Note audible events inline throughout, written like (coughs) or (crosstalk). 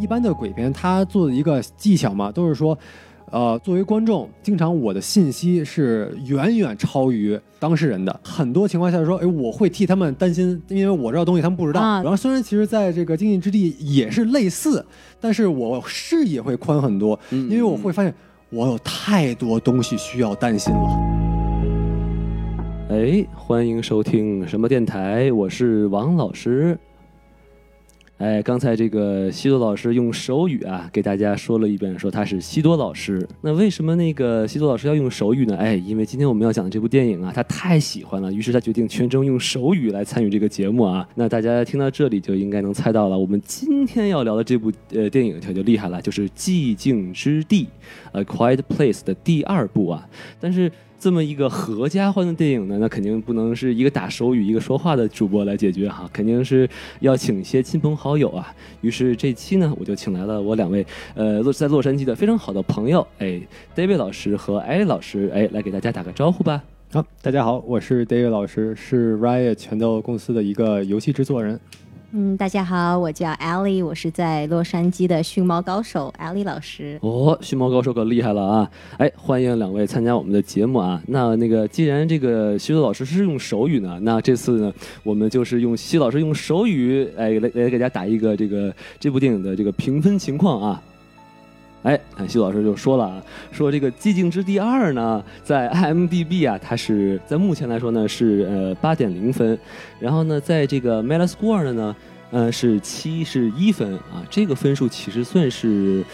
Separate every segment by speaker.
Speaker 1: 一般的鬼片，它做的一个技巧嘛，都是说，呃，作为观众，经常我的信息是远远超于当事人的。很多情况下说，哎，我会替他们担心，因为我知道东西他们不知道。
Speaker 2: 啊
Speaker 1: 然后虽然其实在这个经济之地也是类似，但是我视野会宽很多，因为我会发现我有太多东西需要担心了。
Speaker 3: 哎，欢迎收听什么电台？我是王老师。哎，刚才这个西多老师用手语啊，给大家说了一遍，说他是西多老师。那为什么那个西多老师要用手语呢？哎，因为今天我们要讲的这部电影啊，他太喜欢了，于是他决定全程用手语来参与这个节目啊。那大家听到这里就应该能猜到了，我们今天要聊的这部呃电影它就厉害了，就是《寂静之地》呃《Quiet Place》的第二部啊。但是这么一个合家欢的电影呢，那肯定不能是一个打手语、一个说话的主播来解决哈，肯定是要请一些亲朋好友啊。于是这期呢，我就请来了我两位呃洛在洛杉矶的非常好的朋友，哎，David 老师和艾老师，哎，来给大家打个招呼吧。
Speaker 1: 好，大家好，我是 David 老师，是 Riot 拳头公司的一个游戏制作人。
Speaker 2: 嗯，大家好，我叫 Ally，我是在洛杉矶的训猫高手 Ally 老师。
Speaker 3: 哦，熊猫高手可厉害了啊！哎，欢迎两位参加我们的节目啊。那那个，既然这个徐子老师是用手语呢，那这次呢，我们就是用西老师用手语，哎，来来给大家打一个这个这部电影的这个评分情况啊。哎，哎徐老师就说了啊，说这个《寂静之地二》呢，在 IMDB 啊，它是在目前来说呢是呃八点零分，然后呢，在这个 Metascore 的呢，呃是七是一分啊，这个分数其实算是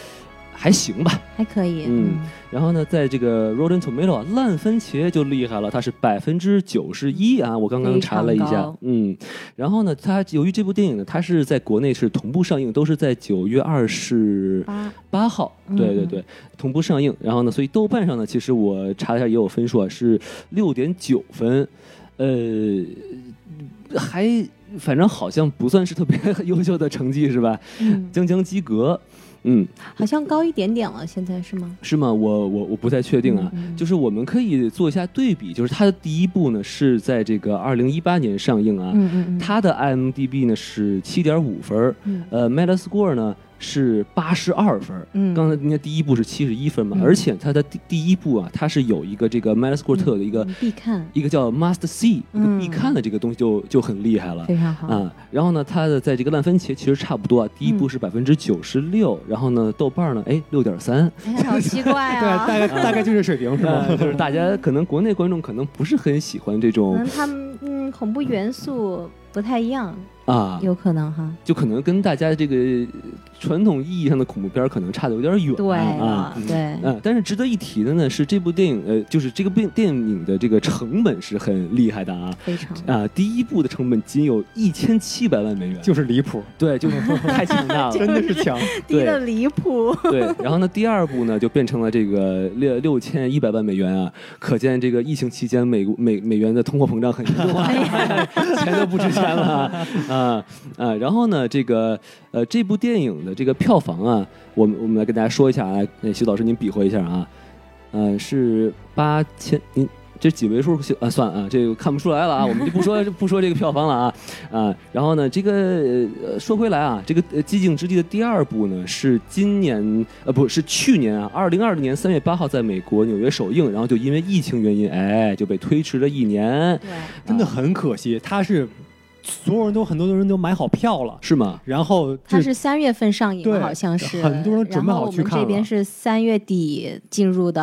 Speaker 3: 还行吧，
Speaker 2: 还可以，
Speaker 3: 嗯然后呢，在这个 Rotten Tomato 啊，烂番茄就厉害了，它是百分之九十一啊，我刚刚查了一
Speaker 2: 非常
Speaker 3: 下
Speaker 2: 高，
Speaker 3: 嗯，然后呢，它由于这部电影呢，它是在国内是同步上映，都是在九月二十
Speaker 2: 八
Speaker 3: 八号，
Speaker 2: 嗯
Speaker 3: 对对对，同步上映。然后呢，所以豆瓣上呢，其实我查了一下也有分数啊，是六点九分，呃，还反正好像不算是特别 (laughs) 优秀的成绩是吧？ (laughs)
Speaker 2: 嗯，
Speaker 3: 将将及格，嗯。
Speaker 2: 好像高一点点了，现在是吗？
Speaker 3: 是吗？我我我不太确定啊，
Speaker 2: 嗯
Speaker 3: 就是我们可以做一下对比，就是它的第一部呢是在这个二零一八年上映啊，
Speaker 2: 嗯嗯嗯，
Speaker 3: 它的 IMDB 呢是七点五分儿，
Speaker 2: 嗯
Speaker 3: 呃，Metascore 呢是八十二分儿。
Speaker 2: 嗯
Speaker 3: 刚才人家第一部是七十一分嘛，
Speaker 2: 嗯
Speaker 3: 而且它的第第一部啊，它是有一个这个 Metascore 特有的一个、
Speaker 2: 嗯必看，
Speaker 3: 一个叫 Must See 一个
Speaker 2: 嗯
Speaker 3: 必看的这个东西就就很厉害了。
Speaker 2: 非常好。
Speaker 3: 啊，然后呢，它的在这个烂番茄其实差不多啊，第一
Speaker 2: 嗯
Speaker 3: 部是百分之九十六，然后呢，豆瓣儿呢，哎，六点三，
Speaker 2: 哎呀好奇怪
Speaker 1: 对，
Speaker 2: 啊
Speaker 1: 大！概大概就这水平是
Speaker 3: (laughs)
Speaker 1: 吗？
Speaker 3: 呃，就是大家可能国内观众可能不是很喜欢这
Speaker 2: 可
Speaker 3: 种
Speaker 2: 能他们嗯，恐怖元素不太一样，
Speaker 3: 啊，
Speaker 2: 有可能哈。
Speaker 3: 就可能跟大家这个传统意义上的恐怖片儿可能差的有点远，
Speaker 2: 对
Speaker 3: 啊。
Speaker 2: 对，
Speaker 3: 嗯，但是值得一提的呢是，这部电影，呃，就是这个电电影的这个成本是很厉害的啊
Speaker 2: 非常
Speaker 3: 啊！第一部的成本仅有一千七百万美元，
Speaker 1: 就是离谱，
Speaker 3: 对，就是太强
Speaker 1: (laughs)
Speaker 3: 大了，
Speaker 1: 真的是强。
Speaker 2: 低
Speaker 3: 对
Speaker 2: 的离谱。
Speaker 3: 对，然后呢，第二部呢就变成了这个六六千一百万美元啊，可见这个疫情期间美美美元的通货膨胀很严重啊，钱都不值钱了啊啊啊！然后呢，这个呃这部电影的这个票房啊，我们我们来跟大家说一下啊，那徐老师您比划一下啊，呃是八千您。这几位数啊，算了啊，这个看不出来了啊，我们就不说不说这个票房了啊，啊，然后呢，这个呃说回来啊，这个呃《寂静之地》的第二部呢是今年呃不是去年啊，二零二零年三月八号在美国纽约首映，然后就因为疫情原因，哎就被推迟了一年，
Speaker 2: 对，
Speaker 1: 真的很可惜，他是所有人都很多人都买好票了，
Speaker 3: 是吗？
Speaker 1: 然后
Speaker 2: 它
Speaker 1: 就是
Speaker 2: 三月份上映
Speaker 1: 对
Speaker 2: 的，好像是
Speaker 1: 很多人准备
Speaker 2: 然后
Speaker 1: 好去看了
Speaker 2: 我们这边是三月底进入的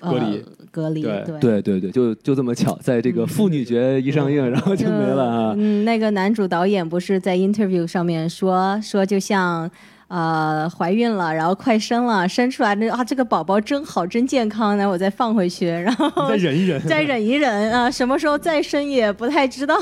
Speaker 2: 呃
Speaker 1: 隔离，
Speaker 2: 隔离
Speaker 1: 对
Speaker 2: 对。
Speaker 3: 对对对，就就这么巧，在这个妇女节一上映，然后就没了啊。
Speaker 2: 嗯，那个男主导演不是在 interview 上面说说，就像呃怀孕了，然后快生了，生出来那啊这个宝宝真好，真健康，然后我再放回去，然后
Speaker 3: (laughs)
Speaker 1: 再忍一忍。
Speaker 2: (laughs)
Speaker 1: (laughs)
Speaker 2: 再忍一忍啊，什么时候再生也不太知
Speaker 3: (laughs)
Speaker 2: 道。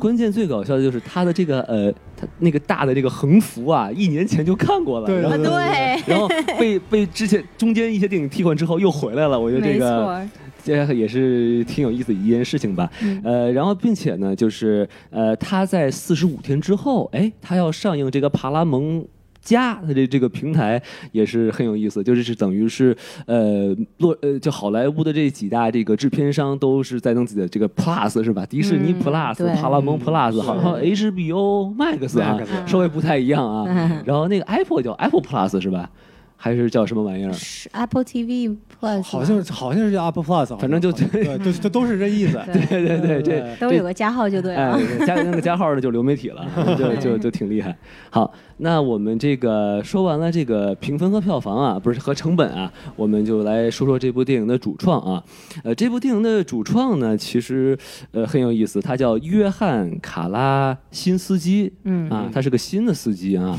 Speaker 3: 关键最搞笑的就是他的这个呃，他那个大的这个横幅啊，一年前就看过了，
Speaker 1: 对
Speaker 3: 然后
Speaker 1: 对
Speaker 2: 对，
Speaker 3: 然后被被之前中间一些电影替换之后又回来了，我觉得这
Speaker 2: 没
Speaker 3: 个
Speaker 2: 错，
Speaker 3: 这也是挺有意思的一件事情吧。
Speaker 2: 嗯
Speaker 3: 呃，然后并且呢，就是呃，他在四十五天之后，哎，他要上映这个《帕拉蒙家它这这个平台也是很有意思，就是是等于是呃洛呃就好莱坞的这几大这个制片商都是在弄自己的这个 Plus 是吧？迪士尼
Speaker 2: 嗯
Speaker 3: Plus、
Speaker 2: 对
Speaker 3: 帕拉蒙 Plus，
Speaker 1: 是
Speaker 3: 好像 HBO Max 啊
Speaker 1: Max，
Speaker 3: 稍微不太一样啊。
Speaker 2: 嗯
Speaker 3: 然后那个 Apple 叫 Apple Plus 是吧？还是叫什么玩意儿？
Speaker 2: 是 Apple TV Plus，
Speaker 1: 好像是好像是叫 Apple Plus，好像
Speaker 3: 反正就
Speaker 1: 好像对，就就都是这意思。
Speaker 2: 对
Speaker 3: 对对对，这
Speaker 1: 对
Speaker 2: 都有个加号就对啊了
Speaker 3: 哎。，加那个加号的就流媒体
Speaker 2: (laughs)
Speaker 3: 了，就就就挺厉害。好，那我们这个说完了这个评分和票房啊，不是和成本啊，我们就来说说这部电影的主创啊。呃，这部电影的主创呢，其实呃很有意思，他叫约翰·卡拉辛斯基，
Speaker 2: 嗯
Speaker 3: 啊，他是个新的司机
Speaker 2: (laughs)
Speaker 3: 啊，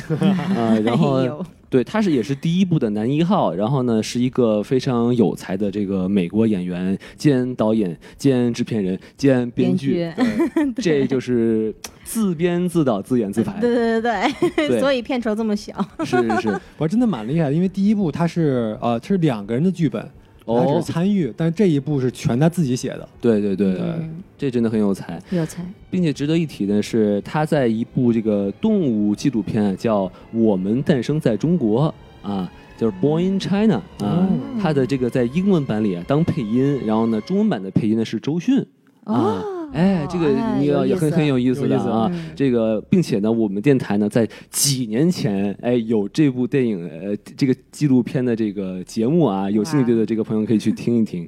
Speaker 3: 啊，然后
Speaker 2: 哎呦
Speaker 3: 对，他是也是第一部的男一号，然后呢是一个非常有才的这个美国演员兼导演兼制片人兼编剧，
Speaker 2: (laughs)
Speaker 3: 对这就是自编自导自演自排，
Speaker 2: 对对对
Speaker 3: 对
Speaker 2: 对，所以片酬这么小。
Speaker 3: 是是是，
Speaker 1: 我真的蛮厉害的，因为第一部他是呃，他是两个人的剧本，他只
Speaker 3: 哦
Speaker 1: 是参与，但这一部是全他自己写的。
Speaker 3: 对对对，
Speaker 2: (laughs) 嗯
Speaker 3: 这真的很有才。
Speaker 2: 有才，
Speaker 3: 并且值得一提的是，他在一部这个动物纪录片啊叫《我们诞生在中国》啊，就是《Born in China》啊，他的这个在英文版里啊当配音，然后呢，中文版的配音呢是周迅啊。哎，这个
Speaker 2: 哎
Speaker 3: 你
Speaker 2: 有
Speaker 3: 要
Speaker 2: 意
Speaker 3: 也很
Speaker 2: 思
Speaker 3: 很有意思的
Speaker 1: 有意思
Speaker 3: 啊！这个，并且呢，我们电台呢在几年前，哎，有这部电影呃这个纪录片的这个节目啊，有兴趣的这个朋友可以去听一听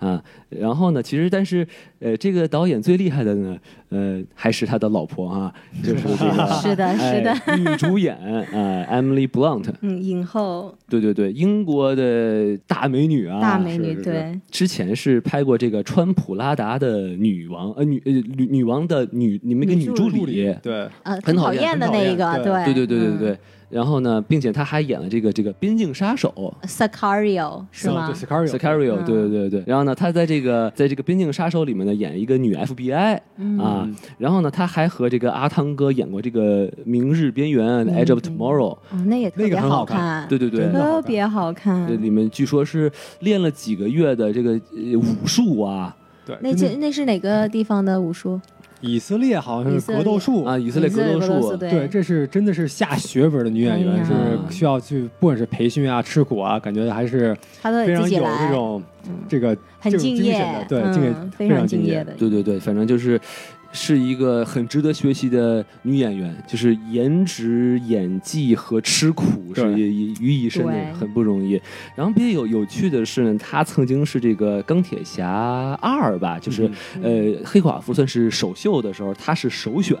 Speaker 3: 啊。然后呢，其实但是呃，这个导演最厉害的呢，呃，还是他的老婆啊，就是这个
Speaker 2: 是的
Speaker 3: 哎
Speaker 2: 是的
Speaker 3: 女主演呃 Emily Blunt，
Speaker 2: 嗯，影后
Speaker 3: 对对对，英国的大美女啊，
Speaker 2: 大美女
Speaker 3: 是是是
Speaker 2: 对
Speaker 3: 之前是拍过这个川普拉达的女王，呃女呃女女王的女，你们一个
Speaker 2: 女
Speaker 3: 女
Speaker 2: 助
Speaker 3: 助理，
Speaker 1: 对，
Speaker 2: 呃，
Speaker 3: 很讨
Speaker 2: 讨
Speaker 3: 厌
Speaker 2: 厌的
Speaker 1: 很
Speaker 2: 那
Speaker 1: 讨
Speaker 2: 一
Speaker 1: 厌
Speaker 2: 个，
Speaker 1: 对
Speaker 3: 对对对对
Speaker 2: 嗯
Speaker 3: 对。然后呢，并且她还演了这个这个《边境杀手》
Speaker 2: Sicario 是吗？
Speaker 1: 对 Sicario
Speaker 3: Sicario，
Speaker 2: 嗯
Speaker 3: 对对对对。然后呢，她在这个在这个《边境杀手》里面呢，演一个女 FBI
Speaker 2: 嗯
Speaker 3: 啊。
Speaker 1: 嗯
Speaker 3: 然后呢，她还和这个阿汤哥演过这个《明日边
Speaker 2: 嗯
Speaker 3: 缘》（Edge of Tomorrow）。
Speaker 2: 哦，那也特
Speaker 1: 那
Speaker 2: 别
Speaker 1: 个很好
Speaker 2: 看，
Speaker 3: 对对对呃
Speaker 1: 真，的
Speaker 2: 特别好看
Speaker 3: 这。里面据说是练了几个月的这个呃武术啊
Speaker 1: 对，
Speaker 2: 那
Speaker 1: 真
Speaker 2: 这
Speaker 1: 的
Speaker 2: 那是哪个地方的武术？
Speaker 1: 以色列好像
Speaker 2: 以
Speaker 1: 是
Speaker 2: 色列
Speaker 1: 格斗术
Speaker 3: 啊，以色列格斗
Speaker 2: 以色列格斗
Speaker 3: 术
Speaker 2: 术。
Speaker 1: 对，这是真的是下血本的女演
Speaker 2: 哎
Speaker 1: 员，
Speaker 2: 呀
Speaker 1: 是需要去不管是培训啊、吃苦啊，感觉还是
Speaker 2: 他都
Speaker 1: 非
Speaker 2: 得
Speaker 1: 常
Speaker 2: 自己
Speaker 1: 有这
Speaker 2: 呃来，嗯
Speaker 1: 种这个这
Speaker 2: 很
Speaker 1: 种
Speaker 2: 敬
Speaker 1: 精
Speaker 2: 业
Speaker 1: 神的，对，这个
Speaker 2: 嗯
Speaker 1: 非
Speaker 2: 非常
Speaker 1: 敬
Speaker 2: 敬业的。
Speaker 3: 对对对，反正就是是一个很值得学习的女演员，就是颜值、演技和吃苦是
Speaker 1: 对
Speaker 3: 也也予以深
Speaker 2: 对
Speaker 3: 的，很不容易。然后比较有有趣的是呢，她曾经是这个钢铁侠二吧，就是、
Speaker 2: 嗯
Speaker 3: 呃黑寡妇算是首秀的时候，她是首选。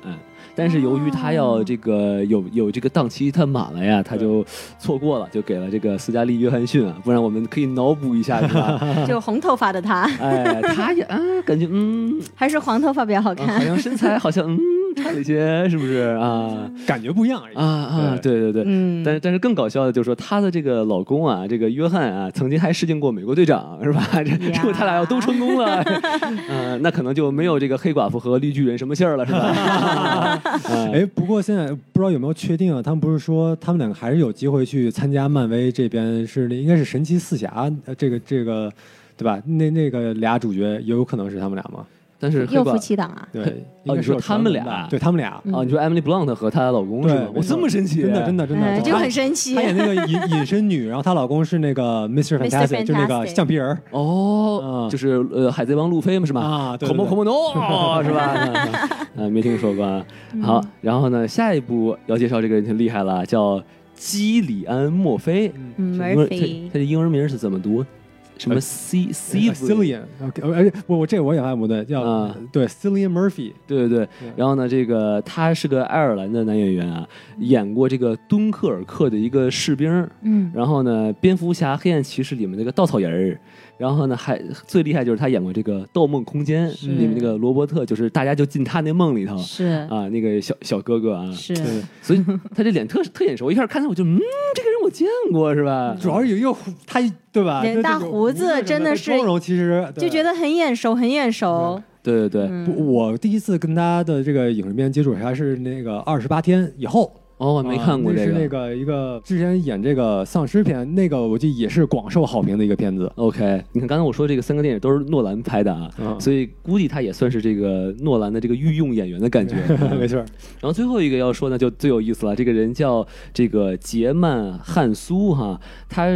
Speaker 3: 但是由于她要
Speaker 2: 哦
Speaker 3: 这个有有这个档期她满了呀，她就错过了，就给了这个斯嘉丽·约翰逊啊，不然我们可以脑补一下，对
Speaker 2: (laughs)
Speaker 3: 吧？
Speaker 2: 就红头发的他，
Speaker 3: 哎，她也啊，感觉嗯，
Speaker 2: 还是黄头发比较好
Speaker 3: (laughs) 嗯好
Speaker 2: 看。
Speaker 3: 像身材好像嗯差了一些，是不是啊？
Speaker 1: 感觉不一样而已
Speaker 3: 啊。啊，对对对。
Speaker 2: 嗯，
Speaker 3: 但是但是更搞笑的就是说，她的这个老公啊，这个约翰啊，曾经还试镜过美国队长，是吧？ (laughs) 这
Speaker 2: 呀
Speaker 3: 如果他俩要都成
Speaker 2: (laughs)
Speaker 3: 功了，呃，那可能就没有这个黑寡妇和绿巨人什么信儿了，
Speaker 2: (laughs)
Speaker 3: 是吧？
Speaker 1: 哎，不过现在不知道有没有确定啊？他们不是说他们两个还是有机会去参加漫威这边是应该是神奇四侠呃这个这个对吧？那那个俩主角也有可能是他们俩吗？
Speaker 3: 但是黑
Speaker 2: 又夫
Speaker 3: 寡
Speaker 2: 妻档啊，
Speaker 1: 对，
Speaker 3: (laughs) 哦
Speaker 1: 应该
Speaker 3: 你
Speaker 1: 是
Speaker 3: 说
Speaker 1: 有
Speaker 3: 他们俩
Speaker 1: 传闻吧对他们
Speaker 2: 嗯
Speaker 1: 俩，
Speaker 3: 啊，你说 Emily Blunt 和她老公是
Speaker 1: 对
Speaker 3: 吧？，我这么神奇，啊
Speaker 1: 真的真的
Speaker 3: 的。
Speaker 1: 真的
Speaker 2: 哎，就很神奇
Speaker 1: 他。演那个隐隐身女，然后她老公是那个 Mr. Fantastic，就那个
Speaker 2: Fantastic
Speaker 1: 橡皮人儿嗯
Speaker 3: 哦，就是呃，海贼王路飞嘛，是吧？
Speaker 1: 啊，对
Speaker 3: 恐怖恐
Speaker 1: 怖，
Speaker 3: 怖 no
Speaker 1: (laughs)
Speaker 3: 是吧？啊，没听说过。啊。好，然后呢，下一步要介绍这个人挺厉害了，叫基里安·墨菲。
Speaker 2: 嗯
Speaker 3: 什么他
Speaker 2: ，Murphy
Speaker 3: 他的英文名是怎么读？什么
Speaker 1: 呃
Speaker 3: C C
Speaker 1: Cillian，而呃且我我这我也发现不对，叫
Speaker 3: 啊
Speaker 1: 对 Cillian Murphy，
Speaker 3: 对对对
Speaker 1: 对。
Speaker 3: 然后呢，这个他是个爱尔兰的男演员啊，演过这个敦刻尔克的一个士兵儿。
Speaker 2: 嗯，
Speaker 3: 然后呢，蝙蝠侠、黑暗骑士里面那个稻草人儿，然后呢，还最厉害就是他演过这个《盗梦空间》里面那个罗伯特，就是大家就进他那梦里头
Speaker 2: 是
Speaker 3: 啊，那个小小哥哥啊，
Speaker 2: 是，
Speaker 1: 对，
Speaker 3: 所以他这脸特特眼熟，一开始看他我就嗯，这个人我见过是吧？
Speaker 1: 主要是有一个胡，他对吧？
Speaker 2: 脸
Speaker 1: 那
Speaker 2: 大
Speaker 1: 这个
Speaker 2: 胡子
Speaker 1: 什么
Speaker 2: 真的是
Speaker 1: 妆容，其实
Speaker 2: 就觉
Speaker 1: 得。
Speaker 2: 得很眼熟，很眼熟。嗯
Speaker 3: 对对对，
Speaker 1: 嗯不我第一次跟他的这个影视片接触还是那个二十八天以后，
Speaker 3: 哦，没看过
Speaker 1: 啊那
Speaker 3: 这
Speaker 1: 是
Speaker 3: 个。
Speaker 1: 那个一个之前演这个丧尸片，那个我记得也是广受好评的一个片 (laughs) 子。
Speaker 3: OK，你看刚才我说这个三个电影都是诺兰拍的啊，
Speaker 1: 嗯
Speaker 3: 所以估计他也算是这个诺兰的这个御用演员的感觉。
Speaker 1: 没错，
Speaker 3: 然后最后一个要说呢，就最有意思了。这个人叫这个杰曼·汉苏哈，他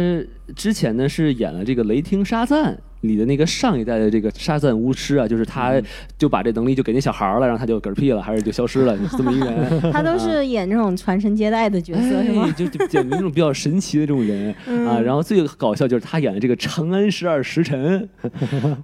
Speaker 3: 之前呢是演了这个《雷霆沙赞》里的那个上一代的这个沙赞巫师啊，就是他就把这能力就给那小孩儿了，然后他就嗝屁了，还是就消失了，就是这么一个人。
Speaker 2: 他都是演这种传承接代的角色，是
Speaker 3: 哎
Speaker 2: 吗？
Speaker 3: 就就简直那种比较神奇的这种人、啊，然后最搞笑就是他演的这个《长安十二时辰》，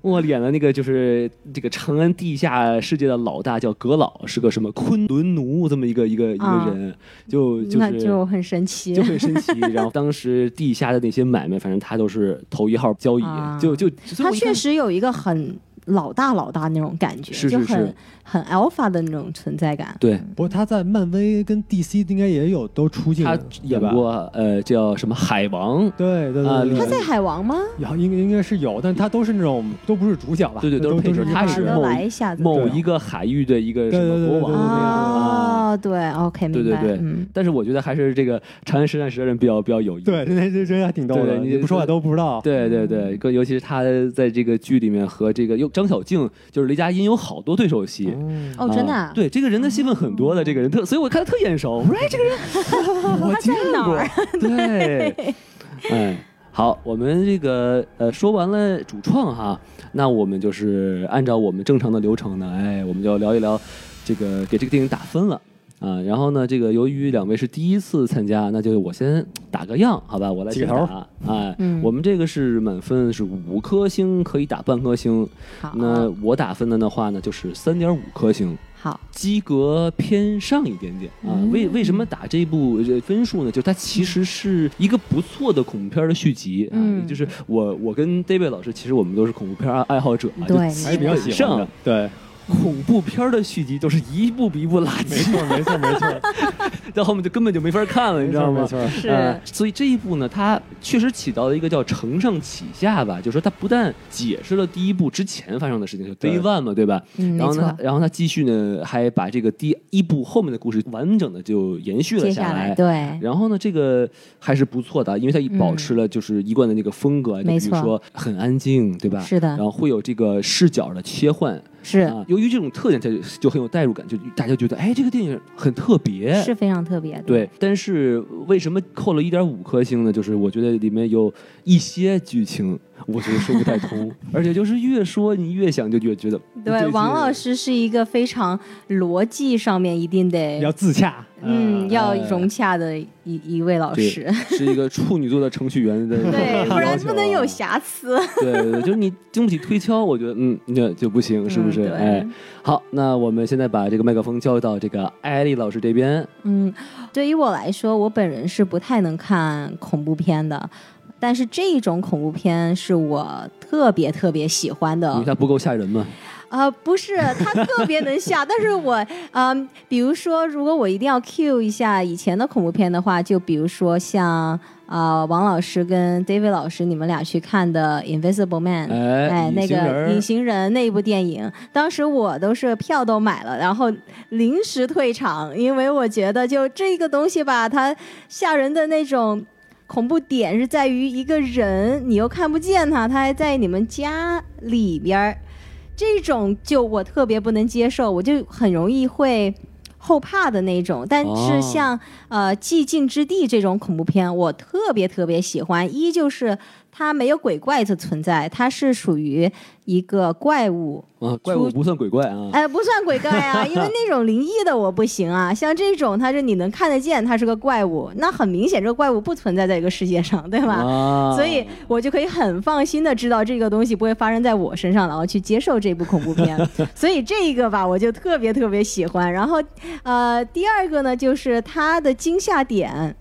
Speaker 3: 我演的那个就是这个长安地下世界的老大叫阁老，是个什么昆仑奴这么一个一个一个
Speaker 2: 啊
Speaker 3: 人，就就
Speaker 2: 那
Speaker 3: 是
Speaker 2: 就很神奇
Speaker 3: 就。很神奇。然后当时地下的那些买卖，反正他都是头一号交易，
Speaker 2: 啊
Speaker 3: 就就所以
Speaker 2: 他
Speaker 3: 我一看
Speaker 2: 确实有一个很老大老大那种感觉，
Speaker 3: 是
Speaker 2: 就是
Speaker 3: 是
Speaker 2: 很很 alpha 的那种存在感。
Speaker 3: 对。
Speaker 1: 不过他在漫威跟 DC 应该也有都出镜，
Speaker 3: 他
Speaker 1: 对
Speaker 3: 演
Speaker 1: 吧？
Speaker 3: 过呃叫什么海王，
Speaker 1: 对对
Speaker 3: 啊
Speaker 1: 对对，
Speaker 2: 他
Speaker 3: 里
Speaker 2: 在海王吗？
Speaker 1: 有应应该是有，但他都是那种都不是主角吧？
Speaker 3: 对对
Speaker 1: 都
Speaker 3: 都是配角
Speaker 1: 是
Speaker 3: 他
Speaker 2: 啊
Speaker 3: 是
Speaker 1: 配
Speaker 2: 我要
Speaker 1: 角
Speaker 3: 某
Speaker 2: 来一下子。
Speaker 3: 某一个海域的一个什么
Speaker 1: 对
Speaker 3: 国
Speaker 1: 对对对对
Speaker 3: 王啊。
Speaker 2: 哦，对，OK，
Speaker 3: 对
Speaker 2: 明
Speaker 3: 对
Speaker 2: 白。
Speaker 3: 对
Speaker 2: 嗯，
Speaker 3: 但是我觉得还是这个《长安十战十的人比较比较有意思。
Speaker 1: 对，真的真真还挺逗
Speaker 3: 对
Speaker 1: 的，
Speaker 3: 你
Speaker 1: 你不说我都不知道。
Speaker 3: 对对
Speaker 2: 嗯
Speaker 3: 对，更尤其是他在这个剧里面和这个又张小静，就是雷佳音有好多对手戏。
Speaker 1: 嗯
Speaker 2: 哦，真的
Speaker 3: 啊
Speaker 2: 啊？
Speaker 3: 对这个人的戏份很多的，这个人特，所以我看他特眼熟，我说哎，这个人
Speaker 2: 哦
Speaker 3: 我见过，对，哎，好，我们这个呃说完了主创哈，那我们就是按照我们正常的流程呢，哎，我们就聊一聊这个给这个电影打分了。啊，然后呢，这个由于两位是第一次参加，那就我先打个样，好吧，我来
Speaker 1: 起个
Speaker 3: 先
Speaker 1: 头
Speaker 3: 打。哎，
Speaker 2: 嗯
Speaker 3: 我们这个是满分是五颗星，可以打半颗星。
Speaker 2: 好，
Speaker 3: (laughs) 那我打分的的话呢，就是三点五颗星，
Speaker 2: 好，
Speaker 3: 及格偏上一点点啊。
Speaker 2: 嗯
Speaker 3: 为为什么打这部呃分数呢？就是它其实是一个不错的恐怖片的续集啊。
Speaker 2: 嗯
Speaker 3: 就是我我跟 David 老师，其实我们都是恐怖片爱爱好者啊，
Speaker 2: 对
Speaker 3: 就
Speaker 1: 还是比较喜
Speaker 3: 基本
Speaker 1: 欢的
Speaker 3: 上。
Speaker 1: (laughs) 对，
Speaker 3: 恐怖片的续集都是一部比一部垃
Speaker 1: 没
Speaker 3: (laughs) 圾，
Speaker 1: 错没错 (laughs) 没错，
Speaker 3: 到后面就根本就没法看了，你
Speaker 1: 没
Speaker 3: 知道
Speaker 1: 错
Speaker 3: 吗
Speaker 1: 没？错。
Speaker 2: 是
Speaker 3: 呃，所以这一部呢，它确实起到了一个叫承上启下吧，就是说它不但解释了第一部之前发生的事情，就
Speaker 1: 对
Speaker 3: Day One 嘛，对吧？
Speaker 2: 嗯，
Speaker 3: 然
Speaker 2: 没
Speaker 3: 后
Speaker 2: 错
Speaker 3: 呢，，然后它继续呢，还把这个第一部后面的故事完整的就延续了
Speaker 2: 接
Speaker 3: 下
Speaker 2: 下来对，
Speaker 3: 然后呢，这个还是不错的，因为它保持了就是一贯的那个风格，就
Speaker 2: 没
Speaker 3: 比如
Speaker 2: 错
Speaker 3: 说很安静，对吧？
Speaker 2: 是的
Speaker 3: 然后会有这个视角的切换
Speaker 2: 是
Speaker 3: 啊，由于这种特点，它就就很有代入感，就大家就觉得哎，这个电影很特别，
Speaker 2: 是非常特别的。
Speaker 3: 哎对，但是为什么扣了一点五颗星呢？就是我觉得里面有一些剧情，我觉得说不太
Speaker 2: (laughs)
Speaker 3: 通，而且就是越说你越想就越觉得不
Speaker 2: 对，
Speaker 3: 劲
Speaker 2: 王老
Speaker 3: 儿
Speaker 2: 师是一个非常逻辑上面一定得
Speaker 1: 要自洽，
Speaker 2: 嗯要
Speaker 3: 哎
Speaker 2: 融洽的一一位老
Speaker 3: 对
Speaker 2: 师，
Speaker 3: (laughs) 是一个处女座的程序员的 (laughs)
Speaker 2: 对，不然
Speaker 3: 要求
Speaker 2: 不能
Speaker 3: 啊
Speaker 2: 有瑕疵。
Speaker 3: 对对，对就是你经不起推敲，我觉得嗯，那就不行，是
Speaker 2: 嗯
Speaker 3: 不是？
Speaker 2: 对
Speaker 3: 哎，好，那我们现在把这个麦克风交到这个艾丽老师这边。
Speaker 2: 嗯，对于我来说，我本人是不太能看恐怖片的，但是这种恐怖片是我特别特别喜欢的
Speaker 3: 因为。它不够吓人嘛，
Speaker 2: 啊，不是，它特别能吓，但是我，嗯、比如说，如果我一定要 cue 一下以前的恐怖片的话，就比如说像啊、王老师跟 David 老师你们俩去看的《Invisible Man》，
Speaker 3: 哎
Speaker 2: 哎，
Speaker 3: 隐
Speaker 2: 那
Speaker 3: 形人
Speaker 2: 个
Speaker 3: 儿
Speaker 2: 隐形人那一部电影，当时我都是票都买了，然后临时退场，因为我觉得就这个东西吧，它吓人的那种。恐怖点是在于一个人，你又看不见他，他还在你们家里边儿，这种就我特别不能接受，我就很容易会后怕的那种。但
Speaker 3: 哦
Speaker 2: 是像、呃《寂静之地》这种恐怖片，我特别特别喜欢。一就是呃它没有鬼怪的存在，它是属于一个怪物，
Speaker 3: 啊，怪物不算鬼怪
Speaker 2: (laughs)
Speaker 3: 啊，
Speaker 2: 哎，不算鬼怪啊，因为那种灵异的我不行啊。像这种，它是你能看得见，它是个怪物，那很明显这个怪物不存在在这个世界上，对吧？
Speaker 3: 啊，
Speaker 2: 所以我就可以很放心的知道这个东西不会发生在我身上，然后去接受这部恐怖片。所以这个吧，我就特别特别喜欢。然后，呃，第二个呢，就是它的惊吓点。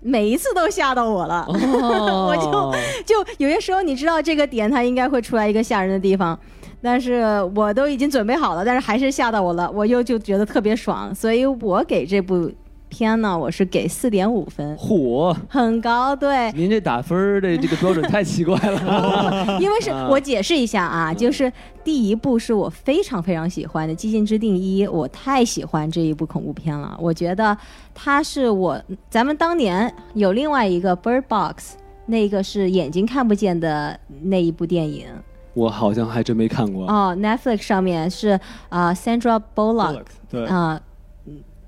Speaker 2: 每一次都吓到我了，
Speaker 3: 哦我
Speaker 2: 就 (laughs) 就有些时候你知道这个点它应该会出来一个吓人的地方，但是我都已经准备好了，但是还是吓到我了，我又就觉得特别爽，所以我给这部片呢，我是给四点五分，
Speaker 3: 嚯，
Speaker 2: 很高，对，
Speaker 3: 您这打分儿的这个标准太奇怪
Speaker 2: (laughs)
Speaker 3: 了。 (laughs)
Speaker 2: 因为是
Speaker 3: 啊
Speaker 2: 我解释一下啊，就是第一部是我非常非常喜欢的《寂静之定一》，我太喜欢这一部恐怖片了。我觉得它是我咱们当年有另外一个《Bird Box》，那个是眼睛看不见的那一部电影
Speaker 3: 我好像还真没看过。
Speaker 2: 哦，Netflix 上面是啊、呃 Sandra Bullock
Speaker 1: 对，
Speaker 2: 啊、嗯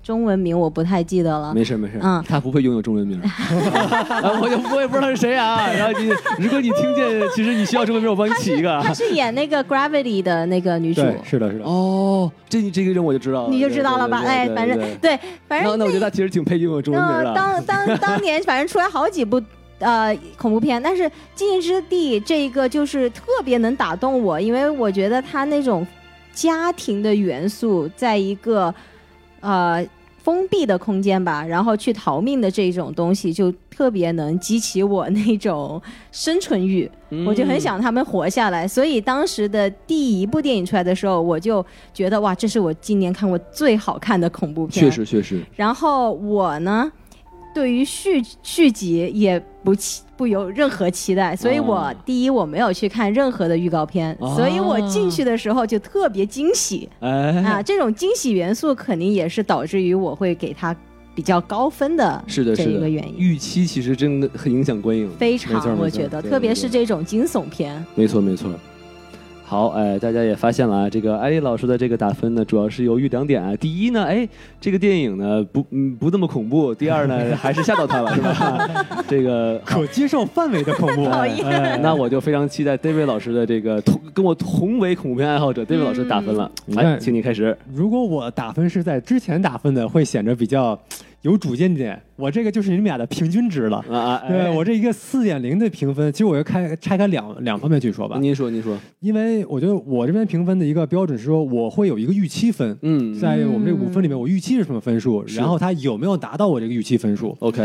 Speaker 2: 中文名我不太记得了。
Speaker 3: 没事没事，
Speaker 2: 嗯
Speaker 3: 他不配拥有中
Speaker 2: (laughs)
Speaker 3: 文名，啊我就我也不知道是谁 (laughs) 啊。然后你，如果你听见，其实你需要中文名，我帮你起一个。
Speaker 2: 她是演那个 Gravity 的那个女主，
Speaker 1: 对，是的，是的。
Speaker 3: (laughs) 哦，这这个人我就知道了，
Speaker 2: 你就知道了吧？
Speaker 3: 对哦对
Speaker 2: 哎，
Speaker 3: 对
Speaker 2: 反正
Speaker 3: 对对
Speaker 2: 对，反正
Speaker 3: 那那我觉得他其实挺配拥有中文名
Speaker 2: 那
Speaker 3: 的。
Speaker 2: 当当
Speaker 3: (laughs)
Speaker 2: 当年，反正出来好几部呃恐怖片，但是《寂静之地》这一个就是特别能打动我，因为我觉得它那种家庭的元素，在一个呃封闭的空间吧，然后去逃命的这种东西，就特别能激起我 (laughs) 那种生存欲。
Speaker 3: 嗯
Speaker 2: 我就很想他们活下来，所以当时的第一部电影出来的时候，我就觉得哇，这是我今年看过最好看的恐怖片。
Speaker 3: 确实确实，
Speaker 2: 然后我呢，对于续续集也不期不有任何期待，所以我、
Speaker 3: 哦
Speaker 2: 第一我没有去看任何的预告片，
Speaker 3: 哦
Speaker 2: 所以我进去的时候就特别惊喜啊！
Speaker 3: 哎，
Speaker 2: 这种惊喜元素肯定也是导致于我会给它比较高分的
Speaker 3: 是的，
Speaker 2: 这
Speaker 3: 是
Speaker 2: 一个
Speaker 3: 的，
Speaker 2: 原因，
Speaker 3: 预期其实真的很影响观影，
Speaker 2: 非
Speaker 3: 没错
Speaker 2: 常我觉得，特别是。
Speaker 3: 没错对对对
Speaker 2: 这种惊悚片，
Speaker 3: 没错没错。好，哎，大家也发现了啊，这个艾丽老师的这个打分呢，主要是由于两点啊。第一呢，哎，这个电影呢不嗯不那么恐怖；第二 (laughs) 呢，还是吓到他了，是吧？这个
Speaker 1: 可接受范围的恐怖，
Speaker 2: (laughs) 讨厌
Speaker 3: 哎那我就非常期待 David 老师的这个同跟我同为恐怖片爱好者 David 老师打分了。来，请你开始。
Speaker 1: 如果我打分是在之前打分的，会显得比较有主见点。我这个就是你们俩的平均值了。
Speaker 3: 啊啊，
Speaker 1: 对我这一个四点零的评分，其实我就开拆开两两方面去说吧
Speaker 3: 哎，，您说您说，
Speaker 1: 因为我觉得我这边评分的一个标准是说，我会有一个预期分，
Speaker 3: 嗯
Speaker 1: 在我们这五分里面，我预期是什么分数，
Speaker 3: 是
Speaker 1: 然后它有没有达到我这个预期分数，
Speaker 3: ，OK，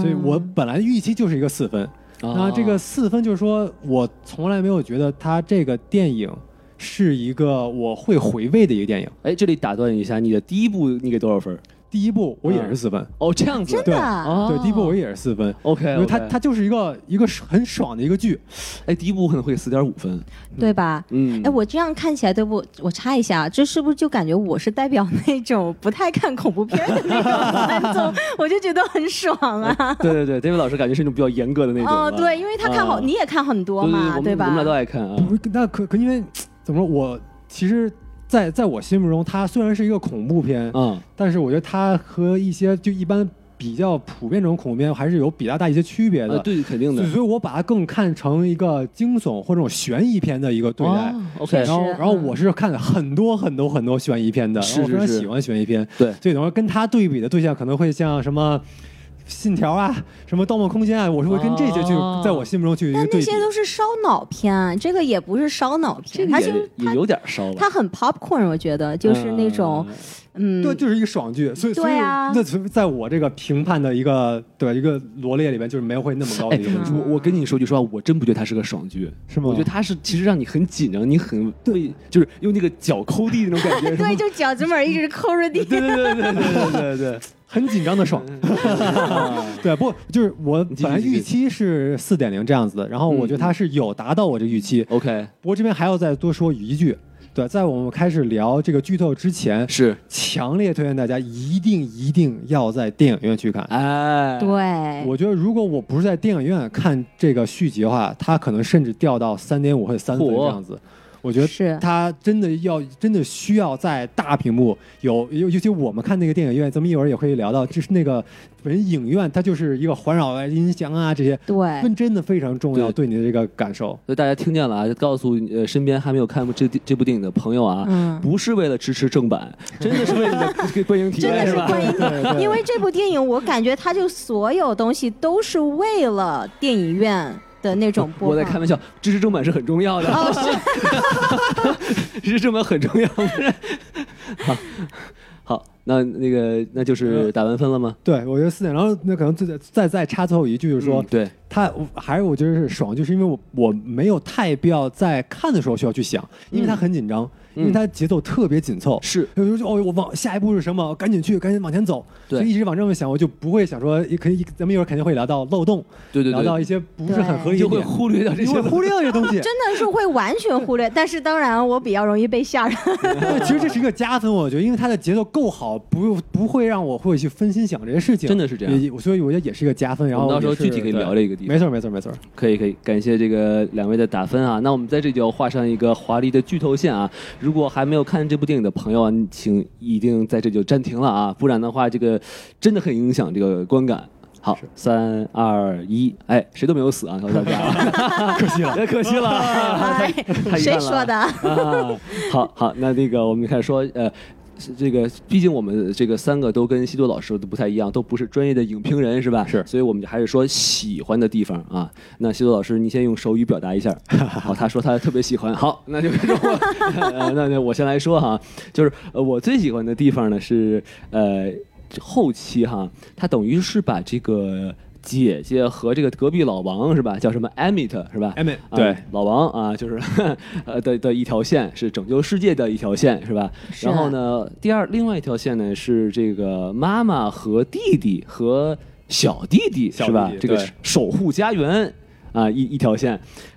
Speaker 1: 所以
Speaker 2: 嗯
Speaker 1: 我本来预期就是一个四分，
Speaker 3: 哦
Speaker 1: 那这个四分就是说我从来没有觉得它这个电影是一个我会回味的一个电影。
Speaker 3: 哎，这里打断一下，你的第一部你给多少分？
Speaker 1: 第一部我也是四分，
Speaker 3: 哦，这样子
Speaker 2: 真，
Speaker 1: 对
Speaker 2: 的啊
Speaker 3: 哦
Speaker 1: 对，第一部我也是四分，
Speaker 3: OK，
Speaker 1: 因为它它就是一个一个很爽的一个剧，
Speaker 3: 哎，第一部可能会四点五分，
Speaker 2: 对吧？
Speaker 3: 嗯，
Speaker 2: 哎，我这样看起来对不？我插一下啊，这是不是就感觉我是代表那种不太看恐怖片的
Speaker 3: (laughs)
Speaker 2: 那种观众？我就觉得很爽 (laughs) 啊！
Speaker 3: 对对对，David 老师感觉是那种比较严格的哦那种啊。
Speaker 2: 哦，对，因为他看好，
Speaker 3: 啊
Speaker 2: 你也看很多
Speaker 3: 对对
Speaker 2: 嘛，
Speaker 3: 对我们
Speaker 2: 吧
Speaker 3: 我？们俩都爱看啊。
Speaker 1: 不是，那可可因为怎么说，我其实在在我心目中，它虽然是一个恐怖片，
Speaker 3: 嗯，
Speaker 1: 但是我觉得它和一些就一般比较普遍这种恐怖片还是有比较大一些区别的。
Speaker 3: 啊，对，肯定的
Speaker 1: 所以。所以我把它更看成一个惊悚或者这种悬疑片的一个对待。
Speaker 3: 哦
Speaker 2: 确
Speaker 3: ，OK，
Speaker 2: 实
Speaker 1: 然后，然后
Speaker 2: 嗯
Speaker 1: 我是看了很多很多很多悬疑片的，
Speaker 3: 是
Speaker 1: 然后我非常
Speaker 3: 是是
Speaker 1: 喜欢悬疑片，
Speaker 3: 对
Speaker 1: 所以等会儿跟它对比的对象可能会像什么《信条》啊， (laughs) 什么《盗梦空间》啊，我是会跟这些去
Speaker 3: 哦
Speaker 1: 在我心目中去一个
Speaker 2: 但那
Speaker 1: 对比。
Speaker 2: 些都是烧脑片啊，这个也不是烧脑
Speaker 3: 这
Speaker 2: 片，
Speaker 3: 个
Speaker 2: 它就
Speaker 3: 也
Speaker 2: 是
Speaker 3: 也有点烧了，
Speaker 2: 它很 popcorn，我觉得就是那种
Speaker 3: 嗯
Speaker 2: 嗯，
Speaker 1: 对，就是一个爽剧，所以所以
Speaker 2: 对啊
Speaker 1: 那所以在我这个评判的一个对一个罗列里边，就是没有会那么高的
Speaker 3: 哎
Speaker 1: 一个分数，，
Speaker 3: 我我跟你说句实话，我真不觉得它是个爽剧，
Speaker 1: 是吗？
Speaker 3: 我觉得它是其实让你很紧张，你很对，就是用那个脚抠地那种感觉。是吗
Speaker 2: 对，就脚趾门一直抠着地。
Speaker 3: 对对对对对对对对。
Speaker 1: 很紧张的爽。
Speaker 3: 嗯
Speaker 1: (laughs) 对，不过就是我
Speaker 3: 你继续
Speaker 1: 本来
Speaker 3: 继续嗯
Speaker 1: 预期是四点零这样子的，然后我觉得它是有达到我这个预期。
Speaker 3: OK，
Speaker 1: 不过这边还要再多说一句，对，在我们开始聊这个剧透之前，
Speaker 3: 是，
Speaker 1: 强烈推荐大家一定一定要在电影院去看。
Speaker 3: 哎，
Speaker 2: 对，
Speaker 1: 我觉得如果我不是在电影院看这个续集的话，它可能甚至掉到三点五或者三分
Speaker 3: 嚯
Speaker 1: 这样子。我觉
Speaker 2: 是
Speaker 1: 得它真的要真的需要在大屏幕有，尤尤其我们看那个电影院，咱们一会儿也会聊到，就是那个本身影院它就是一个环绕啊音响啊这些，
Speaker 2: 对，
Speaker 1: 问真的非常重要，对
Speaker 3: 对
Speaker 1: 你的这个感
Speaker 2: (laughs)
Speaker 1: 受。
Speaker 3: 所以大家听见了啊，告诉呃身边还没有看过这这部电影的朋友啊，
Speaker 2: 嗯。
Speaker 3: 不是为了支持正版，真的是为了你的观影体
Speaker 2: 真的
Speaker 3: 验
Speaker 2: 是
Speaker 3: 是吧？
Speaker 2: 观影体
Speaker 1: 对对
Speaker 2: (laughs) 因为这部电影，我感觉它就所有东西都是为了电影院的那种播
Speaker 3: 我在开
Speaker 2: 放。
Speaker 3: 玩笑，支持正版是很重要的，
Speaker 2: 哦，是
Speaker 3: (laughs) 支持正版很重要。不是好，好，那那个那就是打完分了吗？
Speaker 1: 对，我觉得四点，然后那可能再再再插最后一句，就是说、
Speaker 3: 嗯对，
Speaker 1: 他还是我觉得是爽，就是因为我我没有太必要在看的时候需要去想，因
Speaker 2: 嗯
Speaker 1: 为他很紧张，因为他节奏特别紧凑，
Speaker 3: 是
Speaker 1: 有时候就哦，我往下一步是什么？赶紧去，赶紧往前走。
Speaker 3: 对
Speaker 1: 就一直往这么想，我就不会想说，也可以，咱们一会儿肯定会聊到漏洞，
Speaker 3: 对对
Speaker 1: 聊到
Speaker 3: 对，
Speaker 1: 一些不是很合理
Speaker 3: 就
Speaker 1: 的
Speaker 3: 会
Speaker 1: 点，
Speaker 3: 忽略掉这
Speaker 1: 你
Speaker 3: 些
Speaker 1: 会。忽略掉这东
Speaker 3: (laughs)
Speaker 1: 西。
Speaker 2: 真的是会完全忽略。但是当然，我比较容易被吓着。
Speaker 1: 对，其实这是一个加分，我觉得，因为它的节奏够好，不不会让我会去分心想这些事情。
Speaker 3: 真的是这样
Speaker 1: 也，我所以我觉得也是一个加分。然后
Speaker 3: 我们到时候
Speaker 1: 也是
Speaker 3: 具体可以聊这个地
Speaker 1: 对
Speaker 3: 方
Speaker 1: 没错，没错，没
Speaker 3: (laughs)
Speaker 1: 错。
Speaker 3: 可以可以，感谢这个两位的打分啊。那我们在这就要画上一个华丽的剧透线啊。如果还没有看这部电影的朋友啊，你请一定在这就暂停了啊，不然的话，这个真的很影响这个观感。好，三二一，哎，谁都没有死啊，告诉大 (laughs) 家，可惜了，哎可惜了，
Speaker 2: 哎
Speaker 3: 啊太遗憾了
Speaker 2: 谁说的？
Speaker 3: 啊， (laughs) 好好，那那个我们开始说，呃，是这个毕竟我们这个三个都跟西多老师都不太一样，都不是专业的影评人，是吧？
Speaker 1: 是
Speaker 3: 所以我们就还是说喜欢的地方啊。那西多老师，你先用手语表达一下。好，他说他特别喜欢。好，那就 (laughs) 呃那那我先来说哈，就是呃我最喜欢的地方呢是呃后期哈，他等于是把这个。姐姐和这个隔壁老王是吧？叫什么 Emmett 是吧？
Speaker 1: Emmett，
Speaker 3: 啊
Speaker 1: 对
Speaker 3: 老王啊，就是 (laughs) 呃的的一条线是拯救世界的一条线是吧？
Speaker 1: 啊
Speaker 2: 是
Speaker 3: 然后呢，第二另外一条线呢是这个妈妈和弟弟和小弟弟
Speaker 1: 小
Speaker 3: 是吧
Speaker 1: 弟？弟
Speaker 3: 这个
Speaker 1: 对
Speaker 3: 守护家园。啊，一一条线，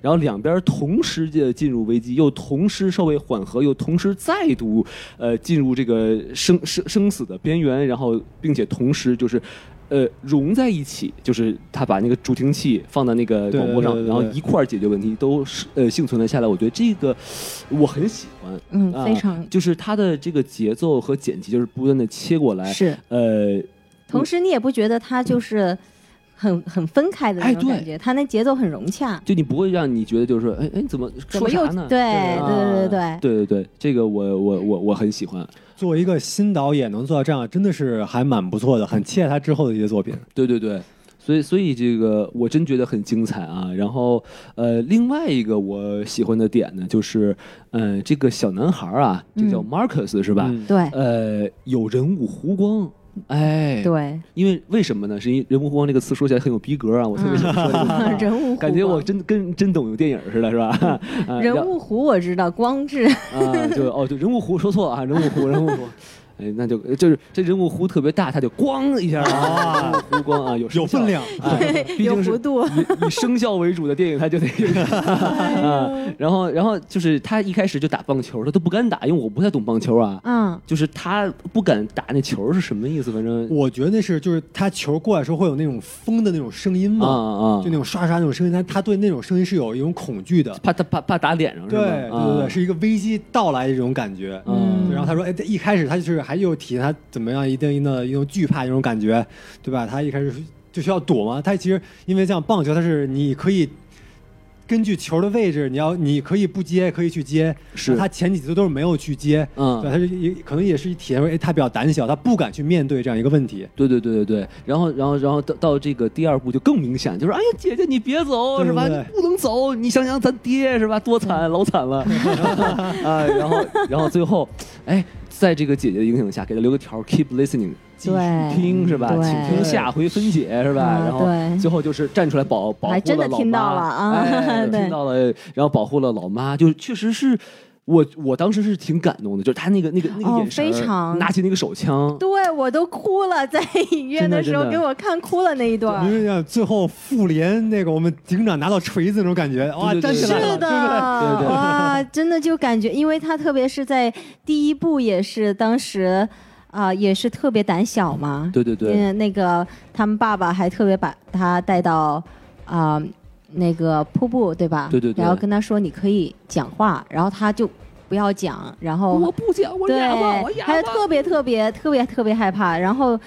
Speaker 3: 然后两边同时的进入危机，又同时稍微缓和，又同时再度呃进入这个生生生死的边缘，然后并且同时就是呃融在一起，就是他把那个助听器放到那个
Speaker 1: 对
Speaker 3: 广播上，
Speaker 1: 对对对
Speaker 3: 然后
Speaker 1: 对
Speaker 3: 一块儿解决问题，都是呃幸存了下来。我觉得这个我很喜欢，
Speaker 2: 嗯
Speaker 3: 啊，
Speaker 2: 非常
Speaker 3: 就是它的这个节奏和剪辑就是不断的切过来，
Speaker 2: 是。
Speaker 3: 呃，
Speaker 2: 同时，你也不觉得它就是很很分开的那种
Speaker 3: 哎对
Speaker 2: 感觉，它那节奏很融洽。
Speaker 3: 就你不会让你觉得就是说，哎哎，你怎么
Speaker 2: 怎
Speaker 3: 说
Speaker 2: 么
Speaker 3: 啥
Speaker 2: 又
Speaker 3: 呢？
Speaker 2: 对
Speaker 3: 啊
Speaker 2: 对对对
Speaker 3: 对对对，这个我我我我很喜欢，
Speaker 1: 作为一个新导演能做到这样，真的是还蛮不错的，很期待他之后的一些作品。
Speaker 3: 对对对。所以，所以这个我真觉得很精彩啊。然后，呃，另外一个我喜欢的点呢，就是，呃，这个小男孩啊，这个叫 Marcus、是吧？
Speaker 1: 嗯
Speaker 2: 对
Speaker 3: 呃，有人物弧光，哎，
Speaker 2: 对，
Speaker 3: 因为为什么呢？是因为“人物弧光”这个词说起来很有逼格啊，我特
Speaker 1: 嗯
Speaker 3: 别想说这个话、 (laughs)
Speaker 1: (laughs)
Speaker 2: 人物弧
Speaker 3: 哎感觉我
Speaker 2: 光
Speaker 3: 真跟真懂电影似的，是吧？啊
Speaker 2: 人
Speaker 3: 要
Speaker 2: 物弧我知道，光智
Speaker 3: 啊，就哦，就人物弧说错了啊，人物
Speaker 1: (laughs)
Speaker 3: 弧，人物弧。哎，那就就是这人物弧特别大，他就咣一下 (laughs) 啊，人物弧光啊，有
Speaker 1: 有
Speaker 3: 声效
Speaker 1: 分， (laughs) 量，
Speaker 3: 哎 (laughs) 毕
Speaker 2: 有
Speaker 3: 竟是
Speaker 2: 弧度。
Speaker 3: 以以声效为主的电影，他就得 (laughs)
Speaker 1: 哎
Speaker 3: 啊。然后，然后就是他一开始就打棒球，他都不敢打，因为我不太懂棒球啊，
Speaker 2: 嗯，
Speaker 3: 就是他不敢打那球是什么意思？反正
Speaker 1: 我觉得那是就是他球过来的时候会有那种风的那种声音
Speaker 3: 啊
Speaker 1: 嘛，
Speaker 3: 啊
Speaker 1: 就那，种刷刷那种声音，他他对那种声音是有一种恐惧的。
Speaker 3: 怕他怕怕打脸上是
Speaker 1: 对
Speaker 3: 吧？
Speaker 1: 对
Speaker 3: 啊
Speaker 1: 对对，是一个危机到来的这种感觉。
Speaker 3: 嗯
Speaker 1: 对然后他说，哎，一开始他就是还有体现他怎么样一定的一种惧怕一种感觉，对吧？他一开始就需要躲嘛。他其实因为像棒球，它是你可以根据球的位置，你要你可以不接，可以去接。
Speaker 3: 是
Speaker 1: 他前几次都是没有去接，
Speaker 3: 嗯
Speaker 1: 对，他是也可能也是体现出，哎，他比较胆小，他不敢去面对这样一个问题。
Speaker 3: 对对对对对，然后然后然后到到这个第二部就更明显，就是哎呀姐姐你别走
Speaker 1: 对
Speaker 3: 是吧？
Speaker 1: 对
Speaker 3: 你不能走，你想想咱爹是吧？多惨，老惨了 (laughs) 啊！然后然后最后，哎，在这个姐姐的影响下，给他留个条儿，keep listening，继续
Speaker 2: 对
Speaker 3: 听是吧？
Speaker 2: 对
Speaker 3: 请听下回分解是吧？
Speaker 2: 啊
Speaker 3: 然后
Speaker 2: 对
Speaker 3: 最后就是站出来保保护了老妈，
Speaker 2: 还真的听到了啊 (laughs)
Speaker 3: 哎
Speaker 2: 对
Speaker 3: 听到了，然后保护了老妈，就确实是。我我当时是挺感动的，就是他那个那个那个
Speaker 2: 哦
Speaker 3: 眼神儿，
Speaker 2: 非常
Speaker 3: 拿起那个手枪，
Speaker 2: 对我都哭了，在影院的时候
Speaker 3: 真的真
Speaker 2: 给
Speaker 3: 的
Speaker 2: 我看哭了那一段
Speaker 1: 因
Speaker 2: 儿。
Speaker 1: 为像最后复联那个我们警长拿到锤子那种感觉，哇，
Speaker 3: 对对
Speaker 1: 站
Speaker 3: 对
Speaker 1: 起
Speaker 2: 是
Speaker 1: 来了，
Speaker 2: 的，
Speaker 3: 对对
Speaker 2: 哇，真的就感觉，因为他特别是在第一部也是当时，啊、也是特别胆小嘛。
Speaker 3: 对对对
Speaker 2: 嗯，那个他们爸爸还特别把他带到啊、那个瀑布，对吧？
Speaker 3: 对对对
Speaker 2: 然后跟他说你可以讲话，然后他就不要讲，然后
Speaker 3: 我不讲，我
Speaker 2: 对
Speaker 3: 哑巴，我，哑巴。
Speaker 2: 还有特别特别特别特别害怕，然后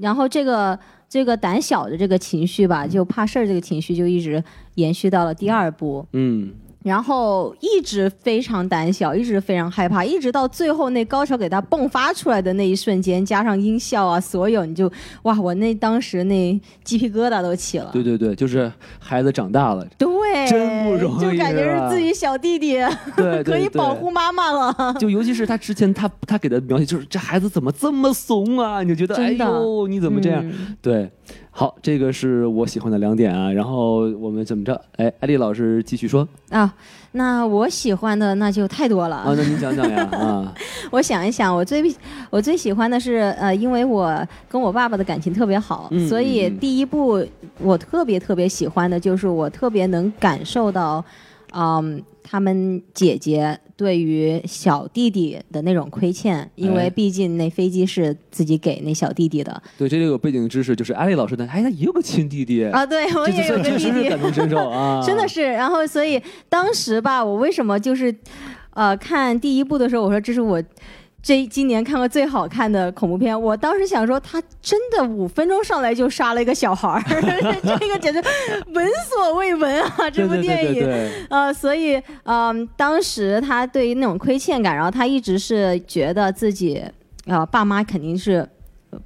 Speaker 2: 然后这个这个胆小的这个情绪吧，就怕事儿这个情绪就一直延续到了第二部，
Speaker 3: 嗯，
Speaker 2: 然后一直非常胆小，一直非常害怕，一直到最后那高潮给他迸发出来的那一瞬间，加上音效啊，所有你就哇，我那当时那鸡皮疙瘩都起了， (laughs)
Speaker 3: 对对对，就是孩子长大了，
Speaker 2: 对
Speaker 3: 真不容易
Speaker 2: 就感觉
Speaker 3: 了
Speaker 2: 是自己小弟弟，
Speaker 3: 对对
Speaker 2: 可以
Speaker 3: 对
Speaker 2: 保护 (laughs) 妈妈了。
Speaker 3: 就尤其是他之前他他给的描写，就是这孩子怎么这么怂啊？你就觉得哎
Speaker 2: 真的
Speaker 3: 呦，你怎么这样？
Speaker 2: 嗯
Speaker 3: 对，好，这个是我喜欢的两点啊。然后我们怎么着？哎，艾丽老师继续说
Speaker 2: 啊，那我喜欢的那就太多了。
Speaker 3: 啊，那您讲讲
Speaker 2: (laughs)
Speaker 3: 呀啊，
Speaker 2: 我想一想，我最我最喜欢的是，呃，因为我跟我爸爸的感情特别好，
Speaker 3: 嗯
Speaker 2: 所以
Speaker 3: 嗯嗯
Speaker 2: 第一部我特别特别喜欢的就是我特别能感受到，嗯，他们姐姐对于小弟弟的那种亏欠，因为
Speaker 3: 哎
Speaker 2: 毕竟那飞机是自己给那小弟弟的、
Speaker 3: 对，这里有背景知识，就是艾丽老师呢，哎，他也有个亲弟弟，
Speaker 2: 啊，对我
Speaker 3: 这
Speaker 2: 也有
Speaker 3: 这
Speaker 2: 个弟
Speaker 3: (laughs) 确实是
Speaker 2: 弟
Speaker 3: 感，同身受啊，
Speaker 2: (laughs) 真的是。然后，所以当时吧，我为什么就是，呃，看第一部的时候，我说这是我这今年看过最好看的恐怖片。我当时想说，他真的五分钟上来就杀了一个小孩儿， (laughs) 这个简直闻所未闻啊！这
Speaker 3: 对
Speaker 2: 部
Speaker 3: 对
Speaker 2: 电影。
Speaker 3: 对对对
Speaker 2: 呃，所以，嗯、当时他对于那种亏欠感，然后他一直是觉得自己，呃，爸妈肯定是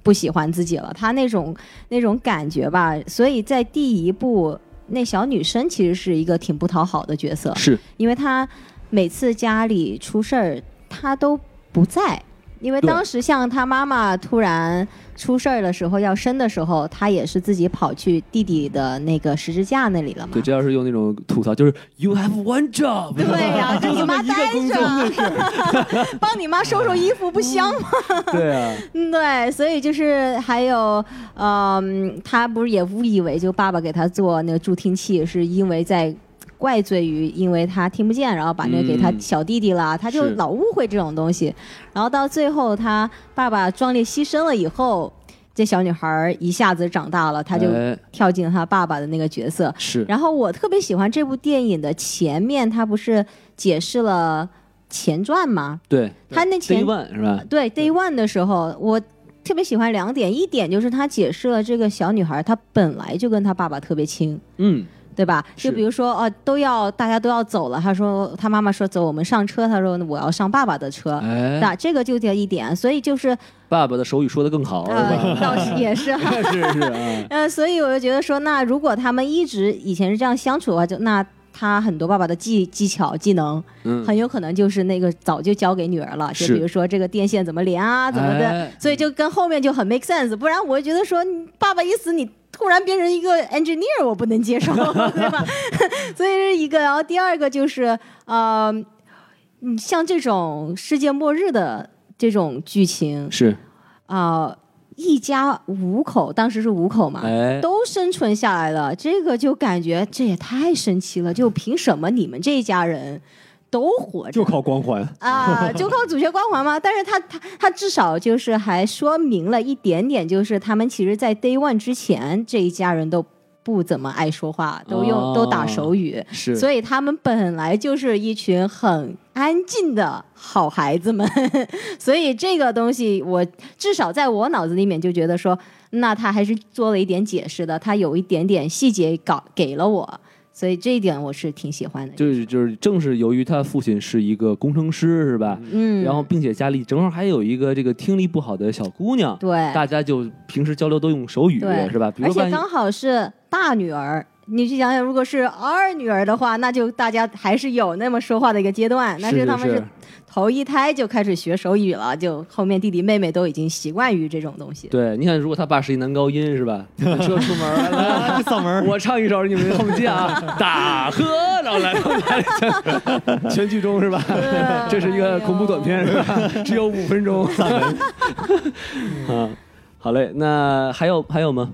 Speaker 2: 不喜欢自己了，他那种那种感觉吧。所以在第一部，那小女生其实是一个挺不讨好的角色，
Speaker 3: 是
Speaker 2: 因为她每次家里出事儿，她都不在。因为
Speaker 3: 对
Speaker 2: 当时像她妈妈突然出事儿的时候，要生的时候，她也是自己跑去弟弟的那个十字架那里了嘛。
Speaker 3: 对，这要是用那种吐槽，就是 you have one job，
Speaker 2: 对呀、 (laughs) 就
Speaker 3: 就
Speaker 2: 你
Speaker 3: 这么
Speaker 2: 妈
Speaker 3: 一个
Speaker 2: 待
Speaker 3: 工作，
Speaker 2: 着， (laughs) 帮你妈收拾衣服不香吗？
Speaker 3: 对啊，
Speaker 2: (laughs) 嗯对，所以就是还有，嗯，他不是也误以为就爸爸给他做那个助听器，是因为在怪罪于因为他听不见，然后把那个给他
Speaker 3: 嗯
Speaker 2: 小弟弟了，他就是老误会这种东西，然后到最后他爸爸壮烈牺牲了以后。这小女孩儿一下子长大了，她就
Speaker 3: 哎
Speaker 2: 跳进了她爸爸的那个角色，
Speaker 3: 是
Speaker 2: 然后我特别喜欢这部电影的前面，它不是解释了前传吗？
Speaker 3: 对，
Speaker 2: 它那前
Speaker 3: day one 是吧？
Speaker 2: 对 Day One 的时候，我特别喜欢两点，一点就是它解释了这个小女孩她本来就跟她爸爸特别亲。
Speaker 3: 嗯，
Speaker 2: 对吧？
Speaker 3: 是
Speaker 2: 就比如说，哦、都要大家都要走了。她说，她妈妈说走，我们上车。她说我要上爸爸的车。
Speaker 3: 哎，哦
Speaker 2: 那、这个就叫一点，所以就是
Speaker 3: 爸爸的手语说的更好，
Speaker 2: 呃，
Speaker 3: 是
Speaker 2: 倒是也 (laughs) 是哈
Speaker 3: 吧？是是 (laughs) 啊，
Speaker 2: 呃，所以我就觉得说，那如果他们一直以前是这样相处的话，就那他很多爸爸的技技巧、技能，
Speaker 3: 嗯，
Speaker 2: 很有可能就是那个早就交给女儿了，就是比如说这个电线怎么连啊，怎么的，
Speaker 3: 哎
Speaker 2: 所以就跟后面就很 make sense。不然我觉得说，你爸爸一死，你突然变成一个 engineer，我不能接受，
Speaker 3: (laughs)
Speaker 2: 对吧？ (laughs) 所以是一个，然后第二个就是呃，嗯像这种世界末日的这种剧情，
Speaker 3: 是，
Speaker 2: 啊，一家五口，当时是五口嘛，
Speaker 3: 哎，
Speaker 2: 啊都生存下来了，这个就感觉这也太神奇了，就凭什么你们这一家人都活着？
Speaker 1: 就靠光环。
Speaker 2: 啊，就靠主角光环嘛。但是他他他至少就是还说明了一点点，就是他们其实，在 Day One 之前，这一家人都不怎么爱说话，都用、都打
Speaker 1: 哦
Speaker 2: 手语，
Speaker 3: 是，
Speaker 2: 所以他们本来就是一群很安静的好孩子们， (laughs) 所以这个东西我至少在我脑子里面就觉得说，那他还是做了一点解释的，他有一点点细节搞给了我，所以这一点我是挺喜欢的。
Speaker 3: 就是就是，正是由于他父亲是一个工程师，是吧？
Speaker 2: 嗯，
Speaker 3: 然后，并且家里正好还有一个这个听力不好的小姑娘，
Speaker 2: 对，
Speaker 3: 大家就平时交流都用手语，
Speaker 2: 对
Speaker 3: 是吧？比
Speaker 2: 而
Speaker 3: 如
Speaker 2: 且
Speaker 3: 万一
Speaker 2: 刚好是大女儿。你去想想，如果是二女儿的话，那就大家还是有那么说话的一个阶段。但
Speaker 3: 是
Speaker 2: 他们
Speaker 3: 是
Speaker 2: 是头一胎就开始学手语了，就后面弟弟妹妹都已经习惯于这种东西。
Speaker 3: 对，你看，如果他爸是一男高音，
Speaker 2: (laughs)
Speaker 3: 是吧？车出门来来，嗓门，我唱一首，你们后面接啊， (laughs) 打呵，然后来， (laughs) 全剧终是吧？ (laughs) 这是一
Speaker 1: 哎
Speaker 3: 个恐怖短片，是吧？只有五分钟，嗓 (laughs) 门。啊，好嘞，那还有还有吗？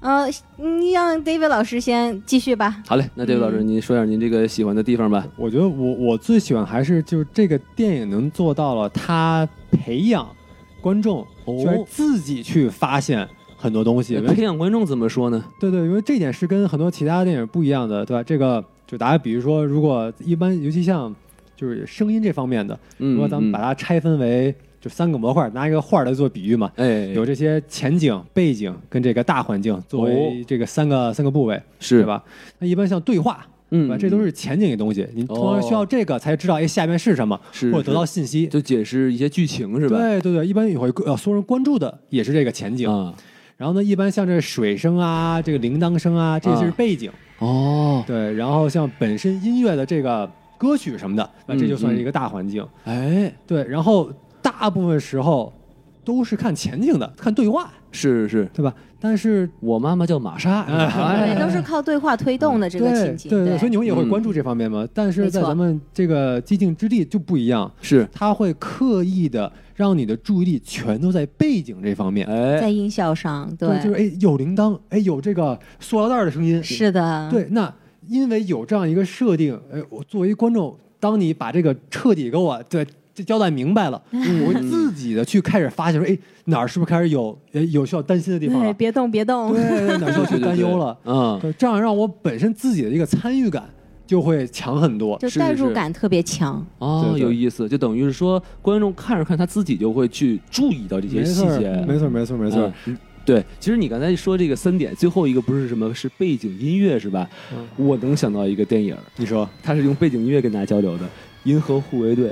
Speaker 2: 呃，你让 David 老师先继续吧。
Speaker 3: 好嘞，那这位
Speaker 1: 嗯
Speaker 3: 老师，您说点您这个喜欢的地方吧。
Speaker 1: (laughs) 我觉得我我最喜欢还是就是这个电影能做到了，它培养观众，
Speaker 3: 哦
Speaker 1: 就是自己去发现很多东西。因为
Speaker 3: 哎培养观众怎么说呢？
Speaker 1: 对对，因为这点是跟很多其他电影不一样的，对吧？这个就大家比如说，如果一般，尤其像就是声音这方面的，
Speaker 3: 嗯，
Speaker 1: 如果咱们把它拆分为就三个模块，拿一个画儿来做比喻嘛，
Speaker 3: 嗯哎，
Speaker 1: 有这些前景、背景跟这个大环境作为这个三个三个部位，
Speaker 3: 哦是
Speaker 1: 对？吧？那一般像对话，对
Speaker 3: 嗯
Speaker 1: 吧？，这都是前景的东西，你同
Speaker 3: 哦
Speaker 1: 样需要这个才知道，哎，下面是什么，
Speaker 3: 是
Speaker 1: 或者得到信息。
Speaker 3: 就解释一些剧情是吧？啊
Speaker 1: 对对对，一般也会呃，所有人关注的也是这个前景。
Speaker 3: 啊，
Speaker 1: 然后呢，一般像这水声啊、这个铃铛声啊，这些是
Speaker 3: 啊
Speaker 1: 背景。
Speaker 3: 哦，
Speaker 1: 对，然后像本身音乐的这个歌曲什么的，那
Speaker 3: 嗯
Speaker 1: 这就算是一个大环境。
Speaker 3: 哎，
Speaker 1: 对，然后大部分时候都是看前景的，看对话，
Speaker 3: 是是，
Speaker 1: 对吧？但是
Speaker 3: 我妈妈叫玛莎，哎，
Speaker 2: 对，都是靠对话推动的这个情
Speaker 1: 啊
Speaker 2: 景。
Speaker 1: 对对，所以
Speaker 2: 对，
Speaker 1: 你们也会
Speaker 3: 嗯
Speaker 1: 关注这方面吗？但是
Speaker 2: 没
Speaker 1: 在
Speaker 2: 错
Speaker 1: 咱们这个寂静之地就不一样，
Speaker 3: 是，
Speaker 1: 它会刻意的让你的注意力全都在背景这方面。
Speaker 3: 哎，
Speaker 2: 在音效上，
Speaker 1: 就是哎有铃铛，哎有这个塑料袋儿的声音，
Speaker 2: 是啊的，
Speaker 1: 对，那因为有这样一个设定，哎，我作为观众，当你把这个彻底给我对这交代明白了，
Speaker 2: 嗯
Speaker 1: 我会自己的去开始发现说，哎，哪儿是不是开始有呃有需要担心的地方
Speaker 2: 对，
Speaker 1: 了？
Speaker 2: 别动，别动。
Speaker 1: 对对，对哪儿需要去
Speaker 3: 对
Speaker 1: 担忧了？，
Speaker 3: 对对嗯，
Speaker 1: 呃对这样让我本身自己的一个参与感就会强很多。
Speaker 2: 就是代
Speaker 3: 是
Speaker 2: 入
Speaker 3: 是
Speaker 2: 感特别强，
Speaker 3: 哦，
Speaker 1: 对对
Speaker 3: 有意思，就等于是说，观众看着看，他自己就会去注意到这些
Speaker 1: 没
Speaker 3: 细
Speaker 1: 错
Speaker 3: 节，
Speaker 1: 儿，没错儿，没错儿，没错儿。
Speaker 3: 嗯对，其实你刚才说这个三点，最后一个不是什么，是背景音乐是吧？
Speaker 1: 嗯
Speaker 3: 我能想到一个电影，
Speaker 1: 你说，
Speaker 3: 它是用背景音乐跟大家交流的，《银河护卫队》。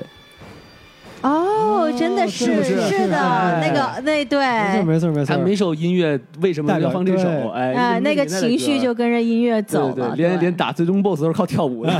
Speaker 2: 哦，真的
Speaker 1: 是
Speaker 2: 是
Speaker 1: 不是是
Speaker 2: 的，
Speaker 1: 哎
Speaker 2: 那个那对，
Speaker 1: 没错儿，没错儿，没错
Speaker 3: 它
Speaker 1: 儿。
Speaker 3: 每首音乐为什么
Speaker 1: 代表
Speaker 3: 要放这首
Speaker 1: 对？
Speaker 3: 哎，
Speaker 2: 哎，那
Speaker 3: 因
Speaker 2: 个
Speaker 3: 为年代的
Speaker 2: 情绪
Speaker 3: 歌啊
Speaker 2: 就跟着音乐走
Speaker 3: 对
Speaker 2: 了，
Speaker 3: 对，连
Speaker 2: 对
Speaker 3: 连打最终 BOSS 都是靠跳舞的。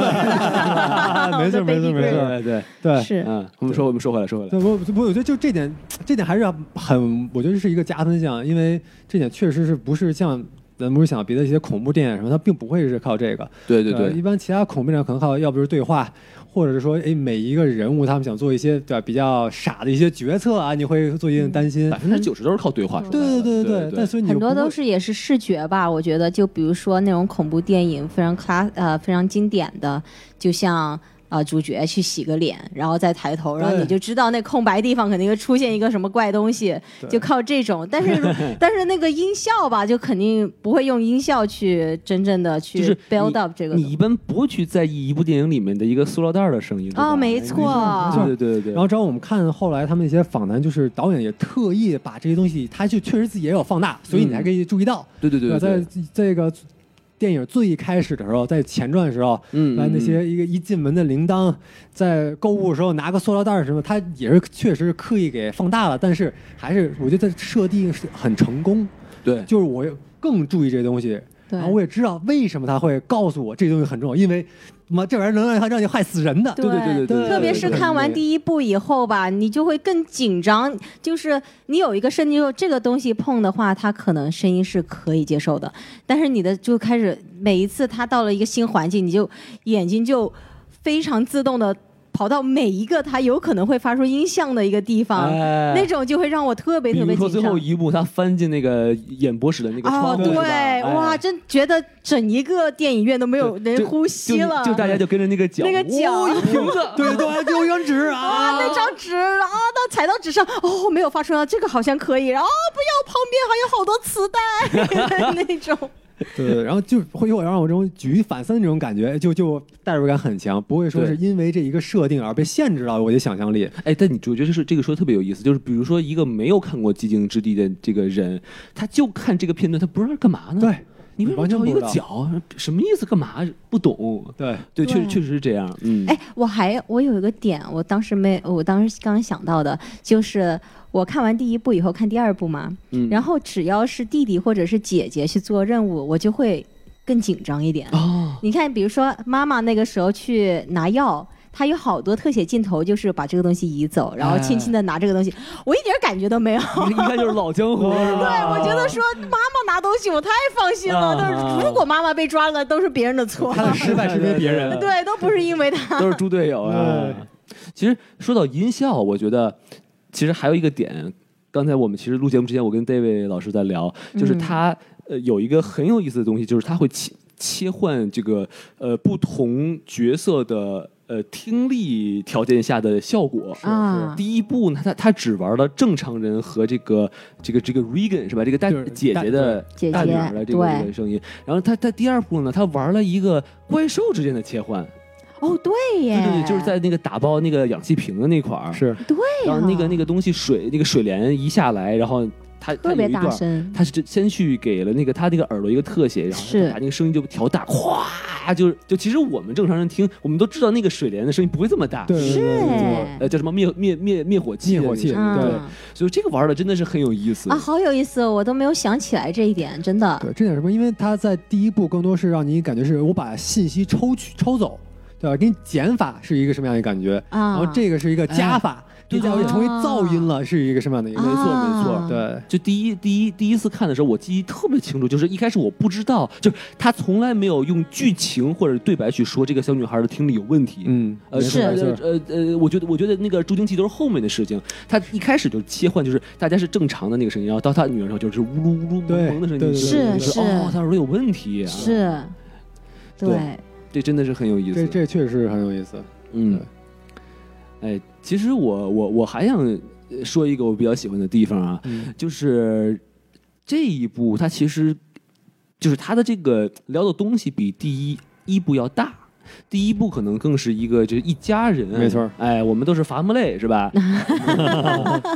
Speaker 2: (laughs)
Speaker 1: 没错儿，没错儿，哎没错儿。
Speaker 3: (laughs) 对对
Speaker 1: 对，
Speaker 2: 是
Speaker 3: 嗯，我们说我们说回来说回来，
Speaker 1: 对，我我我觉得就这点，这点还是很，我觉得是一个加分项，因为这点确实是不是像咱们不是想别的一些恐怖电影什么，它并不会是靠这个。
Speaker 3: 对对
Speaker 1: 呃
Speaker 3: 对
Speaker 1: 一，般其他恐怖电影可能靠，要不就是对话，或者是说，哎，每一个人物他们想做一些对吧比较傻的一些决策啊，你会做一定担心
Speaker 3: 百。分之九十都是靠对话。
Speaker 1: 对嗯对对
Speaker 3: 对
Speaker 1: 对但所以你
Speaker 2: 很
Speaker 1: 就
Speaker 2: 多
Speaker 1: 不
Speaker 2: 都
Speaker 1: 会
Speaker 2: 是也是视觉吧，我觉得就比如说那种恐怖电影非常 class 呃非常经典的，就像。啊、主角去洗个脸，然后再抬头，然后
Speaker 1: 对
Speaker 2: 你就知道那空白地方肯定会出现一个什么怪东西，
Speaker 1: 对
Speaker 2: 就靠这种。但是如，但是那个音效吧，就肯定不会用音效去真正的
Speaker 3: 就
Speaker 2: 去
Speaker 3: 是
Speaker 2: build up 这个东
Speaker 3: 你
Speaker 2: 西。
Speaker 3: 一般不会去在意一部电影里面的一个塑料袋儿的声音。对吧
Speaker 2: 哦，没
Speaker 1: 没
Speaker 2: 错
Speaker 1: 错，
Speaker 3: 对对对对对。
Speaker 1: 然后，正好我们看后来他们一些访谈，就是导演也特意把这些东西，他就确实自己也有放大，所以你才可以注意到。
Speaker 3: 对对对对
Speaker 1: 在
Speaker 3: 对，
Speaker 1: 这个电影最一开始的时候，在前传的时候，
Speaker 3: 嗯
Speaker 1: 那那些一个一进门的铃铛，在购物的时候拿个塑料袋儿什么，它也是确实刻意给放大了，但是还是我觉得设定是很成功，
Speaker 3: 对
Speaker 1: 就是我更注意这东西，
Speaker 2: 对
Speaker 1: 然后我也知道为什么他会告诉我这东西很重要，因为妈这玩意儿能让他让你害死人的，
Speaker 3: 对对对对对
Speaker 2: 特别是
Speaker 1: 对
Speaker 2: 看完
Speaker 1: 对，
Speaker 2: 第一部以后吧，你就会更紧张。就是你有一个设定，说这个东西碰的话，它可能声音是可以接受的，但是你的就开始每一次它到了一个新环境，你就眼睛就非常自动的跑到每一个它有可能会发出音响的一个地方，
Speaker 3: 哎
Speaker 2: 那种就会让我特别
Speaker 3: 比
Speaker 2: 特别
Speaker 3: 如说
Speaker 2: 紧
Speaker 3: 最后
Speaker 2: 张。
Speaker 3: 一幕，他翻进那个演播室的那个
Speaker 2: 哦
Speaker 3: 窗，户，
Speaker 2: 对
Speaker 3: 是吧，
Speaker 2: 哇，
Speaker 3: 哎
Speaker 2: 真觉得整一个电影院都没有人
Speaker 3: 就
Speaker 2: 呼吸
Speaker 3: 就
Speaker 2: 了，
Speaker 3: 就大家就跟着那个脚，
Speaker 2: 那个脚
Speaker 3: 哦
Speaker 2: (laughs)
Speaker 3: 有瓶子
Speaker 1: 对对，就一张纸啊，
Speaker 2: 啊，那张纸啊，那踩到纸上，哦，没有发出来，这个好像可以，然后、哦、不要，旁边还有好多磁带 (laughs) 那种，
Speaker 1: 对，然后就会有让我这种举一反三的那种感觉，就就代入感很强，不会说
Speaker 3: 对
Speaker 1: 是因为这一个设定而被限制到我的想象力。
Speaker 3: 哎，但你我觉得是这个说得特别有意思，就是比如说一个没有看过《寂静之地》的这个人，他就看这个片段，他不知道干嘛呢？，
Speaker 1: 对
Speaker 3: 你为什么
Speaker 1: 完全
Speaker 3: 找一
Speaker 1: 不
Speaker 3: 个
Speaker 1: 知道
Speaker 3: 脚？什么意思？干嘛？不懂。
Speaker 1: 对，
Speaker 3: 对，
Speaker 2: 对
Speaker 3: 确确实是这样。嗯，
Speaker 2: 哎，我还我有一个点，我当时没，我当时刚刚想到的就是。我看完第一部以后看第二部嘛，
Speaker 3: 嗯
Speaker 2: 然后只要是弟弟或者是姐姐去做任务，我就会更紧张一点。
Speaker 3: 啊，
Speaker 2: 你看，比如说妈妈那个时候去拿药，她有好多特写镜头，就是把这个东西移走，然后轻轻的拿这个东西，我一点感觉都没有。
Speaker 3: 一看就是老江湖，是吧？
Speaker 2: 对，我觉得说妈妈拿东西我太放心了，
Speaker 3: 啊
Speaker 2: 但是如果妈妈被抓了，都是别人的
Speaker 3: (laughs)
Speaker 2: 错，
Speaker 1: 他的失败是因为别人。
Speaker 2: 对，都不是因为她。
Speaker 3: 都是猪队友啊
Speaker 1: 哎。
Speaker 3: 其实说到音效，我觉得其实还有一个点，刚才我们其实录节目之前，我跟 David 老师在聊，就是
Speaker 2: 嗯
Speaker 3: 他、呃有一个很有意思的东西，就是他会切切换这个呃不同角色的呃听力条件下的效果。
Speaker 2: 啊
Speaker 3: 第一部呢，他他只玩了正常人和这个这个这个 Regan 是吧？这个大
Speaker 1: 就是
Speaker 3: 姐姐的
Speaker 2: 姐姐
Speaker 3: 大女儿的这个
Speaker 2: 对
Speaker 3: 这个声音。然后他他第二部呢，他玩了一个怪兽之间的切换。
Speaker 2: 哦，对耶，
Speaker 3: 对对对，就是在那个打包那个氧气瓶的那块儿，
Speaker 1: 是
Speaker 2: 对、啊，
Speaker 3: 然后那个那个东西水那个水帘一下来，然后他他
Speaker 2: 特
Speaker 3: 有
Speaker 2: 别
Speaker 3: 一
Speaker 2: 大
Speaker 3: 段。
Speaker 2: 声，
Speaker 3: 他是真先去给了那个他那个耳朵一个特写，然后
Speaker 2: 是
Speaker 3: 他把那个声音就调大，咵，就是就其实我们正常人听，我们都知道那个水帘的声音不会这么大，
Speaker 1: 对对
Speaker 2: 是
Speaker 1: 对对对
Speaker 2: 哎
Speaker 3: 呃叫什么灭灭灭灭火器的
Speaker 1: 灭火
Speaker 3: 那
Speaker 1: 器
Speaker 3: 个声音
Speaker 2: 嗯
Speaker 3: 对，所以这个玩的真的是很有意思
Speaker 2: 啊，好有意思，我都没有想起来这一点，真的。
Speaker 1: 对，这点是什么？因为它在第一步更多是让你感觉是我把信息抽取抽走，对吧？给你减法是一个什么样的感觉？
Speaker 2: 啊，
Speaker 1: 然
Speaker 3: 哦
Speaker 1: 后这个是一个加法，
Speaker 3: 对
Speaker 1: 这家伙就成为噪音了，是一个什么样的一个？
Speaker 2: 啊
Speaker 3: 没错没
Speaker 2: 啊
Speaker 3: 错。
Speaker 1: 对，
Speaker 3: 就第一第一第一次看的时候，我记忆特别清楚，就是一开始我不知道，就是他从来没有用剧情或者对白去说这个小女孩的听力有问题。
Speaker 1: 嗯，
Speaker 3: 呃，
Speaker 1: 没错
Speaker 2: 是
Speaker 1: 没错
Speaker 3: 呃呃呃，我觉得我觉得那个助听器都是后面的事情，他一开始就切换，就是大家是正常的那个声音，然后到他女儿的时候就是呜噜呜噜
Speaker 1: 对
Speaker 3: 嗡嗡的声
Speaker 1: 对对
Speaker 3: 音，你
Speaker 1: 对
Speaker 2: 是
Speaker 3: 就是说哦，他耳朵有问题啊，
Speaker 2: 是，
Speaker 3: 对
Speaker 2: 对，
Speaker 3: 这真的是很有意思。
Speaker 1: 这这确实是很有意思。
Speaker 3: 嗯，哎，其实我我我还想呃说一个我比较喜欢的地方啊，
Speaker 1: 嗯
Speaker 3: 就是这一部它其实就是它的这个聊的东西比第一一部要大。第一部可能更是一个就是一家人，
Speaker 1: 没错儿
Speaker 3: 哎，我们都是伐木累是
Speaker 1: (laughs)
Speaker 3: 吧？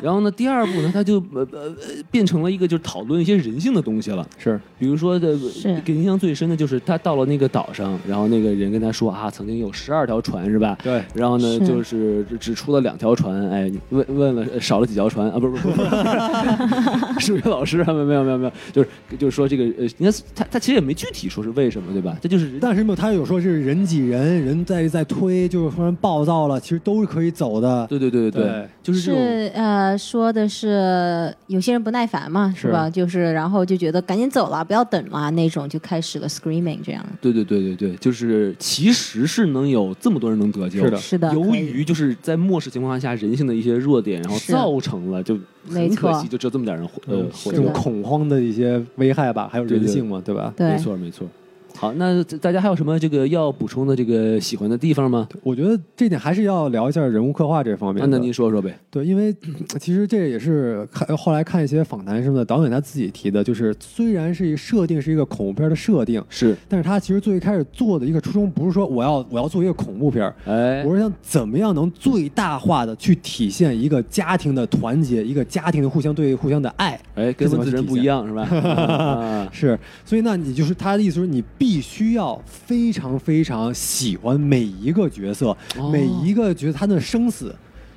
Speaker 3: 然后呢，第二部呢，它就呃呃呃变成了一个就是讨论一些人性的东西了。
Speaker 1: 是
Speaker 3: 比如说的
Speaker 2: 是，
Speaker 3: 给印象最深的就是他到了那个岛上，然后那个人跟他说啊，曾经有十二条船是吧？
Speaker 1: 对，
Speaker 3: 然后呢，
Speaker 2: 是
Speaker 3: 就是只只出了两条船，哎，问问了呃少了几条船啊？不是不是不是， (laughs) 数学老师啊，没有没有没有没有，就是就是说这个呃，应该是他他其实也没具体说是为什么，对吧？这就是人
Speaker 1: 但是没有他有说是人挤人，人在在推，就是突然暴躁了，其实都是可以走的。
Speaker 3: 对对对对
Speaker 1: 对
Speaker 3: 对，就是这种
Speaker 2: 是呃，说的是有些人不耐烦嘛，是
Speaker 1: 是
Speaker 2: 吧？就是然后就觉得赶紧走了，不要等了那种，就开始了 screaming 这样。
Speaker 3: 对对对对对，就是其实是能有这么多人能得救
Speaker 1: 是的
Speaker 2: 是的，
Speaker 3: 由
Speaker 2: 可以
Speaker 3: 于就是在漠视情况下人性的一些弱点，然后
Speaker 2: 是
Speaker 3: 造成了就
Speaker 2: 没
Speaker 3: 很
Speaker 2: 错
Speaker 3: 可惜，就只有这么点人活呃
Speaker 1: 嗯，
Speaker 3: 活
Speaker 1: 这种
Speaker 2: 是
Speaker 3: 下来
Speaker 2: 的。
Speaker 1: 恐慌的一些危害吧，还有
Speaker 3: 对
Speaker 1: 人
Speaker 3: 对
Speaker 1: 性嘛，对吧？
Speaker 2: 对
Speaker 3: 没错没错。好，那大家还有什么这个要补充的这个喜欢的地方吗？
Speaker 1: 我觉得这点还是要聊一下人物刻画这方面
Speaker 3: 啊那
Speaker 1: 的。
Speaker 3: 那您说说呗。
Speaker 1: 对，因为 (clears throat) 其实这也是看后来看一些访谈什么的，导演他自己提的，就是虽然是一个设定是一个恐怖片的设定，
Speaker 3: 是，
Speaker 1: 但是他其实最开始做的一个初衷不是说我要我要做一个恐怖片儿，
Speaker 3: 哎，
Speaker 1: 我是想怎么样能最大化的去体现一个家庭的团结，一个家庭的互相对互相的爱。
Speaker 3: 哎，
Speaker 1: 这
Speaker 3: 跟
Speaker 1: 怎
Speaker 3: 文
Speaker 1: 么
Speaker 3: 字
Speaker 1: 去
Speaker 3: 人
Speaker 1: 体
Speaker 3: 不一
Speaker 1: 现
Speaker 3: 样
Speaker 1: (laughs)
Speaker 3: 是吧？啊
Speaker 1: 是，所以那你就是他的意思是你必须要非常非常喜欢每一个角色，
Speaker 3: 哦
Speaker 1: 每一个角色他的生死，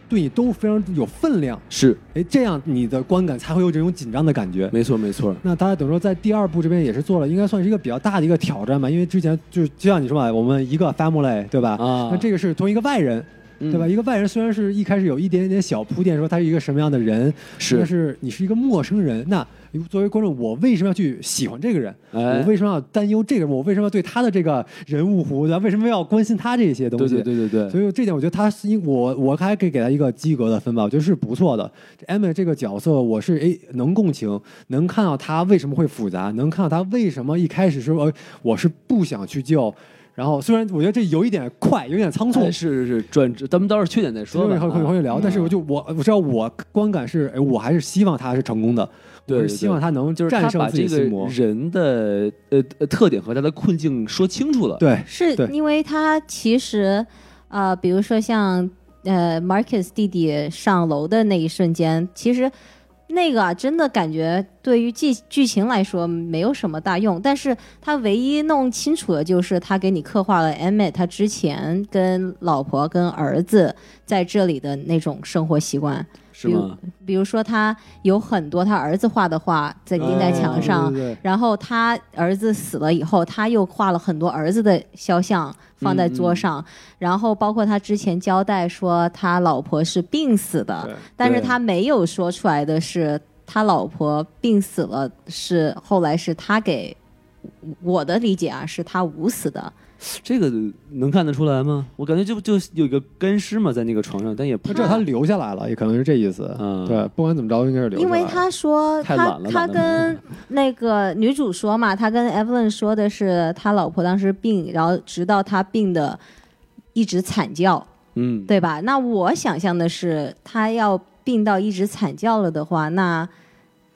Speaker 1: 对你都非常有分量。
Speaker 3: 是，
Speaker 1: 哎，这样你的观感才会有这种紧张的感觉。
Speaker 3: 没错没错，
Speaker 1: 那他等于说在第二部这边也是做了，应该算是一个比较大的一个挑战吧，因为之前就是就像你说嘛，我们一个 family 对吧？
Speaker 3: 啊
Speaker 1: 那这个是从一个外人。
Speaker 3: 嗯
Speaker 1: 对吧？一个外人虽然是一开始有一点点小铺垫，说他是一个什么样的人，
Speaker 3: 是
Speaker 1: 但是你是一个陌生人，那作为观众，我为什么要去喜欢这个人？
Speaker 3: 哎
Speaker 1: 我为什么要担忧这个人？我为什么要对他的这个人物弧，咱为什么要关心他这些东
Speaker 3: 对
Speaker 1: 西？
Speaker 3: 对对对
Speaker 1: 所
Speaker 3: 对，
Speaker 1: 以这点我觉得他是因我我还可以给他一个及格的分吧，我觉得是不错的。艾米这个角色我是诶能共情，能看到他为什么会复杂，能看到他为什么一开始说呃我是不想去救，然后虽然我觉得这有一点快，有一点仓促
Speaker 3: 哎。是是是，转，咱们到时候缺点再说
Speaker 1: 所以
Speaker 3: 吧。
Speaker 1: 会会
Speaker 3: 啊
Speaker 1: 会聊，但是我就我我知道我观感是，哎，我还是希望他是成功的，
Speaker 3: 对
Speaker 1: 我
Speaker 3: 对
Speaker 1: 是希望他能
Speaker 3: 就是
Speaker 1: 战
Speaker 3: 他
Speaker 1: 胜
Speaker 3: 把
Speaker 1: 自己
Speaker 3: 这
Speaker 1: 的心
Speaker 3: 个
Speaker 1: 魔，
Speaker 3: 人的呃呃特点和他的困境说清楚了。
Speaker 1: 对，
Speaker 2: 是
Speaker 1: 对
Speaker 2: 因为他其实，呃，比如说像呃 Marcus 弟弟上楼的那一瞬间，其实那个啊真的感觉对于剧剧情来说没有什么大用，但是他唯一弄清楚的就是他给你刻画了 Emmett 他之前跟老婆跟儿子在这里的那种生活习惯，
Speaker 3: 是吗？
Speaker 2: 比如说他有很多他儿子画的画在钉在墙上，
Speaker 1: 啊对对对
Speaker 2: 然后他儿子死了以后，他又画了很多儿子的肖像放在桌
Speaker 3: 嗯
Speaker 2: 上，然后包括他之前交代说他老婆是病死的
Speaker 1: 对，
Speaker 2: 但是他没有说出来的是他老婆病死了是后来是他给我的理解啊，是他捂死的，
Speaker 3: 这个能看得出来吗？我感觉就就有一个干尸嘛，在那个床上，但也不
Speaker 1: 他知道他留下来了，也可能是这意思，
Speaker 3: 嗯
Speaker 1: 对，不管怎么着，应该是留下
Speaker 2: 因
Speaker 1: 来了，
Speaker 2: 为他说
Speaker 3: 啊太
Speaker 2: 他
Speaker 3: 懒了
Speaker 2: 他
Speaker 3: 懒得
Speaker 2: 跟那个女主说嘛，他跟 Evelyn 说的是他老婆当时病，然后直到他病的一直惨叫，
Speaker 3: 嗯，
Speaker 2: 对吧？那我想象的是，他要病到一直惨叫了的话，那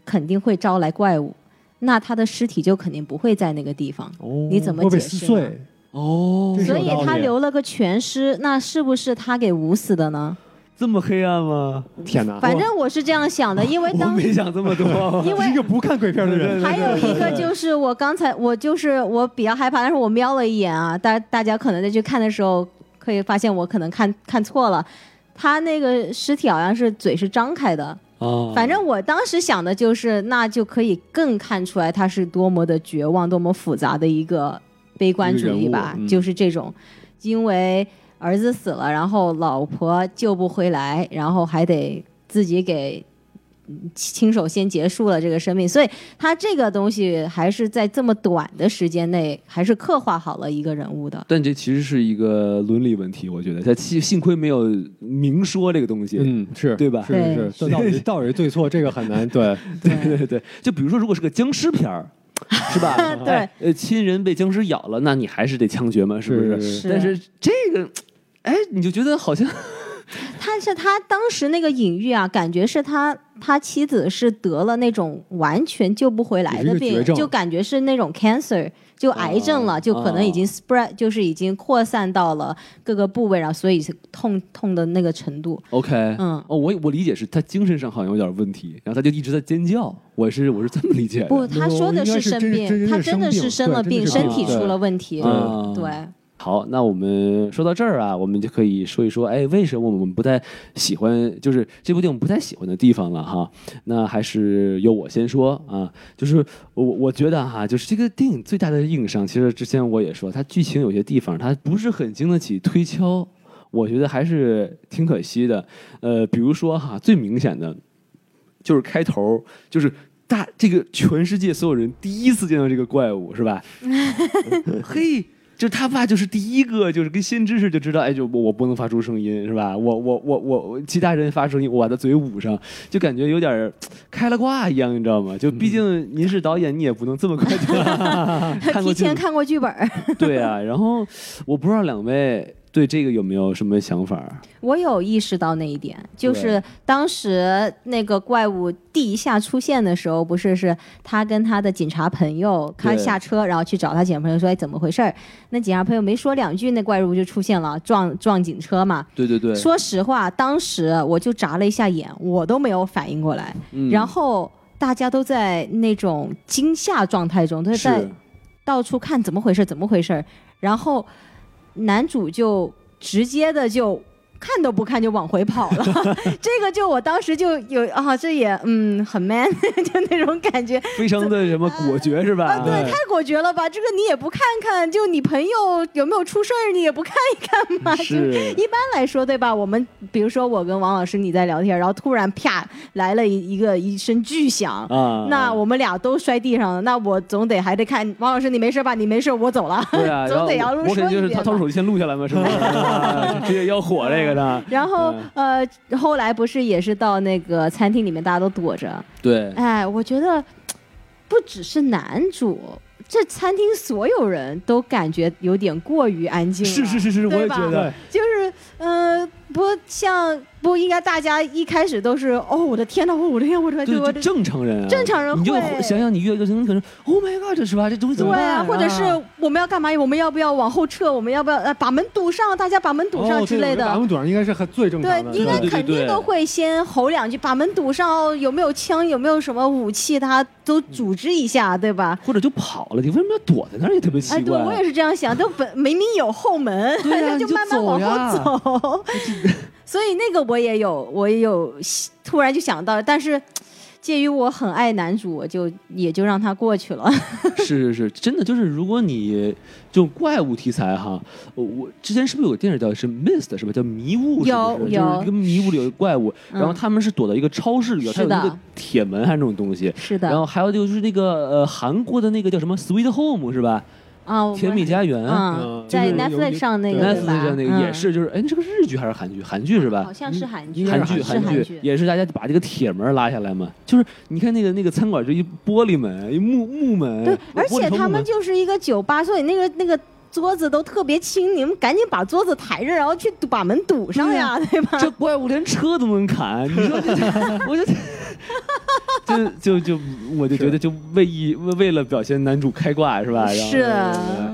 Speaker 2: 肯定会招来怪物，那他的尸体就肯定不会在那个地方。
Speaker 1: 哦
Speaker 2: 你怎么
Speaker 1: 会被
Speaker 2: 解
Speaker 1: 撕
Speaker 2: 释呢
Speaker 1: 碎？
Speaker 3: 哦
Speaker 1: 这是
Speaker 2: 所
Speaker 1: 有
Speaker 2: 以
Speaker 1: 道理
Speaker 2: 他留了个全尸，那是不是他给捂死的呢？
Speaker 3: 这么黑暗吗？
Speaker 1: 天哪！
Speaker 2: 反正我是这样想的，因为
Speaker 3: 我
Speaker 2: 当。
Speaker 3: 没想这么多
Speaker 2: 因为
Speaker 1: 一个不看鬼片的人，
Speaker 2: 还有一个就是我刚才我就是我比较害怕，但是我瞄了一眼啊，大大家可能在去看的时候可以发现我可能看看错了，他那个尸体好像是嘴是张开的，
Speaker 1: (laughs) 嗯
Speaker 3: 啊，
Speaker 2: 反正我当时想的就是那就可以更看出来他是多么的绝望，多么复杂的一个悲观主义
Speaker 1: 一
Speaker 2: 吧，
Speaker 1: 个人物嗯
Speaker 2: 就是这种，因为儿子死了，然后老婆救不回来，然后还得自己给嗯亲手先结束了这个生命，所以他这个东西还是在这么短的时间内，还是刻画好了一个人物的。？
Speaker 3: 但这其实是一个伦理问题，我觉得他幸幸亏没有明说这个东西。
Speaker 1: 嗯，是
Speaker 3: 对吧
Speaker 1: 是是是， (laughs) 到底到底对错这个很难对。 (laughs)
Speaker 3: 对对对，就比如说，如果是个僵尸片儿，是吧
Speaker 2: 对
Speaker 3: 哎呃，亲人被僵尸咬了，那你还是得枪决嘛，是不是？
Speaker 1: 是
Speaker 2: 是
Speaker 3: 但是这个，哎，你就觉得好 (laughs) 像
Speaker 2: 但是他当时那个隐喻啊，感觉是他他妻子是得了那种完全救不回来
Speaker 1: 也是
Speaker 2: 的
Speaker 1: 个绝
Speaker 2: 病，
Speaker 1: 症
Speaker 2: 就感觉是那种 cancer，就癌症了，
Speaker 3: 哦
Speaker 2: 就可能已经 spread，、就是已经扩散到了各个部位了，所以是痛痛的那个程度。
Speaker 3: OK，
Speaker 2: 嗯
Speaker 3: 哦，我我理解是他精神上好像有点问题，然后他就一直在尖叫，我是我是这么理解的。
Speaker 2: 不，他说的生病，
Speaker 1: 应
Speaker 2: 他
Speaker 1: 该是真是真是
Speaker 2: 真的是生了病，
Speaker 1: 生病对
Speaker 2: 身
Speaker 1: 真
Speaker 2: 体
Speaker 1: 的是
Speaker 2: 出了问题。
Speaker 3: 啊
Speaker 2: 对，
Speaker 3: 好，那我们说到这儿啊，我们就可以说一说，哎，为什么我们不太喜欢，就是这部电影不太喜欢的地方了哈？那还是由我先说啊，就是我我觉得哈、就是这个电影最大的硬伤，其实之前我也说，它剧情有些地方它不是很经得起推敲，我觉得还是挺可惜的。呃，比如说哈，最明显的就是开头就是。大这个全世界所有人第一次见到这个怪物是吧？ (laughs) 嘿，就是他爸就是第一个，就是跟先知似的，就知道，哎，就我我不能发出声音是吧？我我我我我其他人发声音，我把他嘴捂上，就感觉有点儿开了挂一样，你知道吗？就毕竟您是导演，你也不能这么快
Speaker 2: (laughs)
Speaker 3: 就看过
Speaker 2: 提
Speaker 3: 这
Speaker 2: 前
Speaker 3: 种
Speaker 2: 看过剧本儿。
Speaker 3: 对啊。然后我不知道两位对这个有没有什么想法儿？
Speaker 2: 我有意识到那一点，就是
Speaker 3: 对
Speaker 2: 当时那个怪物第一下出现的时候，不是是他跟他的警察朋友，他
Speaker 3: 对
Speaker 2: 下车然后去找他警察朋友说：“哎，怎么回事儿？”那警察朋友没说两句，那怪物就出现了，撞撞警车嘛。
Speaker 3: 对对对，
Speaker 2: 说实话，当时我就眨了一下眼，我都没有反应过来，
Speaker 3: 嗯
Speaker 2: 然后。大家都在那种惊吓状态中，都
Speaker 3: 是
Speaker 2: 在到处看怎么回事，怎么回事儿。然后男主就直接的就看都不看就往回跑了，这个就我当时就有啊，这也嗯很 man，就 (laughs) 那种感觉
Speaker 3: 非常的什么果决是吧？
Speaker 2: 啊，对，太果决了吧？这个你也不看看，就你朋友有没有出事儿，你也不看一看吗？就是
Speaker 3: (laughs) 是
Speaker 2: 一般来说，对吧？我们比如说我跟王老师你在聊天，然后突然啪来了一一个一声巨响，
Speaker 3: 啊，
Speaker 2: 那我们俩都摔地上了，那我总得还得看王老师，你没事吧？你没事，我走了，
Speaker 3: 对啊，然
Speaker 2: (laughs) 总
Speaker 3: 后
Speaker 2: 得要
Speaker 3: 我我肯
Speaker 2: 说
Speaker 3: 定就
Speaker 2: 一
Speaker 3: 是
Speaker 2: 遍
Speaker 3: 掏掏
Speaker 2: 吧。
Speaker 3: 手机先录下来嘛，是吧？
Speaker 2: (laughs)
Speaker 3: 啊直接要火这个的，
Speaker 2: 然后呃，后来不是也是到那个餐厅里面，大家都躲着。
Speaker 3: 对。
Speaker 2: 哎，我觉得不只是男主，这餐厅所有人都感觉有点过于安静了。
Speaker 3: 是是是是，我
Speaker 2: 对
Speaker 3: 也
Speaker 2: 吧
Speaker 3: 觉得，
Speaker 2: 就是，嗯、不像不应该大家一开始都是哦，我的天呐，哦，我的天，我的
Speaker 3: 对
Speaker 2: 天，我
Speaker 3: 就
Speaker 2: 的
Speaker 3: 正常人啊，
Speaker 2: 正常人
Speaker 3: 你就
Speaker 2: 会
Speaker 3: 想想你越一个情，你可能 Oh my God，这是吧？这东西怎么
Speaker 2: 对
Speaker 3: 办
Speaker 2: 啊，
Speaker 3: 啊？
Speaker 2: 或者是我们要干嘛？我们要不要往后撤？我们要不要呃把门堵上？大家把门
Speaker 1: 哦
Speaker 2: 堵上之类的。
Speaker 1: 咱们短上应该是很最正
Speaker 2: 对
Speaker 1: 常的，，
Speaker 2: 应该
Speaker 3: 对对
Speaker 2: 肯定
Speaker 3: 对
Speaker 2: 都会先吼两句，把门堵上哦。有没有枪？有没有什么武器？他
Speaker 3: 嗯
Speaker 2: 都组织一下，对吧？
Speaker 3: 或者就跑了，你为什么要躲在那儿？也特别奇
Speaker 2: 哎，对
Speaker 3: 怪。
Speaker 2: 我也是这样想，都本明明有后门， (laughs)
Speaker 3: 对啊
Speaker 2: 就
Speaker 3: 你就
Speaker 2: 慢慢往后走。
Speaker 3: (laughs)
Speaker 2: 所以那个我也有，我也有突然就想到，但是介于我很爱男主，我就也就让他过去
Speaker 3: (laughs)
Speaker 2: 了。
Speaker 3: 是是是，真的就是，如果你这种怪物题材哈，我我之前是不是有个电影叫是 Mist 是吧？叫迷雾，是
Speaker 2: 有
Speaker 3: 不是？
Speaker 2: 有
Speaker 3: 就是一个迷雾里有个怪物，
Speaker 2: 嗯
Speaker 3: 然后他们是躲到一个超市里边，
Speaker 2: 是
Speaker 3: 它有
Speaker 2: 的
Speaker 3: 那个铁门还是那种东西。
Speaker 2: 是
Speaker 3: 然后还有就是那个呃韩国的那个叫什么 Sweet Home 是吧？
Speaker 2: 啊，我
Speaker 3: 甜蜜
Speaker 2: 们
Speaker 3: 家园。
Speaker 2: 嗯，
Speaker 1: 嗯
Speaker 2: 在
Speaker 1: 就是有
Speaker 2: Netflix 上那个
Speaker 3: n e
Speaker 2: 对
Speaker 3: t
Speaker 2: 吧
Speaker 3: f 上那个也
Speaker 2: 嗯
Speaker 3: 是，就是哎，这个是日剧还是韩剧？韩剧是吧？
Speaker 2: 好像是韩剧，啊
Speaker 1: 应该
Speaker 3: 韩
Speaker 1: 是
Speaker 2: 是
Speaker 3: 剧，韩
Speaker 2: 韩
Speaker 3: 剧。也是大家把这个铁门拉下来嘛，就是你看那个那个餐馆就一玻璃门，一木木门，
Speaker 2: 对，而
Speaker 3: 嗯玻璃
Speaker 2: 且
Speaker 3: 窗户
Speaker 2: 他们
Speaker 3: 门
Speaker 2: 就是一个酒吧，所以那个那个桌子都特别轻，你们赶紧把桌子抬着，然后去堵把门堵上呀， (laughs) 对吧？
Speaker 3: 这怪物连车都能砍，你说这， (laughs) 我就就就就我就觉得就为一为为了表现男主开挂是吧？然后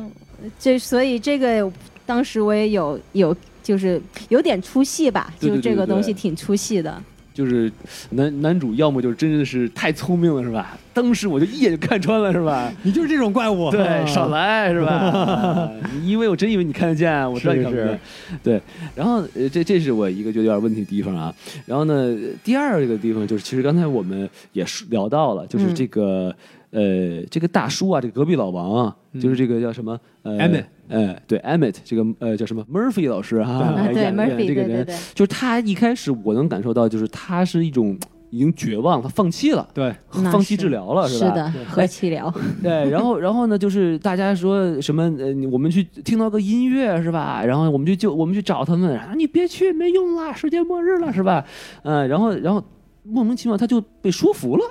Speaker 2: 是，这所以这个当时我也有有就是有点出戏吧，
Speaker 3: 对对
Speaker 2: 就
Speaker 3: 对
Speaker 2: 这个
Speaker 3: 对对
Speaker 2: 东西挺出戏的。
Speaker 3: 就是男男主要么就是真的是太聪明了是吧？当时我就一眼就看穿了是吧？
Speaker 1: 你就是这种怪
Speaker 3: (laughs)
Speaker 1: 物，哦
Speaker 3: 对，少来是吧？啊你 (laughs) 因为我真以为你看得见，我知道你看不
Speaker 1: 是
Speaker 3: 见。对，然后呃，这这是我一个觉得有点问题的地方啊。然后呢，呃第二个地方就是，其实刚才我们也说聊到了，就是
Speaker 2: 嗯
Speaker 3: 这个、呃，这个大叔啊，这个隔壁老王啊，就是这个叫什么呃
Speaker 1: Emmett
Speaker 3: 呃，对，Emmett 这个呃叫什么 Murphy 老师哈、
Speaker 1: 对
Speaker 3: 啊
Speaker 2: 啊，对
Speaker 3: 演演
Speaker 2: ，Murphy，
Speaker 3: 这个
Speaker 2: 对
Speaker 3: 人，
Speaker 2: 对对，
Speaker 3: 就是他一开始我能感受到，就是他是一种已经绝望，他放弃了，
Speaker 1: 对，
Speaker 2: 那
Speaker 3: 放弃
Speaker 2: 是
Speaker 3: 治疗了，
Speaker 2: 是
Speaker 3: 吧？哎
Speaker 2: 的，何其聊，
Speaker 3: 对，然后然后呢，就是大家说什么呃，你我们去听到个音乐是吧？然后我们就就我们去找他们，啊，你别去，没用啦，世界末日了是吧？嗯、然后然后莫名其妙他就被说服了。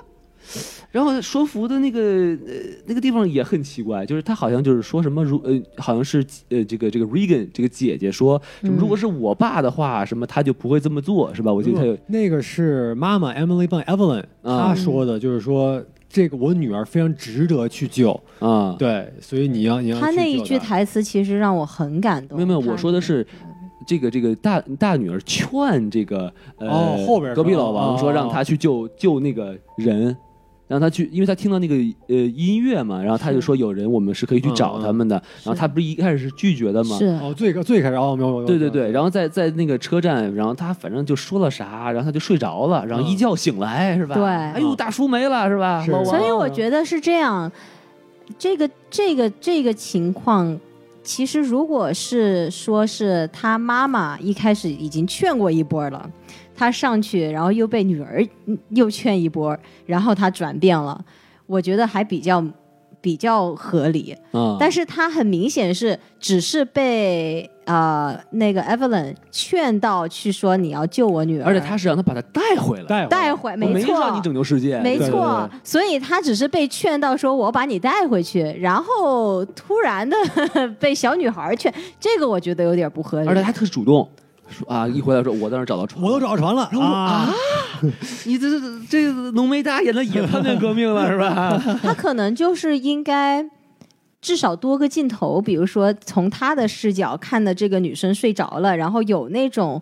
Speaker 3: 然后说服的那个呃那个地方也很奇怪，就是他好像就是说什么如呃好像是呃这个这个 Regan 这个姐姐说什么
Speaker 2: 嗯
Speaker 3: 如果是我爸的话，什么他就不会这么做是吧？我记得他有
Speaker 1: 那个是妈妈 Emily 帮 Evelyn
Speaker 3: 啊
Speaker 1: 她说的，就是说这个我女儿非常值得去救，
Speaker 3: 啊，
Speaker 1: 对，所以你要你要
Speaker 2: 他
Speaker 1: 去
Speaker 2: 那一
Speaker 1: 救
Speaker 2: 句
Speaker 1: 她
Speaker 2: 台词其实让我很感动。
Speaker 3: 没有没有，
Speaker 2: 他
Speaker 3: 我说的是这个这个大大女儿劝这个呃、
Speaker 1: 哦后边儿
Speaker 3: 隔壁
Speaker 1: 说
Speaker 3: 老王说
Speaker 1: 哦
Speaker 3: 让他去救、救那个人，让他去，因为他听到那个呃音乐嘛，然后他就是说有人我们是可以去找他们的，然后
Speaker 2: 是
Speaker 3: 他不是一开始是拒绝的吗？
Speaker 2: 嗯是
Speaker 1: 哦，最最开始哦，没有没有，
Speaker 3: 对对对，然后在在那个车站，然后他反正就说了啥，然后他就睡着了，然后一
Speaker 1: 嗯
Speaker 3: 觉醒来是吧？
Speaker 2: 对嗯
Speaker 3: 哎呦大叔没了是吧？
Speaker 1: 是
Speaker 3: 老王
Speaker 2: 所以我觉得是这样，这个这个这个情况，其实如果是说是他妈妈一开始已经劝过一波了，他上去，然后又被女儿嗯又劝一波，然后他转变了，我觉得还比较比较合理。
Speaker 3: 啊，
Speaker 2: 但是他很明显是只是被呃那个 Evelyn 劝到去说你要救我女儿，
Speaker 3: 而且他是让他把他带回来，
Speaker 1: 带
Speaker 2: 带
Speaker 1: 回
Speaker 2: 回
Speaker 3: 我没
Speaker 2: 错，
Speaker 3: 让你拯救世界，
Speaker 2: 没
Speaker 1: 对
Speaker 2: 错，所以他只是被劝到说我把你带回去，然后突然的 (laughs) 被小女孩劝，这个我觉得有点不合理。
Speaker 3: 而且他特主动，说啊，一回来说我在那儿找到床，
Speaker 1: 我都找到船了啊，
Speaker 3: 你这这这浓眉大眼的也叛变革命了是吧？
Speaker 2: 他可能就是应该至少多个镜头，比如说从他的视角看的这个女生睡着了，然后有那种。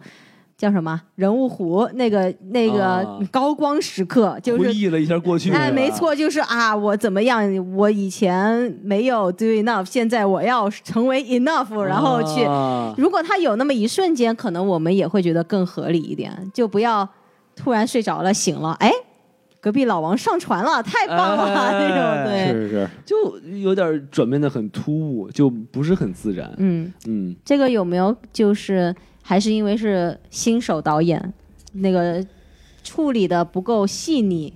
Speaker 2: 叫什么人物弧？那个那
Speaker 3: 啊
Speaker 2: 个高光时刻，就是
Speaker 3: 回忆了一下过去，
Speaker 2: 哎，没，错，就是啊，我怎么样？我以前没有 do enough，现在我要成为 enough，然后去。
Speaker 3: 啊
Speaker 2: 如果他有那么一瞬间，可能我们也会觉得更合理一点，就不要突然睡着了醒了，哎，隔壁老王上船了，太棒了、 (laughs)
Speaker 3: 哎
Speaker 2: 那种，对，
Speaker 1: 是是是，
Speaker 3: 就有点转变的很突兀，就不是很自然。
Speaker 2: 嗯，
Speaker 3: 嗯，
Speaker 2: 这个有没有就是还是因为是新手导演那个处理的不够细腻，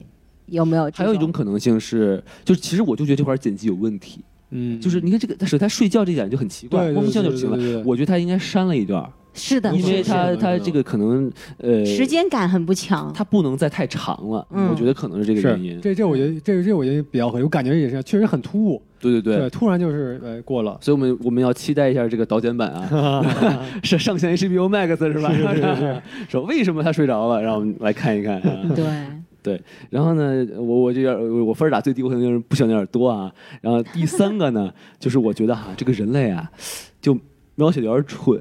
Speaker 2: 有没有这？
Speaker 3: 还有一种可能性是，就是其实我就觉得这块剪辑有问题，
Speaker 1: 嗯，
Speaker 3: 就是你看这个，首先他睡觉这一点就很奇怪，
Speaker 1: 对
Speaker 3: 莫名其妙
Speaker 1: 对
Speaker 3: 就醒
Speaker 1: 对对
Speaker 3: 了
Speaker 1: 对。对
Speaker 3: 我觉得他应该删了一段，
Speaker 2: 是的，
Speaker 3: 因为
Speaker 2: 是的
Speaker 3: 他
Speaker 1: 是的
Speaker 3: 他这个可能呃
Speaker 2: 时间感很不强。
Speaker 3: 他不能再太长了，
Speaker 2: 嗯
Speaker 3: 我觉得可能是这个原
Speaker 1: 是
Speaker 3: 因。
Speaker 1: 这这我觉得这这我觉得比较合理，我感觉也是，确实很突兀，
Speaker 3: 对对对
Speaker 1: 对，，突然就是呃过了，
Speaker 3: 所以我们我们要期待一下这个导剪版啊， (laughs) 是上线 HBO Max 是吧？ (laughs) 说为什么他睡着了，让我们来看一看啊。
Speaker 2: 对，
Speaker 3: 然后呢，我我就要我我分儿打最低，我可能就是不想有点多啊。然后第三个呢，就是我觉得哈、这个人类啊，就描写的有点蠢。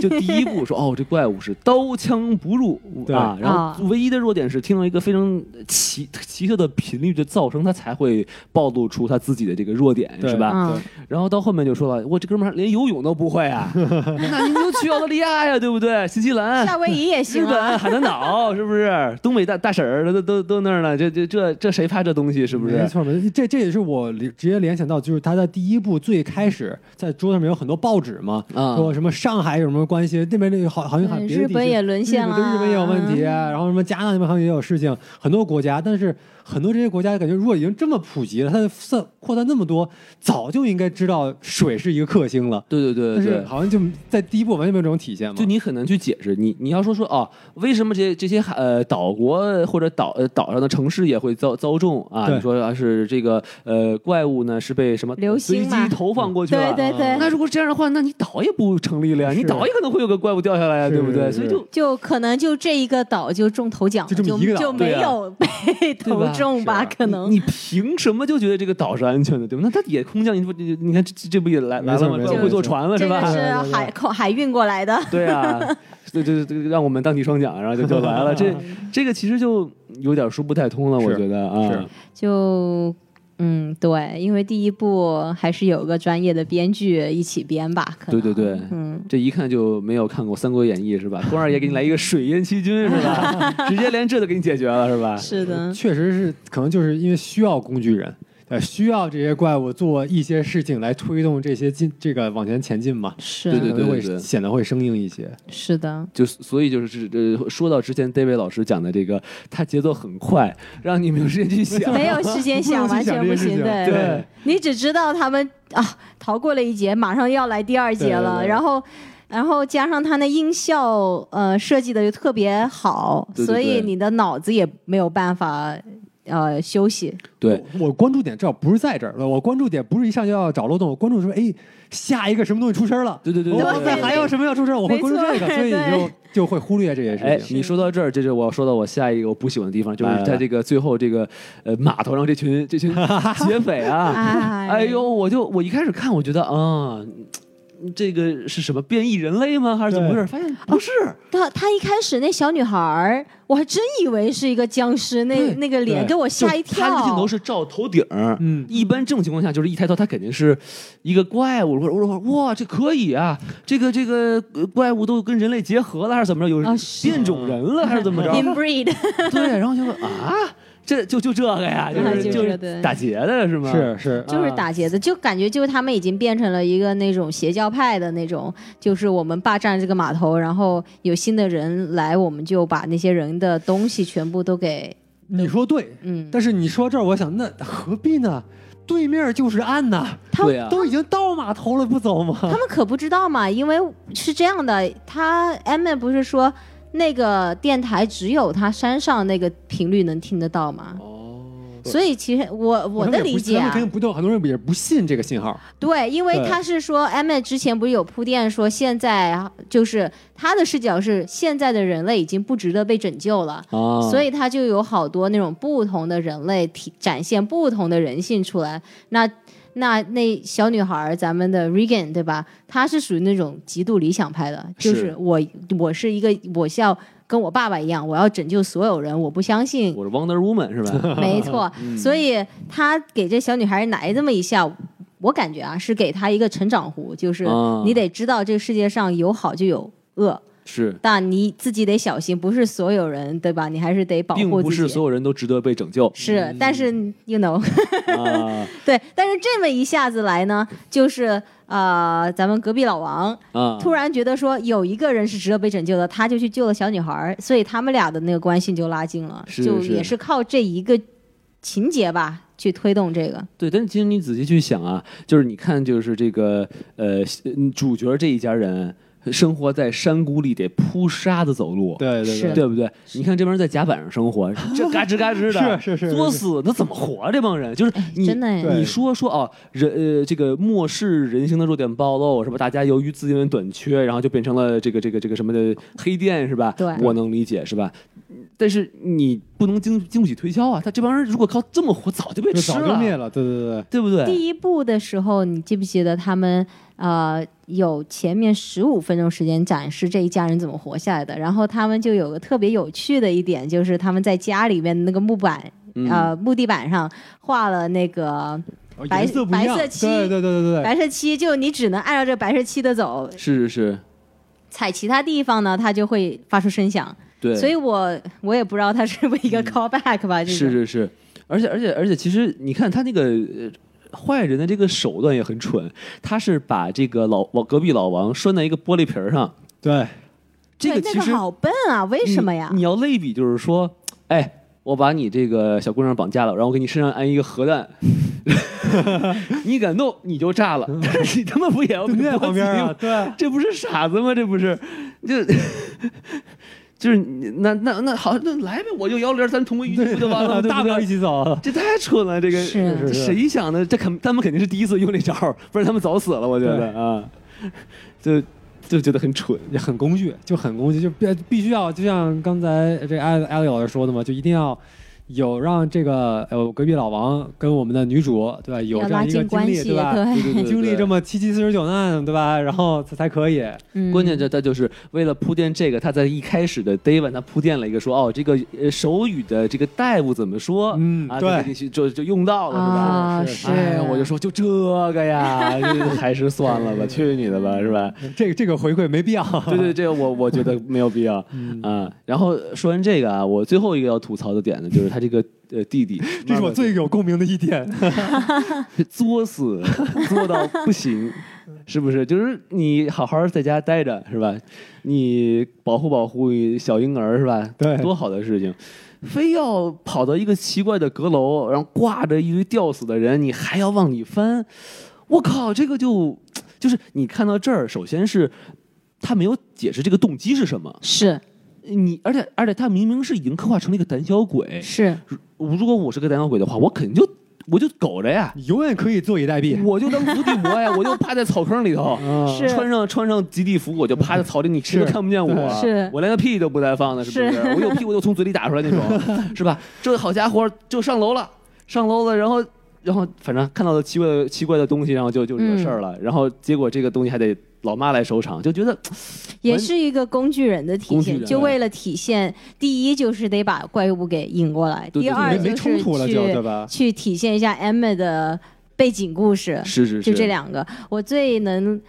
Speaker 3: 就第一步说哦，这怪物是刀枪不入
Speaker 1: 对
Speaker 3: 啊，然
Speaker 2: 啊
Speaker 3: 后唯一的弱点是听到一个非常奇奇特的频率的噪声，他才会暴露出他自己的这个弱点，
Speaker 1: 对
Speaker 3: 是吧？
Speaker 2: 嗯，
Speaker 3: 然后到后面就说了，我这哥们儿连游泳都不会
Speaker 1: (laughs)
Speaker 3: 啊，那您就去澳大利亚呀，对不对？新西兰、
Speaker 2: 夏威夷也
Speaker 3: 日
Speaker 2: 行啊。
Speaker 3: 本、海南岛是不是？东北大大婶儿都都都那儿呢，这这这这谁怕这东西是不
Speaker 1: 没
Speaker 3: 是？
Speaker 1: 错，没错，这这也是我联直接联想到，就是他在第一部最开始在桌上面有很多报纸嘛，
Speaker 3: 啊
Speaker 1: 说什么上海有什么关系，那边那个好好像还
Speaker 2: 对
Speaker 1: 别的
Speaker 2: 嗯日
Speaker 1: 地
Speaker 2: 本
Speaker 1: 区
Speaker 2: 也沦陷
Speaker 1: 日本对日本也有问题，啊
Speaker 2: 了嗯
Speaker 1: 然后什么加拿大那边好像也有事情，很多国家，但是很多这些国家感觉如果已经这么普及了，它的散扩散那么多，早就应该知道水是一个克星了，
Speaker 3: 对
Speaker 1: 但
Speaker 3: 对对
Speaker 1: 是
Speaker 3: 对。
Speaker 1: 好像就在第一部完全没有这种体现嘛，
Speaker 3: 就你很难去解释，你你要说说哦，为什么这这些海呃岛国或者岛呃岛上的城市也会遭遭重啊？
Speaker 1: 对
Speaker 3: 你说啊是这个呃怪物呢是被什么
Speaker 2: 流星
Speaker 3: 随机
Speaker 2: 嘛
Speaker 3: 投放过去了？
Speaker 2: 对对对，
Speaker 3: 啊那如果这样的话，那你你倒也不成立了呀，你
Speaker 1: 是
Speaker 3: 倒也可能会有个怪物掉下来呀，
Speaker 1: 是
Speaker 3: 对不
Speaker 1: 是
Speaker 3: 对？所以就
Speaker 2: 就可能就这一个岛就中头奖了，
Speaker 1: 就这么一个岛
Speaker 2: 就没
Speaker 3: 对啊
Speaker 2: 有被投中吧？
Speaker 1: 是啊
Speaker 2: (laughs) 可能
Speaker 3: 你你凭什么就觉得这个岛是安全的，对 (laughs) 吧？那它也空降，你不你你看这这这不也来来
Speaker 1: 没错
Speaker 3: 了吗？
Speaker 1: 没
Speaker 2: 错
Speaker 3: 会坐船了是
Speaker 2: 这
Speaker 3: 吧啊
Speaker 2: 个？是
Speaker 1: 对对对
Speaker 2: 海 (laughs) 口海运过来的，
Speaker 3: 对啊，对对对，让我们荡起双桨，然后就就来
Speaker 1: (laughs)
Speaker 3: 了。这这个其实就有点说不太通了，我
Speaker 1: 是
Speaker 3: 觉得啊，
Speaker 1: 是
Speaker 2: 就。嗯，对，因为第一部还是有个专业的编剧一起编吧，可能
Speaker 3: 对对对
Speaker 2: 嗯，
Speaker 3: 这一看就没有看过《三国演义》是
Speaker 1: (laughs)
Speaker 3: 吧？关二爷给你来一个水淹七军是
Speaker 2: (laughs)
Speaker 3: 吧？直接连这都给你解决了是吧？
Speaker 2: 是的，
Speaker 1: 呃确实是，可能就是因为需要工具人，呃，需要这些怪物做一些事情来推动这些进这个往前前进嘛，
Speaker 2: 是啊
Speaker 3: 对对
Speaker 1: 可能会
Speaker 3: 对
Speaker 1: 显得会生硬一些。
Speaker 2: 是的，
Speaker 3: 就所以就是呃，说到之前 David 老师讲的这个，他节奏很快，让你没有时间去想。
Speaker 2: 没有
Speaker 1: (laughs)
Speaker 2: 时间想，
Speaker 1: 不
Speaker 2: 完
Speaker 1: 能去想
Speaker 2: 全不行
Speaker 1: 这件
Speaker 2: 的。
Speaker 1: 事情
Speaker 3: 对，
Speaker 2: 你只知道他们啊逃过了一劫，马上要来第二
Speaker 1: 对
Speaker 2: 劫
Speaker 1: 对
Speaker 2: 了，
Speaker 1: 对
Speaker 2: 然后。然后加上它那音效，呃，设计的又特别好，
Speaker 3: 对对
Speaker 2: 所以
Speaker 3: 对
Speaker 2: 你的脑子也没有办法，呃，休
Speaker 3: (laughs)
Speaker 2: 息。
Speaker 3: 对，
Speaker 1: 我我关注点至少不是在这儿，我关注点不是一上就要找漏洞，我关注说，哎，下一个什么东西出声了，
Speaker 3: 对对对
Speaker 1: 我
Speaker 3: 对
Speaker 1: 我再还有什么要出声，我会关注这个，
Speaker 2: 没错
Speaker 1: 所以你就
Speaker 2: 对
Speaker 1: 就会忽略这些
Speaker 3: 哎
Speaker 1: 事，情。
Speaker 3: 你说到这儿，这就是我说到我下一个我不喜欢的地方，就是
Speaker 1: 来来
Speaker 3: 在
Speaker 1: 来
Speaker 3: 这个最后这个呃码头上这群
Speaker 1: (laughs)
Speaker 3: 这群劫匪啊，
Speaker 2: 哎
Speaker 3: 哎呦，，我就我一开始看我觉得啊。嗯这个是什么变异人类吗？还是怎么回事？发现不是，
Speaker 2: 他他一开始那小女孩儿，我还真以为是一个僵尸，那
Speaker 3: 对
Speaker 2: 那个脸
Speaker 1: 对
Speaker 2: 给我吓一
Speaker 3: 他那个镜
Speaker 2: 跳
Speaker 3: 头。是照头顶儿，
Speaker 1: 嗯
Speaker 3: 一般这种情况下，就是一抬头，它肯定是一个怪物。我说我说哇，这可以啊，这个这个呃怪物都跟人类结合了，还是怎么着？有
Speaker 2: 啊是
Speaker 3: 变种人了，还是
Speaker 2: (laughs)
Speaker 3: 怎么着？
Speaker 2: Inbreed， (laughs)
Speaker 3: 对，然后就说啊，这就就这个呀，就
Speaker 1: 啊
Speaker 3: 是
Speaker 1: 就是
Speaker 3: 就是
Speaker 2: 对
Speaker 3: 打劫的是吗？
Speaker 1: 是是，
Speaker 2: 就是
Speaker 3: 啊
Speaker 2: 打劫的，就感觉就是他们已经变成了一个那种邪教派的那种，就是我们霸占这个码头，然后有新的人来，我们就把那些人的东西全部都给
Speaker 1: 你说对，
Speaker 2: 嗯，
Speaker 1: 但是你说这儿，我想那何必呢？对面就是岸呐、
Speaker 2: 他
Speaker 3: 对啊
Speaker 1: 都已经到码头了，不走吗？ (laughs)
Speaker 2: 他们可不知道嘛，因为是这样的，他 Emma 不是说那个电台只有他山上那个频率能听得到嘛，
Speaker 3: 哦，
Speaker 2: 所以其实我我的理解
Speaker 1: 他们
Speaker 2: 啊
Speaker 1: 肯，定不动，很多人也不信这个信号。
Speaker 2: 对，因为
Speaker 1: 对
Speaker 2: 他是说 Emma 之前不是有铺垫说，现在就是他的视角是现在的人类已经不值得被拯救了。
Speaker 3: 啊，
Speaker 2: 所以他就有好多那种不同的人类体展现不同的人性出来。那那那小女孩儿，咱们的 Regan 对吧？她是属于那种极度理想派的，就是是我我是一个我是要跟我爸爸一样，我要拯救所有人，我不相信
Speaker 3: 我是 Wonder Woman 是 (laughs) 吧？
Speaker 2: 没错，
Speaker 3: 嗯
Speaker 2: 所以他给这小女孩奶这么一下，我感觉啊，是给她一个成长弧， (laughs) 就是
Speaker 3: 啊
Speaker 2: 你得知道这个世界上有好就有恶，
Speaker 3: 是，
Speaker 2: 但你自己得小心，不是所有人对吧？你还是得保
Speaker 3: 并
Speaker 2: 护
Speaker 3: 不是
Speaker 2: 自
Speaker 3: 所
Speaker 2: 己。
Speaker 3: 有人都嗯值得被
Speaker 2: (laughs)
Speaker 3: 拯救
Speaker 2: 是，但是 you know， (laughs)
Speaker 3: 啊
Speaker 2: 对，但是这么一下子来呢，就是呃，咱们隔壁老王
Speaker 3: 啊！
Speaker 2: 突然觉得说有一个人是值得被拯救的，他就去救了小女孩儿，所以他们俩的那个关系就拉近了，
Speaker 3: 是
Speaker 2: 就是也是靠这一个情节吧去推动这个。
Speaker 3: 对，但是其实你仔细去想啊，就是你看，就是这个呃，嗯主角这一家人生活在山谷里，得铺沙子走路。
Speaker 1: 对
Speaker 2: 对对
Speaker 3: 对不对？你看这帮人在甲板上生活，这嘎吱嘎吱
Speaker 2: (laughs)
Speaker 3: 的，
Speaker 1: 是是是是
Speaker 3: 作死那怎么活啊？这帮人就是你
Speaker 2: 真的哎
Speaker 1: 对
Speaker 3: 你说说哦，人呃，这个漠视人性的弱点暴露是吧？大家由于资源短缺，然后就变成了这个这个这个什么的黑店是吧？
Speaker 2: 对
Speaker 3: 我能理解是吧？但是你不能经经不起推敲啊！他这帮人如果靠这么活，早就被
Speaker 1: 就
Speaker 3: 吃
Speaker 1: 早就
Speaker 3: 了，
Speaker 1: 灭了，对对对，
Speaker 3: 对不对？
Speaker 2: 第一部的时候，你记不记得他们呃有前面十五分钟时间展示这一家人怎么活下来的？然后他们就有个特别有趣的一点，就是他们在家里面的那个木板、
Speaker 3: 嗯
Speaker 2: 呃木地板上画了那个
Speaker 1: 哦
Speaker 2: 白
Speaker 1: 颜色不一样，
Speaker 2: 白色漆
Speaker 1: 对对对对对对，
Speaker 2: 白色漆，就你只能按照这白色漆的走，
Speaker 3: 是是是，
Speaker 2: 踩其他地方呢，它就会发出声响。
Speaker 3: 对，嗯
Speaker 2: 所以我我也不知道它是不是一个 callback 吧，这
Speaker 3: 是
Speaker 2: 种
Speaker 3: 是是，而且而且而且，其实你看他那个。呃坏人的这个手段也很蠢，他是把这个老老隔壁老王拴在一个玻璃瓶儿上，
Speaker 1: 对
Speaker 3: 这
Speaker 2: 对
Speaker 3: 其
Speaker 2: 那
Speaker 3: 实
Speaker 2: 个好笨啊，为什么呀
Speaker 3: 你？？你要类比就是说，哎，我把你这个小姑娘绑架了，然后我给你身上安一个核弹， (laughs) 你敢动你就炸了， (laughs) 但是你他妈不也要被
Speaker 1: 就在
Speaker 3: 波
Speaker 1: 旁
Speaker 3: 及
Speaker 1: 边啊，
Speaker 3: 吗
Speaker 1: (laughs) 对，
Speaker 3: 这不是傻子吗？这不是，就 (laughs) 就是你那那那好，那来呗，我就幺零三同归于尽不就完了吗？对
Speaker 1: 大
Speaker 3: 不
Speaker 1: 不了一
Speaker 3: 对？
Speaker 1: 起走。
Speaker 3: 这太蠢了，这个
Speaker 2: 是
Speaker 3: 这谁想的？这肯他们肯定是第一次用这招儿，不然他们早死了，我觉得啊。 (laughs) 就就觉得很蠢。
Speaker 1: 也很工具，就很工具，就必必须要，就像刚才这艾艾利老师说的嘛，就一定要有让这个呃我隔壁老王跟我们的女主对吧有
Speaker 2: 要
Speaker 1: 这
Speaker 2: 拉
Speaker 1: 样一个
Speaker 2: 近
Speaker 1: 经
Speaker 2: 关
Speaker 1: 历
Speaker 2: 系，
Speaker 1: 对吧？
Speaker 3: 对对对对
Speaker 1: 经历这么七七四十九难对吧？然后才才可以，
Speaker 2: 嗯
Speaker 3: 关键这他就是为了铺垫这个，他在一开始的 day one 他铺垫了一个说哦，这个呃手语的这个大夫怎么说？
Speaker 1: 嗯
Speaker 3: 啊，
Speaker 1: 对
Speaker 3: 就就就用到了是吧？
Speaker 2: 啊
Speaker 1: 是
Speaker 2: 是，
Speaker 3: 哎，我就说就这个呀，就还是算了
Speaker 1: (laughs)
Speaker 3: 吧，去你的吧，是吧？
Speaker 1: 这个这个回馈没 (laughs) 必要。
Speaker 3: 对对，这个我我觉得没有必要
Speaker 1: (laughs)
Speaker 3: 啊、
Speaker 1: 嗯
Speaker 3: 然后说完这个啊，我最后一个要吐槽的点呢，就是他这个呃弟弟，
Speaker 1: (laughs) 这是我
Speaker 3: 妈妈
Speaker 1: 最有共鸣的一点。
Speaker 3: (laughs) 作死，作到不行，是不是？就是你好好在家待着，是吧？你保护保护小婴儿，是吧？
Speaker 1: 对
Speaker 3: 多好的事情，非要跑到一个奇怪的阁楼，然后挂着一堆吊死的人，你还要往里翻，我靠，这个就就是你看到这儿，首先是他没有解释这个动机是什么，
Speaker 2: 是
Speaker 3: 你而且而且他明明是已经刻画成了一个胆小鬼，
Speaker 2: 是
Speaker 3: 如果我是个胆小鬼的话，我肯定就我就苟着呀。
Speaker 1: (laughs) 你永远可以坐以待毙。
Speaker 3: 我就当伏地魔呀，我就趴在草坑里头，
Speaker 1: 啊
Speaker 2: 是
Speaker 3: 穿上穿上极地服，我就趴在草里，你谁都
Speaker 1: 是
Speaker 3: 看不见我，
Speaker 1: 对
Speaker 2: 是
Speaker 3: 我连个屁都不带放的，是不是？
Speaker 2: 是
Speaker 3: 我有屁我就从嘴里打出来
Speaker 2: (laughs)
Speaker 3: 那种，是吧？这好家伙，就上楼了，上楼了，然后。然后反正看到了奇怪的奇怪的东西，然后就就惹事儿了。
Speaker 2: 嗯
Speaker 3: 然后结果这个东西还得老妈来收场，就觉得
Speaker 2: 也是一个工具人的体
Speaker 3: 工具
Speaker 2: 现，
Speaker 3: 人哎
Speaker 2: 就为了体现，第一就是得把怪物给引过来，
Speaker 3: 对对
Speaker 2: 第二
Speaker 1: 没
Speaker 2: 就是
Speaker 1: 没冲突了就
Speaker 2: 去
Speaker 1: 对吧？
Speaker 2: 去体现一下 Emma 的背景故事，
Speaker 3: 是是是，
Speaker 2: 就这两个，我最能，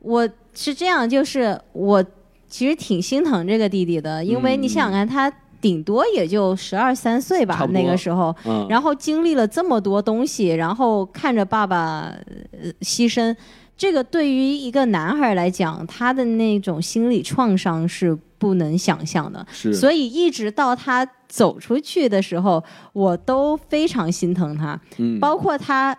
Speaker 2: 我是这样，就是我其实挺心疼这个弟弟的，因为
Speaker 3: 嗯
Speaker 2: 你想想看，他顶多也就十二三岁
Speaker 3: 差
Speaker 2: 吧
Speaker 3: 不，多
Speaker 2: 那个时候，
Speaker 3: 嗯，
Speaker 2: 然后经历了这么多东西，然后看着爸爸呃牺牲，这个对于一个男孩来讲，他的那种心理创伤是不能想象的。
Speaker 3: 是
Speaker 2: 所以一直到他走出去的时候，我都非常心疼他，
Speaker 3: 嗯
Speaker 2: 包括他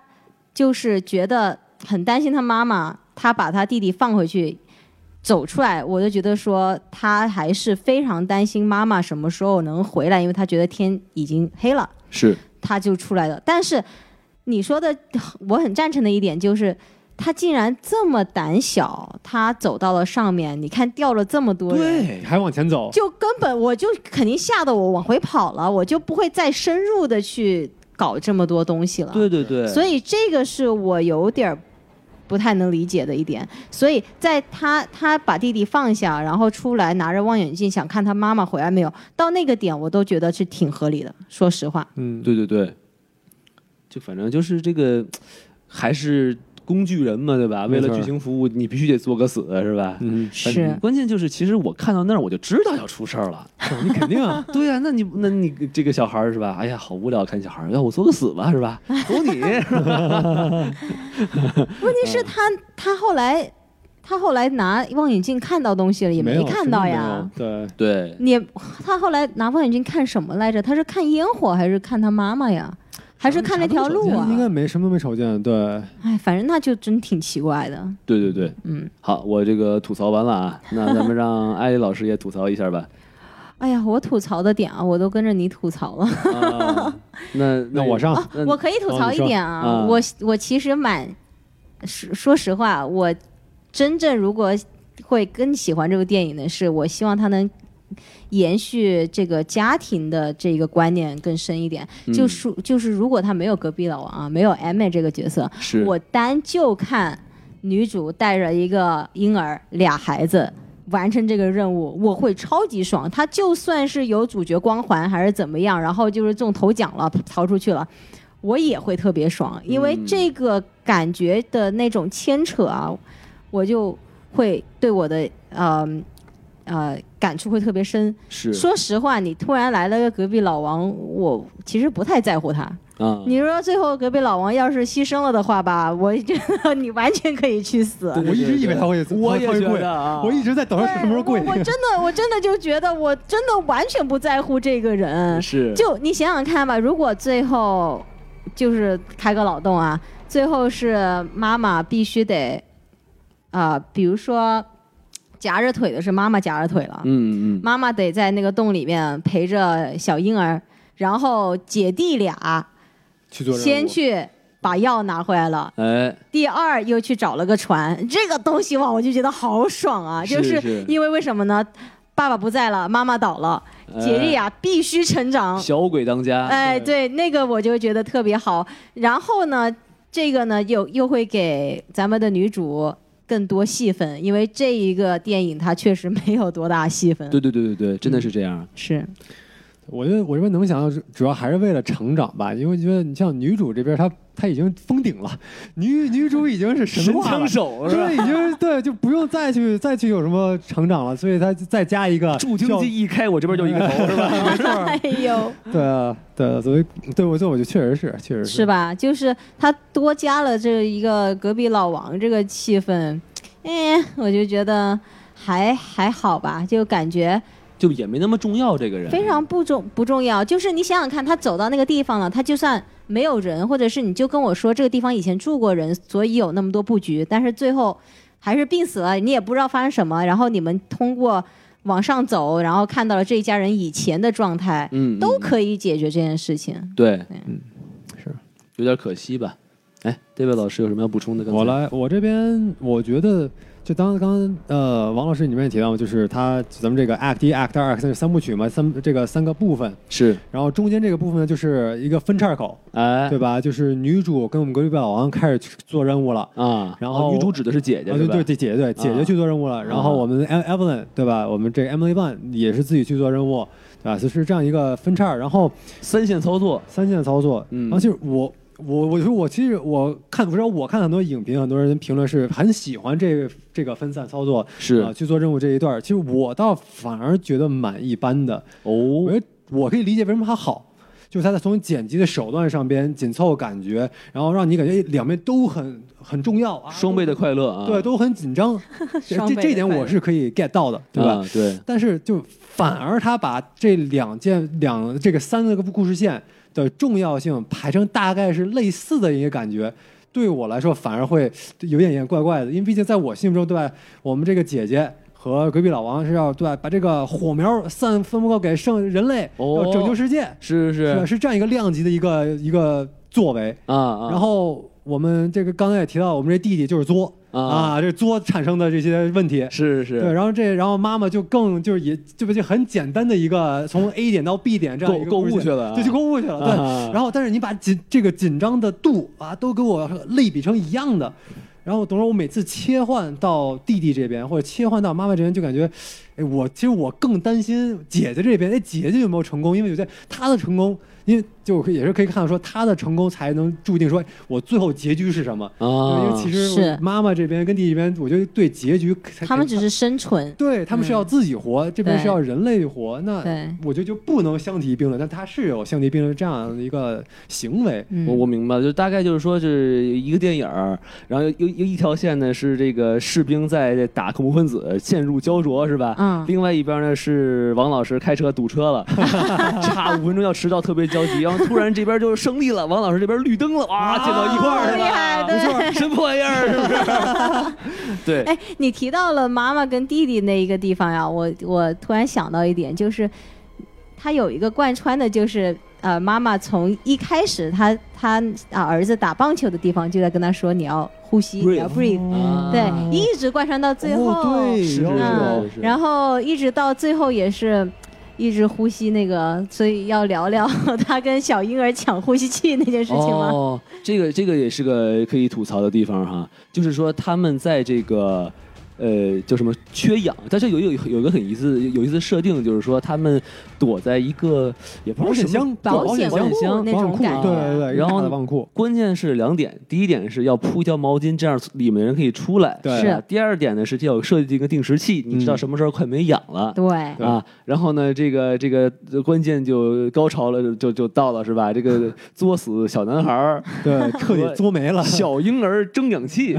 Speaker 2: 就是觉得很担心他妈妈，他把他弟弟放回去。走出来，我就觉得说他还是非常担心妈妈什么时候能回来，因为他觉得天已经黑了。
Speaker 3: 是
Speaker 2: 他就出来了。但是你说的，我很赞成的一点就是，他竟然这么胆小，他走到了上面，你看掉了这么多人。
Speaker 1: 对，还往前走，
Speaker 2: 就根本我就肯定吓得我往回跑了，我就不会再深入的去搞这么多东西了。
Speaker 3: 对对对，
Speaker 2: 所以这个是我有点儿不太能理解的一点。所以在他他把弟弟放下，然后出来拿着望远镜想看他妈妈回来没有，到那个点我都觉得是挺合理的。说实话，
Speaker 1: 嗯，
Speaker 3: 对对对，就反正就是这个，还是工具人嘛，对吧？
Speaker 1: 没
Speaker 3: 为了
Speaker 1: 错
Speaker 3: 剧情服务，你必须得作个死，是吧？
Speaker 1: 嗯，
Speaker 3: 反正
Speaker 2: 是
Speaker 3: 关键就是，其实我看到那儿我就知道要出事
Speaker 1: (laughs)
Speaker 3: 儿了。
Speaker 1: 你肯定啊，
Speaker 3: 对呀、那你那你这个小孩儿是吧？哎呀，好无聊，看小孩儿，要我作个死吧，是
Speaker 1: (laughs)
Speaker 3: 吧？走你，
Speaker 2: 问题是他他后来他后来拿望远镜看到东西了，也
Speaker 1: 有
Speaker 2: 看到呀。。
Speaker 1: 什么都没有对，
Speaker 3: 对，
Speaker 2: 你他后来拿望远镜看什么来着？他是看烟火还是看他妈妈呀？还是看那条路啊
Speaker 1: 应？该没什么都没瞅见，对，
Speaker 2: 哎，反正那就真挺奇怪的。
Speaker 3: 对对对，
Speaker 2: 嗯，
Speaker 3: 好，我这个吐槽完了啊，那咱们让艾丽老师也吐槽一
Speaker 1: (laughs)
Speaker 3: 下吧。
Speaker 2: 哎呀，我吐槽的点啊，我都跟着你吐槽了。
Speaker 3: 啊、那
Speaker 1: 那我上，
Speaker 3: 那
Speaker 2: 我可以吐槽一点
Speaker 3: 哦
Speaker 2: 啊，
Speaker 3: 你
Speaker 2: 我我其实蛮说说实话，我真正如果会更喜欢这部电影的是，我希望它能延续这个家庭的这个观念更深一点。
Speaker 3: 嗯
Speaker 2: 就是就是，如果他没有隔壁老王啊，没有 M A 这个角色，
Speaker 3: 是
Speaker 2: 我单就看女主带着一个婴儿俩孩子。完成这个任务，我会超级爽。他就算是有主角光环还是怎么样，然后就是中头奖了，逃出去了，我也会特别爽，因为
Speaker 3: 嗯
Speaker 2: 这个感觉的那种牵扯啊，我就会对我的呃呃感触会特别深。
Speaker 3: 是
Speaker 2: 说实话，你突然来了个隔壁老王，我其实不太在乎他。
Speaker 3: 啊，
Speaker 2: 你说最后隔壁老王要是牺牲了的话吧，我觉得 (laughs) 你完全可以去死。
Speaker 1: 我一直以为他会，
Speaker 3: 我也
Speaker 1: 他会
Speaker 3: 觉
Speaker 1: 跪
Speaker 3: 得，啊，
Speaker 1: 我一直在等他什么时候跪
Speaker 2: 对。
Speaker 1: (laughs)
Speaker 2: 我我真的我真的就觉得我真的完全不在乎这个人。
Speaker 3: 是
Speaker 2: 就你想想看吧，如果最后就是开个脑洞啊，最后是妈妈必须得，啊，比如说夹着腿的是妈妈夹着腿了，
Speaker 3: 嗯嗯
Speaker 2: 妈妈得在那个洞里面陪着小婴儿，然后姐弟俩
Speaker 1: 去做任务
Speaker 2: 先去把药拿回来了。
Speaker 3: 哎，
Speaker 2: 第二又去找了个船，这个东西哇，我就觉得好爽啊！就是是
Speaker 3: 是
Speaker 2: 因为为什么呢？爸爸不在了，妈妈倒了，杰利亚必须成长。
Speaker 3: 哎小鬼当家，
Speaker 2: 啊哎，对，那个我就觉得特别好。然后呢，这个呢又又会给咱们的女主更多戏份，因为这一个电影它确实没有多大戏份。
Speaker 3: 对对对对对，真的是这样。
Speaker 2: 是， (laughs)
Speaker 1: 我觉得我这边能想到是，主要还是为了成长吧，因为觉得你像女主这边，她她已经封顶了，女女主已经是神
Speaker 3: 神
Speaker 1: 话了
Speaker 3: 枪，手是吧？
Speaker 1: 对，已经对，就不用再去再去有什么成长了，所以她再加一个
Speaker 3: 助听
Speaker 1: 叫
Speaker 3: 器一开，我这边就一个头 (laughs) 是吧？
Speaker 1: 没错儿
Speaker 2: 哎呦，
Speaker 1: (laughs) 对啊，对啊，所以对我就我就确实是，确实
Speaker 2: 是吧？就是他多加了这一个隔壁老王这个气氛，哎，我就觉得还还好吧，就感觉
Speaker 3: 就也没那么重要，这个人
Speaker 2: 非常不重不重要。就是你想想看，他走到那个地方了，他就算没有人，或者是你就跟我说这个地方以前住过人，所以有那么多布局，但是最后还是病死了，你也不知道发生什么。然后你们通过往上走，然后看到了这一家人以前的状态，
Speaker 3: 嗯嗯
Speaker 2: 都可以解决这件事情。
Speaker 3: 对，
Speaker 1: 嗯，是
Speaker 3: 有点可惜吧？哎，这位老师有什么要补充的？刚才
Speaker 1: 我，来，我这边我觉得，就当刚刚呃，王老师你们也提到，就是他咱们这个 Act 一、Act 二、Act 三三部曲嘛，三这个三个部分，
Speaker 3: 是
Speaker 1: 然后中间这个部分呢，就是一个分叉口，
Speaker 3: 哎
Speaker 1: 对吧？就是女主跟我们隔壁老王开始去做任务了。
Speaker 3: 啊，
Speaker 1: 然后
Speaker 3: 哦女主指的是姐姐，
Speaker 1: 啊，
Speaker 3: 是
Speaker 1: 对
Speaker 3: 吧
Speaker 1: 对对，姐姐对姐姐去做任
Speaker 2: 啊
Speaker 1: 务了，然后我们 E- Evelyn 对吧？我们这个 Emily Bun 也是自己去做任务，对吧？就是这样一个分叉，然后
Speaker 3: 三线操作，
Speaker 1: 三线操作。
Speaker 3: 嗯
Speaker 1: 然后就是我我我就说我其实我看不知道，我看很多影评，很多人评论是很喜欢这个这个分散操作，
Speaker 3: 是
Speaker 1: 啊、去做任务这一段儿。其实我倒反而觉得蛮一般的，我
Speaker 3: 哦，
Speaker 1: 觉得我可以理解为什么它好。就是它在从剪辑的手段上边紧凑感觉，然后让你感觉哎两边都很很重要啊，
Speaker 3: 双倍的快乐啊，
Speaker 1: 对，都很紧
Speaker 3: (laughs)
Speaker 1: 张。这
Speaker 2: 双倍
Speaker 1: 这
Speaker 2: 的
Speaker 1: 这点
Speaker 2: 快乐
Speaker 1: 我是可以 get 到的，对吧？
Speaker 3: 啊？对，
Speaker 1: 但是就反而他把这两件两这个三个故事线的重要性排成大概是类似的一个感觉。对我来说，反而会有点有点怪怪的，因为毕竟在我心目中，对吧？我们这个姐姐和隔壁老王是要对吧，把这个火苗散分布给剩人类，
Speaker 3: 哦
Speaker 1: 要拯救世界，
Speaker 3: 是
Speaker 1: 是吧？
Speaker 3: 是
Speaker 1: 是这样一个量级的一个一个作为。
Speaker 3: 啊啊，
Speaker 1: 然后我们这个刚才也提到，我们这弟弟就是作
Speaker 3: 啊
Speaker 1: 啊，这作产生的这些问题，
Speaker 3: 是
Speaker 1: 对，
Speaker 3: 是
Speaker 1: 然后这，然后妈妈就更就是也这不就很简单的一个从 A 点到 B 点这样一个
Speaker 3: 购
Speaker 1: 故事
Speaker 3: 购物去
Speaker 1: 线
Speaker 3: 了啊
Speaker 1: 对，就购物去了。对，
Speaker 3: 啊
Speaker 1: 然后但是你把紧这个紧张的度啊都给我类比成一样的，然后等会儿我每次切换到弟弟这边或者切换到妈妈这边，就感觉，哎，我其实我更担心姐姐这边，哎，姐姐有没有成功？因为有些她的成功，因为就可以也是可以看到说她的成功才能注定说哎我最后结局是什么。因
Speaker 3: 啊
Speaker 1: 为，其实
Speaker 2: 是
Speaker 1: 我妈妈这边跟弟弟这边，我觉得对结局才
Speaker 2: 他们
Speaker 1: 肯
Speaker 2: 只是生存，
Speaker 1: 对他们是要自己活，这边
Speaker 2: 对
Speaker 1: 是要人类活，那
Speaker 2: 嗯对
Speaker 1: 我觉得就不能相提并论。但他是有相提并论这样的一个行为，
Speaker 2: 嗯
Speaker 3: 我我明白了，就大概就是说是一个电影儿，然后有有一条线呢是这个士兵在打恐怖分子，陷入焦灼是吧？
Speaker 2: 嗯
Speaker 3: 另外一边呢是王老师开车堵车了， (laughs) 差五分钟要迟到，特别焦急。然后突然这边就胜利了，王老师这边绿灯了，哇，见到一块儿
Speaker 2: 好
Speaker 3: 了，
Speaker 2: 哦厉害对
Speaker 3: 没错，什么玩意儿 (laughs) 是不是？对，
Speaker 2: 哎，你提到了妈妈跟弟弟那一个地方呀，我我突然想到一点，就是他有一个贯穿的，就是呃，妈妈从一开始他他啊儿子打棒球的地方就在跟他说你要呼吸，你要 breathe，、
Speaker 3: 啊
Speaker 2: 嗯对，一直贯穿到最后，
Speaker 1: 哦、对，
Speaker 3: 是是啊
Speaker 1: 哦
Speaker 2: 嗯，然后一直到最后也是。一直呼吸那个，所以要聊聊 (laughs) 他跟小婴儿抢呼吸器那件事情吗？
Speaker 3: 哦，这个这个也是个可以吐槽的地方哈，就是说他们在这个。呃，叫什么缺氧？但是有有有一个很一次有一次设定，就是说他们躲在一个也不
Speaker 1: 保
Speaker 3: 是
Speaker 1: 险
Speaker 3: 什么，
Speaker 1: 箱，
Speaker 2: 保
Speaker 1: 保
Speaker 2: 险
Speaker 1: 箱，
Speaker 2: 库那
Speaker 1: 保险
Speaker 2: 种
Speaker 1: 库，
Speaker 2: 感
Speaker 1: 对
Speaker 2: 觉
Speaker 1: 对对，
Speaker 3: 然
Speaker 1: 一个
Speaker 3: 后
Speaker 1: 大的保险库，
Speaker 3: 关键是两点。第一点是要铺一条毛巾，这样里面的人可以出来。
Speaker 1: 对
Speaker 3: 吧第二点呢是要设计一个定时器，你知道
Speaker 1: 嗯
Speaker 3: 什么时候快没氧了。
Speaker 2: 对，
Speaker 1: 对
Speaker 3: 啊，然后呢，这个这个呃关键就高潮了，就就就到了是吧？这个作死小男孩儿， (laughs)
Speaker 1: 对，彻底作 (laughs) 没了。
Speaker 3: 小婴儿争
Speaker 1: (laughs)
Speaker 3: 氧气。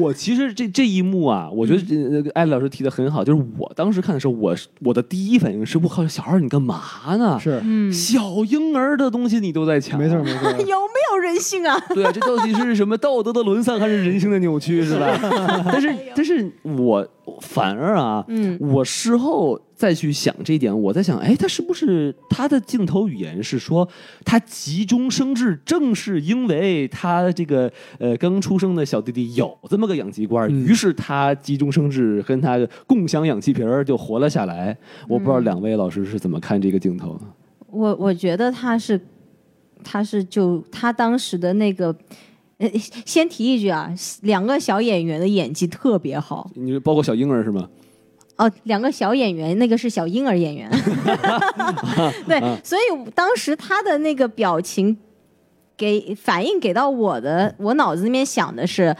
Speaker 3: 我其实这这一幕啊，我觉得这
Speaker 1: 嗯
Speaker 3: 那个艾丽老师提的很好，就是我当时看的时候，我是我的第一反应是：我靠，小孩儿你干嘛呢？
Speaker 1: 是，啊
Speaker 2: 嗯，，
Speaker 3: 小婴儿的东西你都在抢，啊
Speaker 1: 没错没错
Speaker 2: (laughs) 有没有人性啊？
Speaker 3: (laughs) 对啊，这到底是什么道德的沦丧，还是人性的扭曲，是吧？但是，但是我反而啊，
Speaker 2: 嗯
Speaker 3: 我事后再去想这一点，我在想，哎，他是不是他的镜头语言是说他急中生智，正是因为他这个呃刚出生的小弟弟有这么个氧气罐，
Speaker 1: 嗯
Speaker 3: 于是他急中生智，跟他共享氧气瓶儿就活了下来。我不知道两位老师是怎么看这个镜头的。
Speaker 2: 我我觉得他是，他是就他当时的那个，呃，先提一句啊，两个小演员的演技特别好
Speaker 3: 你说包括小婴儿是吗？
Speaker 2: 哦，两个小演员，那个是小婴儿演
Speaker 3: (laughs)
Speaker 2: 员， (laughs) 对，所以当时他的那个表情给反应给到我的，我脑子里面想的是。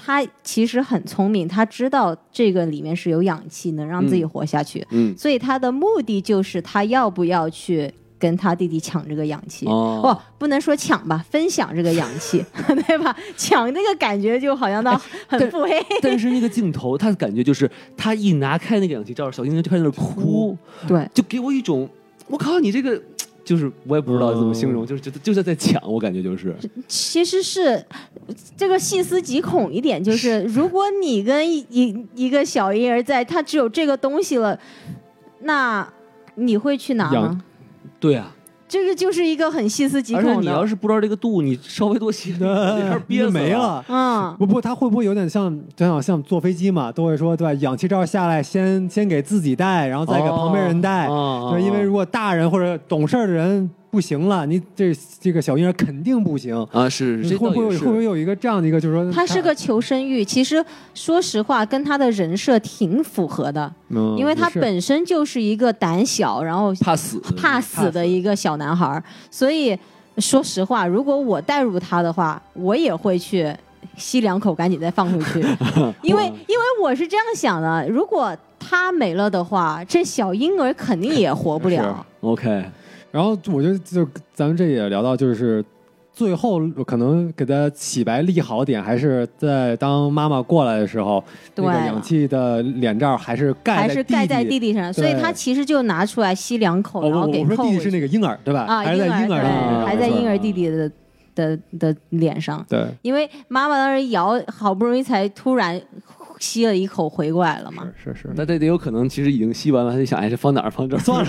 Speaker 2: 他其实很聪明，他知道这个里面是有氧气，能让自己活下去，
Speaker 3: 嗯，
Speaker 2: 所以他的目的就是他要不要去跟他弟弟抢这个氧气。不
Speaker 3: 哦，，
Speaker 2: 不能说抢吧，分享这个氧气，对吧？抢这个感觉就好像到很腹黑，
Speaker 3: 但是那个镜头，他的感觉就是他一拿开那个氧气罩，小婴儿就开始哭，
Speaker 2: 对，
Speaker 3: 就给我一种，我靠，你这个就是我也不知道怎么形容，就是觉得就是在抢，我感觉就是，
Speaker 2: 其实是呃这个细思极恐一点，就是如果你跟一一一个小婴儿在，他只有这个东西了，那你会去拿
Speaker 1: 养
Speaker 2: 吗？
Speaker 3: 对啊，
Speaker 2: 这个就是一个很细思极
Speaker 3: 而且
Speaker 2: 恐
Speaker 3: 你要
Speaker 2: 的，
Speaker 3: 是不知道这个度，你稍微多写点儿，有点 (laughs) 憋
Speaker 1: 就
Speaker 3: 死
Speaker 1: 没了。
Speaker 2: 嗯，
Speaker 1: 不不，他会不会有点像，就像像坐飞机嘛，都会说对吧？氧气罩下来先，先给自己戴，然后再给旁边人戴。
Speaker 3: 哦
Speaker 1: 对，因为
Speaker 3: 哦
Speaker 1: 如果大人或者懂事儿的人不行了，你这这个小婴儿肯定不行。
Speaker 3: 啊是这
Speaker 1: 嗯会不会
Speaker 3: 倒也
Speaker 1: 有
Speaker 3: 是
Speaker 1: 会不会有一个这样的一个，就是说
Speaker 2: 他是个求生欲，其实说实话，跟他的人设挺符合的，
Speaker 1: 嗯
Speaker 2: 因为他
Speaker 1: 也是
Speaker 2: 本身就是一个胆小，然后
Speaker 3: 怕死
Speaker 1: 嗯
Speaker 2: 怕死的一个小男孩儿，所以说实话，如果我带入他的话，我也会去吸两口，赶紧再放回
Speaker 1: (laughs)
Speaker 2: 去，因为因为我是这样想的，如果他没了的话，这小婴儿肯定也活不
Speaker 1: 啊
Speaker 2: 了。
Speaker 3: OK
Speaker 1: 然后我觉得就咱们这也聊到，就是最后可能给他洗白利好点，还是在当妈妈过来的时候，那
Speaker 2: 对
Speaker 1: 个氧气的脸罩还是盖
Speaker 2: 还
Speaker 1: 在
Speaker 2: 是盖在
Speaker 1: 弟
Speaker 2: 弟
Speaker 1: 弟。
Speaker 2: 弟身上，所以
Speaker 1: 对
Speaker 2: 他其实就拿出来吸两口，
Speaker 1: 哦，
Speaker 2: 然
Speaker 1: 我
Speaker 2: 后给
Speaker 1: 我说
Speaker 2: 扣
Speaker 1: 弟弟
Speaker 2: 回
Speaker 1: 是
Speaker 2: 去
Speaker 1: 那个婴儿对吧？
Speaker 2: 啊，
Speaker 1: 还是在
Speaker 2: 婴
Speaker 1: 婴
Speaker 2: 对，
Speaker 1: 儿身上
Speaker 3: 啊
Speaker 2: 还在
Speaker 1: 没错
Speaker 2: 婴儿弟弟的的的脸上，
Speaker 1: 对。
Speaker 2: 因为妈妈当时摇，好不容易才突然吸了一口回过来了嘛。
Speaker 1: 是是
Speaker 3: 那这得有可能，其实已经吸完了，他就想，哎，这放哪儿？放这儿算了，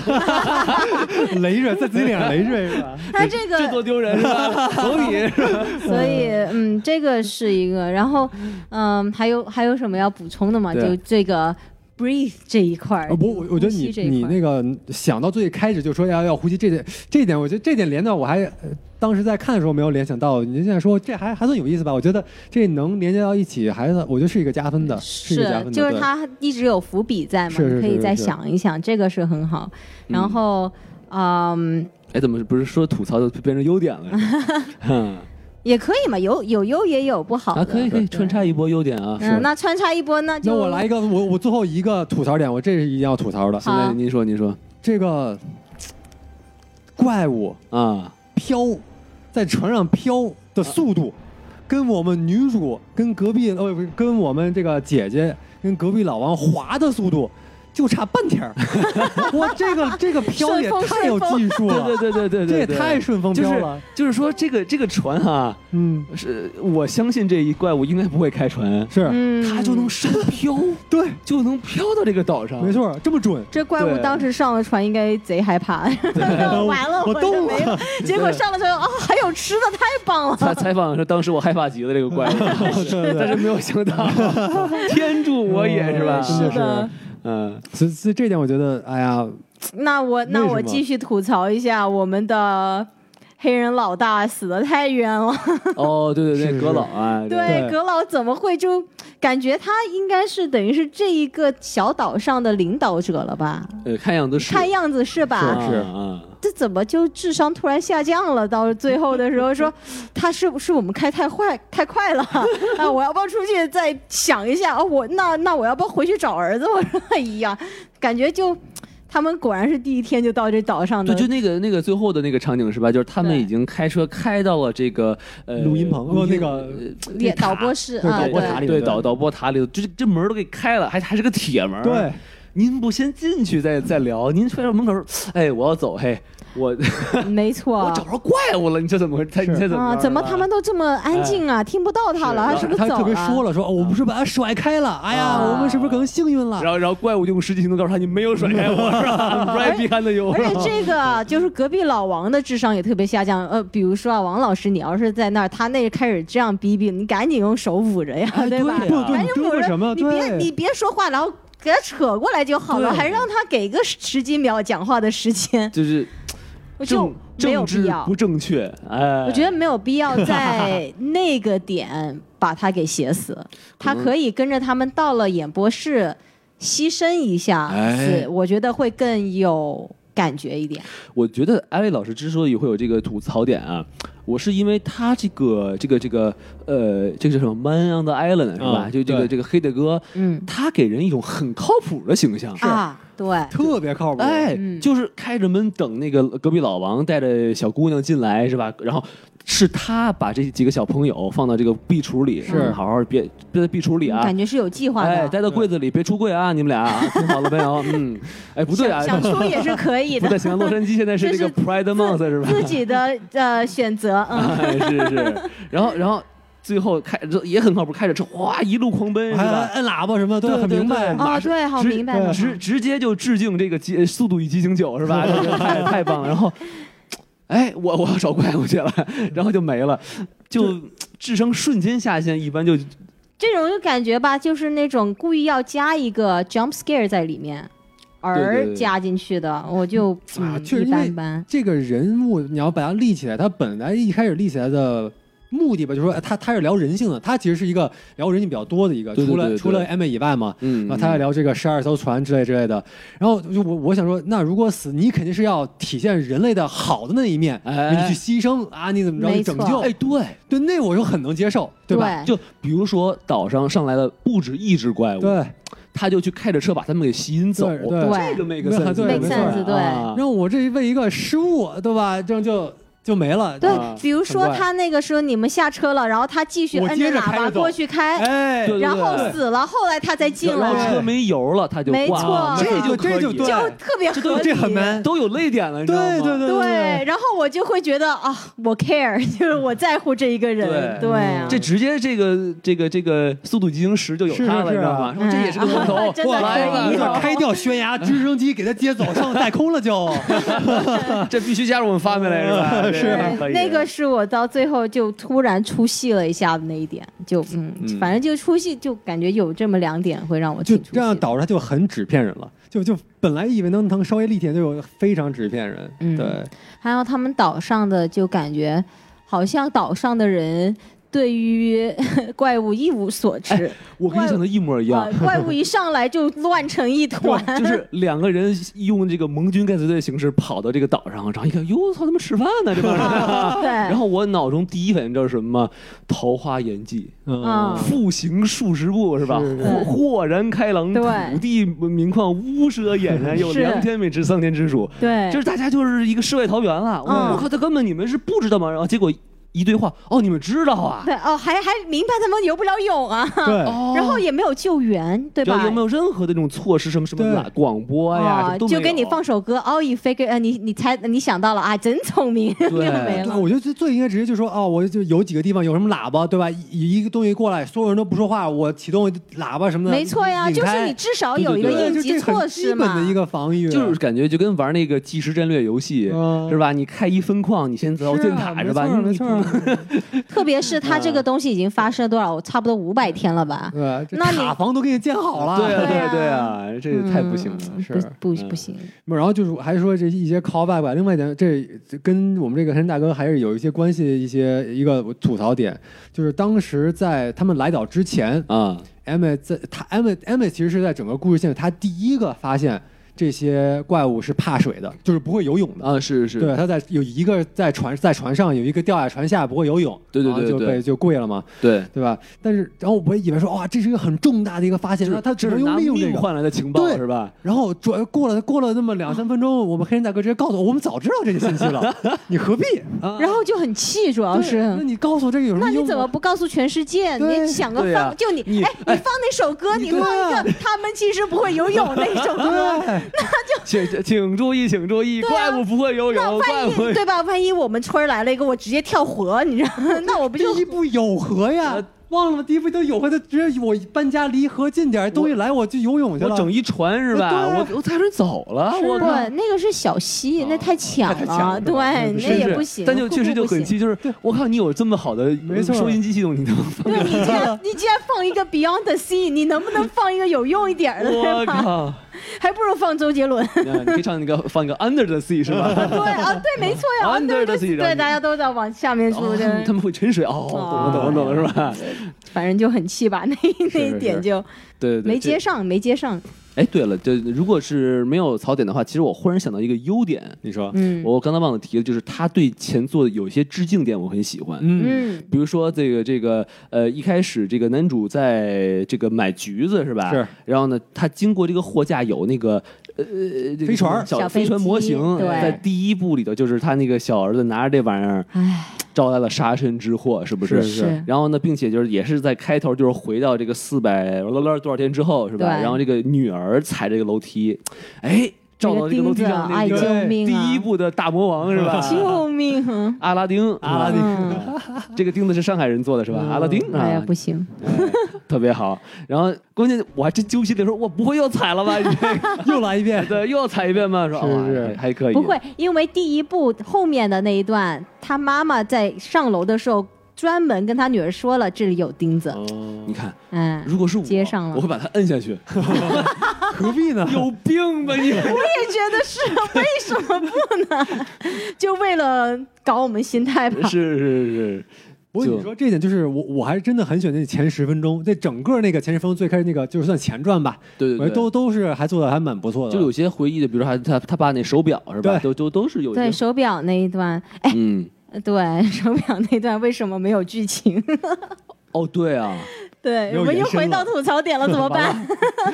Speaker 1: 是，累赘在自己脸上累赘是吧？
Speaker 2: 他这个
Speaker 3: (laughs) 这多丢人是啊吧？走你是吧？
Speaker 2: (laughs) 所以，嗯，这个是一个。然后，嗯，还有还有什么要补充的吗？
Speaker 3: 对
Speaker 2: 就这个 breathe 这一块儿，
Speaker 1: 呃不，我我觉得
Speaker 2: 呼吸
Speaker 1: 你
Speaker 2: 这一
Speaker 1: 你
Speaker 2: 块儿
Speaker 1: 那个想到最开始就说要要呼吸这点这一点，我觉得这点连到我还呃当时在看的时候没有联想到，您现在说这还还算有意思吧？我觉得这能连接到一起，还算我觉得是一个加分的，是一个加分的，
Speaker 2: 就是
Speaker 1: 对
Speaker 2: 他一直有伏笔在嘛，
Speaker 1: 是是
Speaker 2: 你可以
Speaker 1: 是
Speaker 2: 再
Speaker 1: 是
Speaker 2: 想一想，这个是很好。然后，嗯，
Speaker 3: 哎，怎么不是说吐槽就变成优点了是吧？嗯
Speaker 2: 也可以嘛，有有优也有不好的，
Speaker 3: 啊，可以可以穿插一波优点啊。
Speaker 2: 嗯，那穿插一波，那就
Speaker 1: 那我来一个，我我最后一个吐槽点，我这是一定要吐槽的，
Speaker 2: 好
Speaker 3: 现在您说您说
Speaker 1: 这个怪物
Speaker 3: 啊，
Speaker 1: 飘在船上飘的速度，跟我们女主跟隔壁呃不是跟我们这个姐姐跟隔壁老王滑的速度。就差半天儿，哇，这个这个飘也
Speaker 2: 顺风
Speaker 1: 太有技术了，
Speaker 3: 对对对对对，
Speaker 1: 这也
Speaker 3: 对
Speaker 1: 太顺风
Speaker 3: 就
Speaker 1: 飘
Speaker 3: 是
Speaker 1: 了。
Speaker 3: 就是说这个这个船啊，
Speaker 1: 嗯，
Speaker 3: 是我相信这一怪物应该不会开船，
Speaker 1: 是，
Speaker 2: 嗯，
Speaker 3: 它就能深 (laughs) 漂，
Speaker 1: 对，
Speaker 3: 就能飘到这个岛上。
Speaker 1: 没，错，这么准。
Speaker 2: 这怪物
Speaker 3: 对
Speaker 2: 当时上了船，应该贼害怕， (laughs) 完了，
Speaker 1: 哎我
Speaker 2: 这
Speaker 1: 动
Speaker 2: 没了。结果上了船啊，还有吃的，太棒了！
Speaker 3: 采采访说当时我害怕极了这个怪 (laughs) 物，
Speaker 1: 对
Speaker 3: 但是没有想到 (laughs) 天助我也是吧？
Speaker 1: 嗯真的
Speaker 2: 是的，
Speaker 3: 嗯，
Speaker 1: 所以所以这点我觉得，哎呀，
Speaker 2: 那我那
Speaker 1: 为什
Speaker 2: 我
Speaker 1: 么
Speaker 2: 继续吐槽一下我们的黑人老大死的太冤了。
Speaker 3: 哦，对对
Speaker 1: 是
Speaker 3: 对，
Speaker 1: 是
Speaker 3: 阁老啊，
Speaker 2: (laughs)
Speaker 3: 这
Speaker 2: 对，
Speaker 1: 对
Speaker 2: 阁老怎么会就感觉他应该是等于是这一个小岛上的领导者了吧？
Speaker 3: 呃，看样子是
Speaker 2: 看样子是吧？
Speaker 3: 啊
Speaker 1: 是
Speaker 3: 啊，
Speaker 2: 这怎么就智商突然下降了？到最后的时候说，他是不是我们开太快太快了 (laughs) 啊？我要不要出去再想一下啊？我那那我要不要回去找儿子？我说哎呀，感觉就他们果然是第一天就到这岛上的
Speaker 3: 对，就那个那个最后的那个场景是吧？就是他们
Speaker 2: 对
Speaker 3: 已经开车开到了这个呃
Speaker 1: 录音棚
Speaker 3: 录音
Speaker 1: 哦那个
Speaker 3: 呃
Speaker 2: 也
Speaker 3: 塔
Speaker 2: 导播室
Speaker 1: 对
Speaker 2: 啊，
Speaker 1: 导播
Speaker 2: 对
Speaker 1: 塔里面
Speaker 3: 对
Speaker 1: 对
Speaker 3: 导导播塔里头，就是这门儿都给开了，还还是个铁门儿，
Speaker 1: 对，
Speaker 3: 您不先进去再再聊，您非到门口儿，哎，我要走，嘿，我
Speaker 2: 没
Speaker 3: (laughs) 我
Speaker 2: 错。
Speaker 3: 找着怪物了，你这怎么回猜？
Speaker 1: 是
Speaker 3: 你猜怎么
Speaker 2: 啊，
Speaker 3: 着了？
Speaker 2: 怎么他们都这么安静啊？听不到他了，
Speaker 3: 是
Speaker 2: 他是不是
Speaker 1: 哎他
Speaker 2: 走
Speaker 1: 特别说
Speaker 2: 了？
Speaker 1: 了，说哦，我们是把他甩开了，哎呀，
Speaker 2: 啊
Speaker 1: 我们是不是可能幸运了？
Speaker 3: 啊然后然后怪物用实际行动告诉他，你没有甩开我，
Speaker 2: (laughs)
Speaker 3: 是吧？Right behind you，
Speaker 2: 而且
Speaker 1: (laughs)
Speaker 2: 这个就是隔壁老王的智商也特别下降。呃，比如说啊，王老师，你要是在那儿，他那开始这样逼逼，你赶紧用手捂着呀，
Speaker 1: 哎对
Speaker 2: 吧？
Speaker 1: 对对，
Speaker 2: 赶
Speaker 1: 你
Speaker 2: 紧
Speaker 1: 丢
Speaker 2: 捂
Speaker 1: 了
Speaker 2: 着，
Speaker 1: 什么？
Speaker 2: 你别你
Speaker 1: 对，
Speaker 2: 别说话，然后给他扯过来就好了，
Speaker 1: 对
Speaker 2: 还让他给个十几秒讲话的时间，
Speaker 3: 就是
Speaker 2: 我就
Speaker 3: 政
Speaker 2: 没有
Speaker 3: 政
Speaker 2: 必
Speaker 3: 治
Speaker 2: 要
Speaker 3: 不。正确，哎，
Speaker 2: 我觉得没有必要在那个点把他给写
Speaker 3: (laughs)
Speaker 2: 死，他
Speaker 3: 嗯
Speaker 2: 可以跟着他们到了演播室，牺牲一下，
Speaker 3: 哎
Speaker 2: 是我觉得会更有感觉一点。
Speaker 3: 我觉得艾薇老师之所以会有这个吐槽点啊，我是因为他这个这个这个呃，这个叫什么 “Man on the Island” 是吧？
Speaker 1: 嗯
Speaker 3: 就这个
Speaker 1: 对
Speaker 3: 这个黑的哥，
Speaker 2: 嗯
Speaker 3: 他给人一种很靠谱的形象。
Speaker 2: 啊，对，
Speaker 1: 特别靠谱。
Speaker 3: 哎，
Speaker 2: 嗯
Speaker 3: 就是开着门等那个隔壁老王带着小姑娘进来是吧？然后是他把这几个小朋友放到这个壁橱里，
Speaker 1: 是
Speaker 3: 好好别别在壁橱里啊，
Speaker 2: 感觉是有计划
Speaker 3: 哎，
Speaker 2: 的，嗯
Speaker 3: 待到柜子里别出柜啊，你们俩
Speaker 2: (laughs)
Speaker 3: 啊，听好了没有？嗯，哎，不对啊，
Speaker 2: 想想说也是可以
Speaker 3: (laughs) 不对，
Speaker 2: 的， (laughs)
Speaker 3: 行，洛杉矶现在是这个 Pride Month 是吧？
Speaker 2: 自己的呃选择，嗯，
Speaker 3: 哎是是，然后然后最后开这也很靠谱，开着车哗一路狂奔是
Speaker 1: 还
Speaker 3: 吧？
Speaker 1: 按喇叭什么，
Speaker 3: 对
Speaker 1: 很
Speaker 3: 对
Speaker 1: 明白啊
Speaker 3: 对。
Speaker 2: 哦，
Speaker 3: (laughs) 马上嗯
Speaker 2: 对，好
Speaker 3: 直呃
Speaker 2: 明白了，嗯
Speaker 3: 直直接就致敬这个机《呃速度与激情九》是吧？这个太太棒了。然后，哎，我我要找怪物去了，然后就没了，就智商瞬间下线，一般就
Speaker 2: 这种就感觉吧，就是那种故意要加一个 jump scare 在里面，
Speaker 3: 对对
Speaker 2: 而
Speaker 3: 对
Speaker 2: 加进去的，我就
Speaker 1: 啊
Speaker 2: 嗯
Speaker 1: 确实
Speaker 2: 一
Speaker 1: 因为
Speaker 2: 般般。
Speaker 1: 这个人物你要把他立起来，他本来一开始立起来的目的吧，就是说哎他他是聊人性的，他其实是一个聊人性比较多的一个，
Speaker 3: 对对
Speaker 1: 除了
Speaker 3: 对对
Speaker 1: 除了 M 以外嘛，
Speaker 3: 嗯
Speaker 1: 啊，他在聊这个十二艘船之类之类的。然后就我我想说，那如果死，你肯定是要体现人类的好的那一面，
Speaker 3: 哎
Speaker 1: 你去牺牲啊，你怎么着，
Speaker 2: 没
Speaker 1: 你拯
Speaker 2: 错
Speaker 1: 救，
Speaker 3: 哎，对，
Speaker 1: 对，那我就很能接受，对吧？
Speaker 3: 就比如说岛上上来了不止一只怪物，
Speaker 1: 对，
Speaker 3: 他就去开着车把他们给吸引走，
Speaker 1: 对对
Speaker 3: 这个 make
Speaker 1: 对
Speaker 3: sense，
Speaker 1: 对
Speaker 2: make
Speaker 3: 没错
Speaker 2: sense，对
Speaker 3: 啊
Speaker 1: 让我这为一个失误，对吧？这样就就没了。
Speaker 2: 对
Speaker 3: 啊，
Speaker 2: 比如说
Speaker 1: 很怪
Speaker 2: 他那个时候你们下车了，然后他继续
Speaker 1: 我
Speaker 2: 摁
Speaker 1: 接着
Speaker 2: 喇
Speaker 1: 开
Speaker 2: 叭
Speaker 1: 着走
Speaker 2: 过去开，
Speaker 1: 哎，
Speaker 3: 对
Speaker 2: 然后死了，后来他再进
Speaker 3: 然后
Speaker 2: 来，
Speaker 3: 车没油了，他就
Speaker 2: 没
Speaker 3: 挂了
Speaker 2: 错
Speaker 3: 这就
Speaker 1: 这就
Speaker 3: 可以
Speaker 1: 对
Speaker 2: 就特别合理。
Speaker 1: 难
Speaker 3: 都有泪点了，你知
Speaker 1: 对
Speaker 3: 道吗？
Speaker 1: 对对
Speaker 2: 对，然后我就会觉得啊，我 care，就是 (laughs) 我在乎这一个人，
Speaker 3: 对嗯
Speaker 2: 对啊，
Speaker 3: 这直接这个这个这个《速度与激情十》就有
Speaker 1: 是
Speaker 3: 他了，
Speaker 1: 是啊
Speaker 3: 你知道吗？说这也是个魔头，
Speaker 2: 嗯 (laughs) 真的
Speaker 3: 哇来
Speaker 2: 可以
Speaker 3: 吧，
Speaker 2: 哦
Speaker 1: 开掉悬崖，直升机给他接走，上太空
Speaker 2: (laughs)
Speaker 1: 了就。
Speaker 3: 这必须加入我们发明来是吧？
Speaker 1: (laughs) 是啊
Speaker 3: 这可
Speaker 2: 对
Speaker 3: 以
Speaker 2: 嗯那个是我到最后就突然出戏了一下的那一点，就嗯，反正就出戏，就感觉有这么两点会让我
Speaker 1: 就
Speaker 2: 挺出戏
Speaker 1: 这样
Speaker 2: 的。
Speaker 1: 导致他就很纸片人了，就就本来以为能能稍微立体，就非常纸片人。
Speaker 2: 嗯
Speaker 1: 对，
Speaker 2: 还有他们岛上的，就感觉好像岛上的人对于 (laughs) 怪物一无所知，
Speaker 3: 我跟你想的一模一 (laughs)
Speaker 2: 啊
Speaker 3: 样，，
Speaker 2: 怪物一上来就乱成一团。
Speaker 3: 就是两个人用这个盟军敢死队的形式跑到这个岛上，然后一看，哟，操，他们吃饭呢，这帮
Speaker 2: 啊 (laughs)
Speaker 3: 人。
Speaker 2: 对，
Speaker 3: (laughs) 然后我脑中第一反应知道是什么吗？桃花源记，
Speaker 2: 嗯
Speaker 3: 复行数十步是吧？
Speaker 1: 是是
Speaker 3: 豁豁然开朗，
Speaker 2: 对
Speaker 3: 土地明矿，屋舍
Speaker 2: (laughs)
Speaker 3: 俨然，有
Speaker 2: 是
Speaker 3: 良田美池，桑田之属。
Speaker 2: 对，
Speaker 3: 就是大家就是一个世外桃源了。
Speaker 2: 哎嗯
Speaker 3: 我靠，他根本你们是不知道吗？然后结果一对话，哦，你们知道啊？
Speaker 2: 对哦，还还明白他们游不了泳啊，
Speaker 1: 对，
Speaker 3: 哦
Speaker 2: 然后也没有救援，对吧
Speaker 3: 就？有没有任何的那种措施，什么什么
Speaker 1: 对
Speaker 3: 啦广播呀，
Speaker 2: 哦
Speaker 3: 这都没有
Speaker 2: 就给你放。首歌，哦，一飞 e 呃，你你猜，你想到了啊，真聪
Speaker 3: (laughs)
Speaker 2: 明，就没
Speaker 1: 对，
Speaker 2: 了。
Speaker 1: 我觉得最最应该直接就说啊，我就有几个地方有什么喇叭，对吧？一一个东西过来，所有人都不说话，我启动喇叭什么的，
Speaker 2: 没错呀，
Speaker 1: 引
Speaker 2: 就
Speaker 1: 开
Speaker 2: 是你至少有一个
Speaker 3: 对对
Speaker 1: 对，
Speaker 2: 应
Speaker 1: 就
Speaker 2: 急
Speaker 1: 这
Speaker 2: 措
Speaker 1: 很
Speaker 2: 施
Speaker 1: 基
Speaker 2: 嘛啊
Speaker 1: 本。的一个防御，啊
Speaker 3: 就是感觉就跟玩那个即时战略游戏，
Speaker 1: 嗯
Speaker 3: 是吧？你开一分矿，你先走
Speaker 1: 是
Speaker 3: 建
Speaker 1: 啊
Speaker 3: 塔
Speaker 1: 没
Speaker 3: 是吧？
Speaker 1: 错
Speaker 3: 你
Speaker 1: 没错儿，
Speaker 2: 特别是它
Speaker 3: 嗯
Speaker 2: 这个东西已经发生了多少，差不多五百天了吧？
Speaker 1: (laughs) 对，啊这
Speaker 2: 那你
Speaker 1: 塔防都给你建好了，
Speaker 3: 对啊
Speaker 2: 对
Speaker 3: 对
Speaker 2: 啊
Speaker 3: 啊对啊，这个太不行了，
Speaker 2: 嗯
Speaker 3: 是
Speaker 2: 不不
Speaker 3: 嗯
Speaker 2: 不行，
Speaker 1: 不然后就是还说这一些 callback 吧，另外一点，这这跟我们这个山大哥还是有一些关系的一些一个吐槽点，就是当时在他们来岛之前
Speaker 3: 啊。
Speaker 1: ，Emma 在他 Emma Emma 其实是在整个故事线他第一个发现这些怪物是怕水的，就是不会游泳的。
Speaker 3: 啊，是是，
Speaker 1: 对，他在有一个在船在船上，有一个掉在船下不会游泳，
Speaker 3: 对对
Speaker 1: 然后
Speaker 3: 对
Speaker 1: 就
Speaker 3: 对
Speaker 1: 被就跪了嘛，
Speaker 3: 对，
Speaker 1: 对吧？但是然后我以为说哇，这是一个很重大的一个发现，然后他只
Speaker 3: 这
Speaker 1: 能
Speaker 3: 是
Speaker 1: 用
Speaker 3: 拿
Speaker 1: 利用这
Speaker 3: 命
Speaker 1: 个。
Speaker 3: 换来的情报
Speaker 1: 对
Speaker 3: 是吧？
Speaker 1: 然后转过了过了那么两三分钟，我们黑人大哥直接告诉我，我们早知道这些信息了，
Speaker 3: (laughs)
Speaker 1: 你何必？
Speaker 3: 啊
Speaker 2: 然后就很气，主要
Speaker 1: 对
Speaker 2: 是。
Speaker 1: 那你告诉我这个有什
Speaker 2: 那
Speaker 1: 么用
Speaker 2: 你
Speaker 1: 吗？
Speaker 2: 怎么不告诉全世界？
Speaker 1: 哎对
Speaker 2: 你想个
Speaker 3: 对
Speaker 2: 方，
Speaker 3: 呀
Speaker 2: 就你
Speaker 3: 你
Speaker 2: 哎，你放那首歌，
Speaker 1: 你
Speaker 2: 你
Speaker 1: 对
Speaker 2: 放一
Speaker 1: 啊
Speaker 2: 个他们其实不会游泳那首
Speaker 3: 啊
Speaker 2: 歌，
Speaker 1: 对，
Speaker 3: 请请注意，请注意，
Speaker 2: 对
Speaker 3: 怪
Speaker 2: 啊
Speaker 3: 物不会游
Speaker 2: 那
Speaker 3: 泳，怪
Speaker 2: 万
Speaker 3: 物
Speaker 2: 一
Speaker 3: 会
Speaker 2: 对吧？万一我们村儿来了一个，我直接跳河，你知道吗？那我不
Speaker 3: (laughs)
Speaker 2: 就
Speaker 1: 第一步有河呀
Speaker 3: 呃，
Speaker 1: 忘了吗？第一步都有河，他直接我搬家离河近点儿，东西来我就游泳去
Speaker 3: 我
Speaker 1: 了。
Speaker 3: 整一船是吧？
Speaker 1: 对啊
Speaker 3: 我我带人走了，
Speaker 2: 不
Speaker 3: 啊我啊靠。
Speaker 2: 那个是小溪，那太抢
Speaker 1: 太抢了
Speaker 2: 对，
Speaker 1: 是
Speaker 2: 哎那
Speaker 3: 嗯是
Speaker 2: 也
Speaker 3: 是
Speaker 2: 不行。
Speaker 3: 但就确实就
Speaker 2: 瀑布
Speaker 3: 很
Speaker 2: 不行。
Speaker 3: 气，就是我靠，你有这么好的
Speaker 1: 没错
Speaker 3: 收音机系统，你
Speaker 2: (laughs)
Speaker 3: 能放？
Speaker 2: 对你竟然你竟然放一个 Beyond the Sea，你能不
Speaker 3: (laughs)
Speaker 2: 能放一个有用一点儿的？
Speaker 3: 我
Speaker 2: 对吧？ (laughs)
Speaker 3: 靠！
Speaker 2: 还不如放周杰
Speaker 3: (laughs)
Speaker 2: 伦。
Speaker 3: 那你可以唱那个放个 Under the Sea 是
Speaker 2: (laughs)
Speaker 3: 吧？
Speaker 2: 对啊，对，没错呀。啊
Speaker 3: Under
Speaker 2: 对
Speaker 3: the sea，
Speaker 2: 对
Speaker 3: 让
Speaker 2: 对，
Speaker 3: 你
Speaker 2: 大家都在往下面
Speaker 3: 哦
Speaker 2: 说，
Speaker 3: 他们
Speaker 2: 对
Speaker 3: 他们会沉水哦，
Speaker 2: 哦
Speaker 3: 懂了懂了懂了
Speaker 2: (laughs)
Speaker 3: 是吧？
Speaker 2: 反正就很气吧，那
Speaker 3: 是
Speaker 2: 那一点就
Speaker 3: 对对对，
Speaker 2: 没
Speaker 3: 这
Speaker 2: 接上，没接上。
Speaker 3: 哎，对了，就如果是没有槽点的话，其实我忽然想到一个优点，
Speaker 1: 你说，
Speaker 2: 嗯
Speaker 3: 我刚才忘了提了，就是他对前作有一些致敬点，我很喜欢。
Speaker 1: 嗯，
Speaker 2: 嗯
Speaker 3: 比如说这个这个呃，一开始这个男主在这个买橘子是吧？
Speaker 1: 是。
Speaker 3: 然后呢，他经过这个货架有那个呃这个
Speaker 1: 飞船
Speaker 3: 小
Speaker 2: 小
Speaker 3: 飞
Speaker 2: 飞
Speaker 3: 船模
Speaker 2: 机
Speaker 3: 型，
Speaker 2: 对
Speaker 3: 在第一部里头就是他那个小儿子拿着这玩意儿，
Speaker 2: 唉，
Speaker 3: 招来了杀身之祸，是不是？
Speaker 1: 是
Speaker 2: 嗯是
Speaker 3: 然后呢，并且就是也是在开头就是回到这个四百呃多少天之后是吧？
Speaker 2: 对
Speaker 3: 然后这个女儿踩这个楼梯，哎，照到这个楼梯上那
Speaker 2: 哎，
Speaker 1: 钉
Speaker 3: 个
Speaker 1: 子
Speaker 2: 救
Speaker 1: 对
Speaker 2: 命啊！
Speaker 3: 第一部的大魔王是
Speaker 2: (laughs)
Speaker 3: 吧？
Speaker 2: 救命啊！
Speaker 3: 阿拉丁，
Speaker 1: 阿拉丁
Speaker 2: 嗯，
Speaker 3: 这个钉子是上海人做的是吧？
Speaker 1: 嗯
Speaker 3: 阿拉丁
Speaker 2: (laughs)
Speaker 3: 啊，
Speaker 2: 哎呀，不行，
Speaker 3: 哎特别好。然后关键我还真揪心的说，我不会又踩了吧？你这个
Speaker 1: (laughs) 又来一遍。
Speaker 3: 对，又要踩一遍吗？说
Speaker 1: 是
Speaker 3: 哇
Speaker 1: 是
Speaker 3: 还还可以，
Speaker 2: 不会，因为第一部后面的那一段，他妈妈在上楼的时候专门跟他女儿说了，这里有钉子，
Speaker 1: 哦
Speaker 3: 你，看，
Speaker 2: 嗯。
Speaker 3: 如果是我，
Speaker 2: 接上了
Speaker 3: 我会把它摁下去。
Speaker 1: 何必
Speaker 3: (laughs)
Speaker 1: 呢？
Speaker 3: 有病吧你？
Speaker 2: 我也觉得是，啊为什么不呢？ (laughs) 就为了搞我们心态吧。
Speaker 3: (laughs) 是是是，
Speaker 1: 不过
Speaker 3: 就
Speaker 1: 你说这一点，就是我我还真的很喜欢那前十分钟，这整个那个前十分钟最开始那个就是算前传吧，
Speaker 3: 对
Speaker 1: 我
Speaker 3: 对
Speaker 1: 觉得
Speaker 3: 对，
Speaker 1: 都都是还做的还蛮不错的。
Speaker 3: 就有些回忆的，比如说还他他爸那手表是吧？
Speaker 1: 对
Speaker 3: 都都都是有
Speaker 2: 对
Speaker 3: 一些
Speaker 2: 手表那一段，哎，
Speaker 3: 嗯，
Speaker 2: 对 (laughs) 手表那一段为什么没有剧情？
Speaker 3: 哦对啊，
Speaker 2: 对，
Speaker 1: 没有
Speaker 2: 我们又
Speaker 1: 延伸
Speaker 2: 回
Speaker 1: 了
Speaker 2: 到吐槽点了，
Speaker 1: (laughs)
Speaker 2: 怎么办？ (laughs)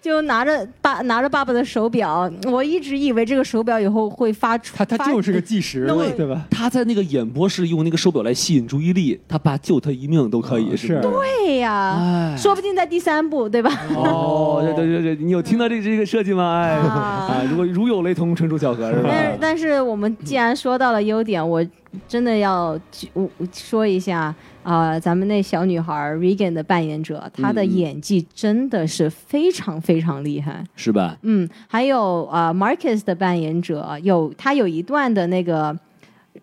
Speaker 2: 就拿着爸拿着爸爸的手表，我一直以为这个手表以后会发出，
Speaker 1: 它它
Speaker 2: 发
Speaker 1: 就是个计时，
Speaker 2: 那我
Speaker 1: 对吧？
Speaker 3: 他在那个演播室用那个手表来吸引注意力，他爸救他一命都可以，
Speaker 1: 啊
Speaker 3: 是不
Speaker 1: 是
Speaker 2: 对呀、
Speaker 3: 哎
Speaker 2: 说不定在第三部，对吧？
Speaker 3: 哦，对对对对，你有听到这这个设计吗？哎，
Speaker 2: 啊
Speaker 3: (laughs) 啊，如果如有雷同，纯属巧合是
Speaker 2: (laughs) 但
Speaker 3: 吧
Speaker 2: 是？但是我们既然说到了优点，我真的要我说一下啊、咱们那小女孩 Regan 的扮演者，她的
Speaker 3: 嗯嗯
Speaker 2: 演技真的是非常非常厉害。
Speaker 3: 是吧？
Speaker 2: 嗯，还有啊、呃、，Marcus 的扮演者有他有一段的那个，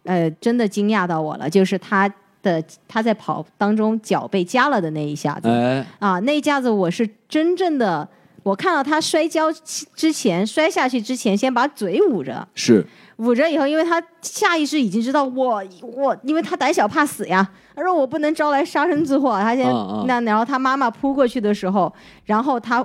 Speaker 2: 呃，真的惊讶到我了，就是他的他在跑当中脚被夹了的那一下子、
Speaker 3: 哎，
Speaker 2: 啊，那一下子我是真正的，我看到他摔跤之前摔下去之前，先把嘴捂着，
Speaker 3: 是
Speaker 2: 捂着以后，因为他下意识已经知道我我，因为他胆小怕死呀，他说我不能招来杀身之祸，他先、
Speaker 3: 啊啊
Speaker 2: 那然后他妈妈扑过去的时候，然后他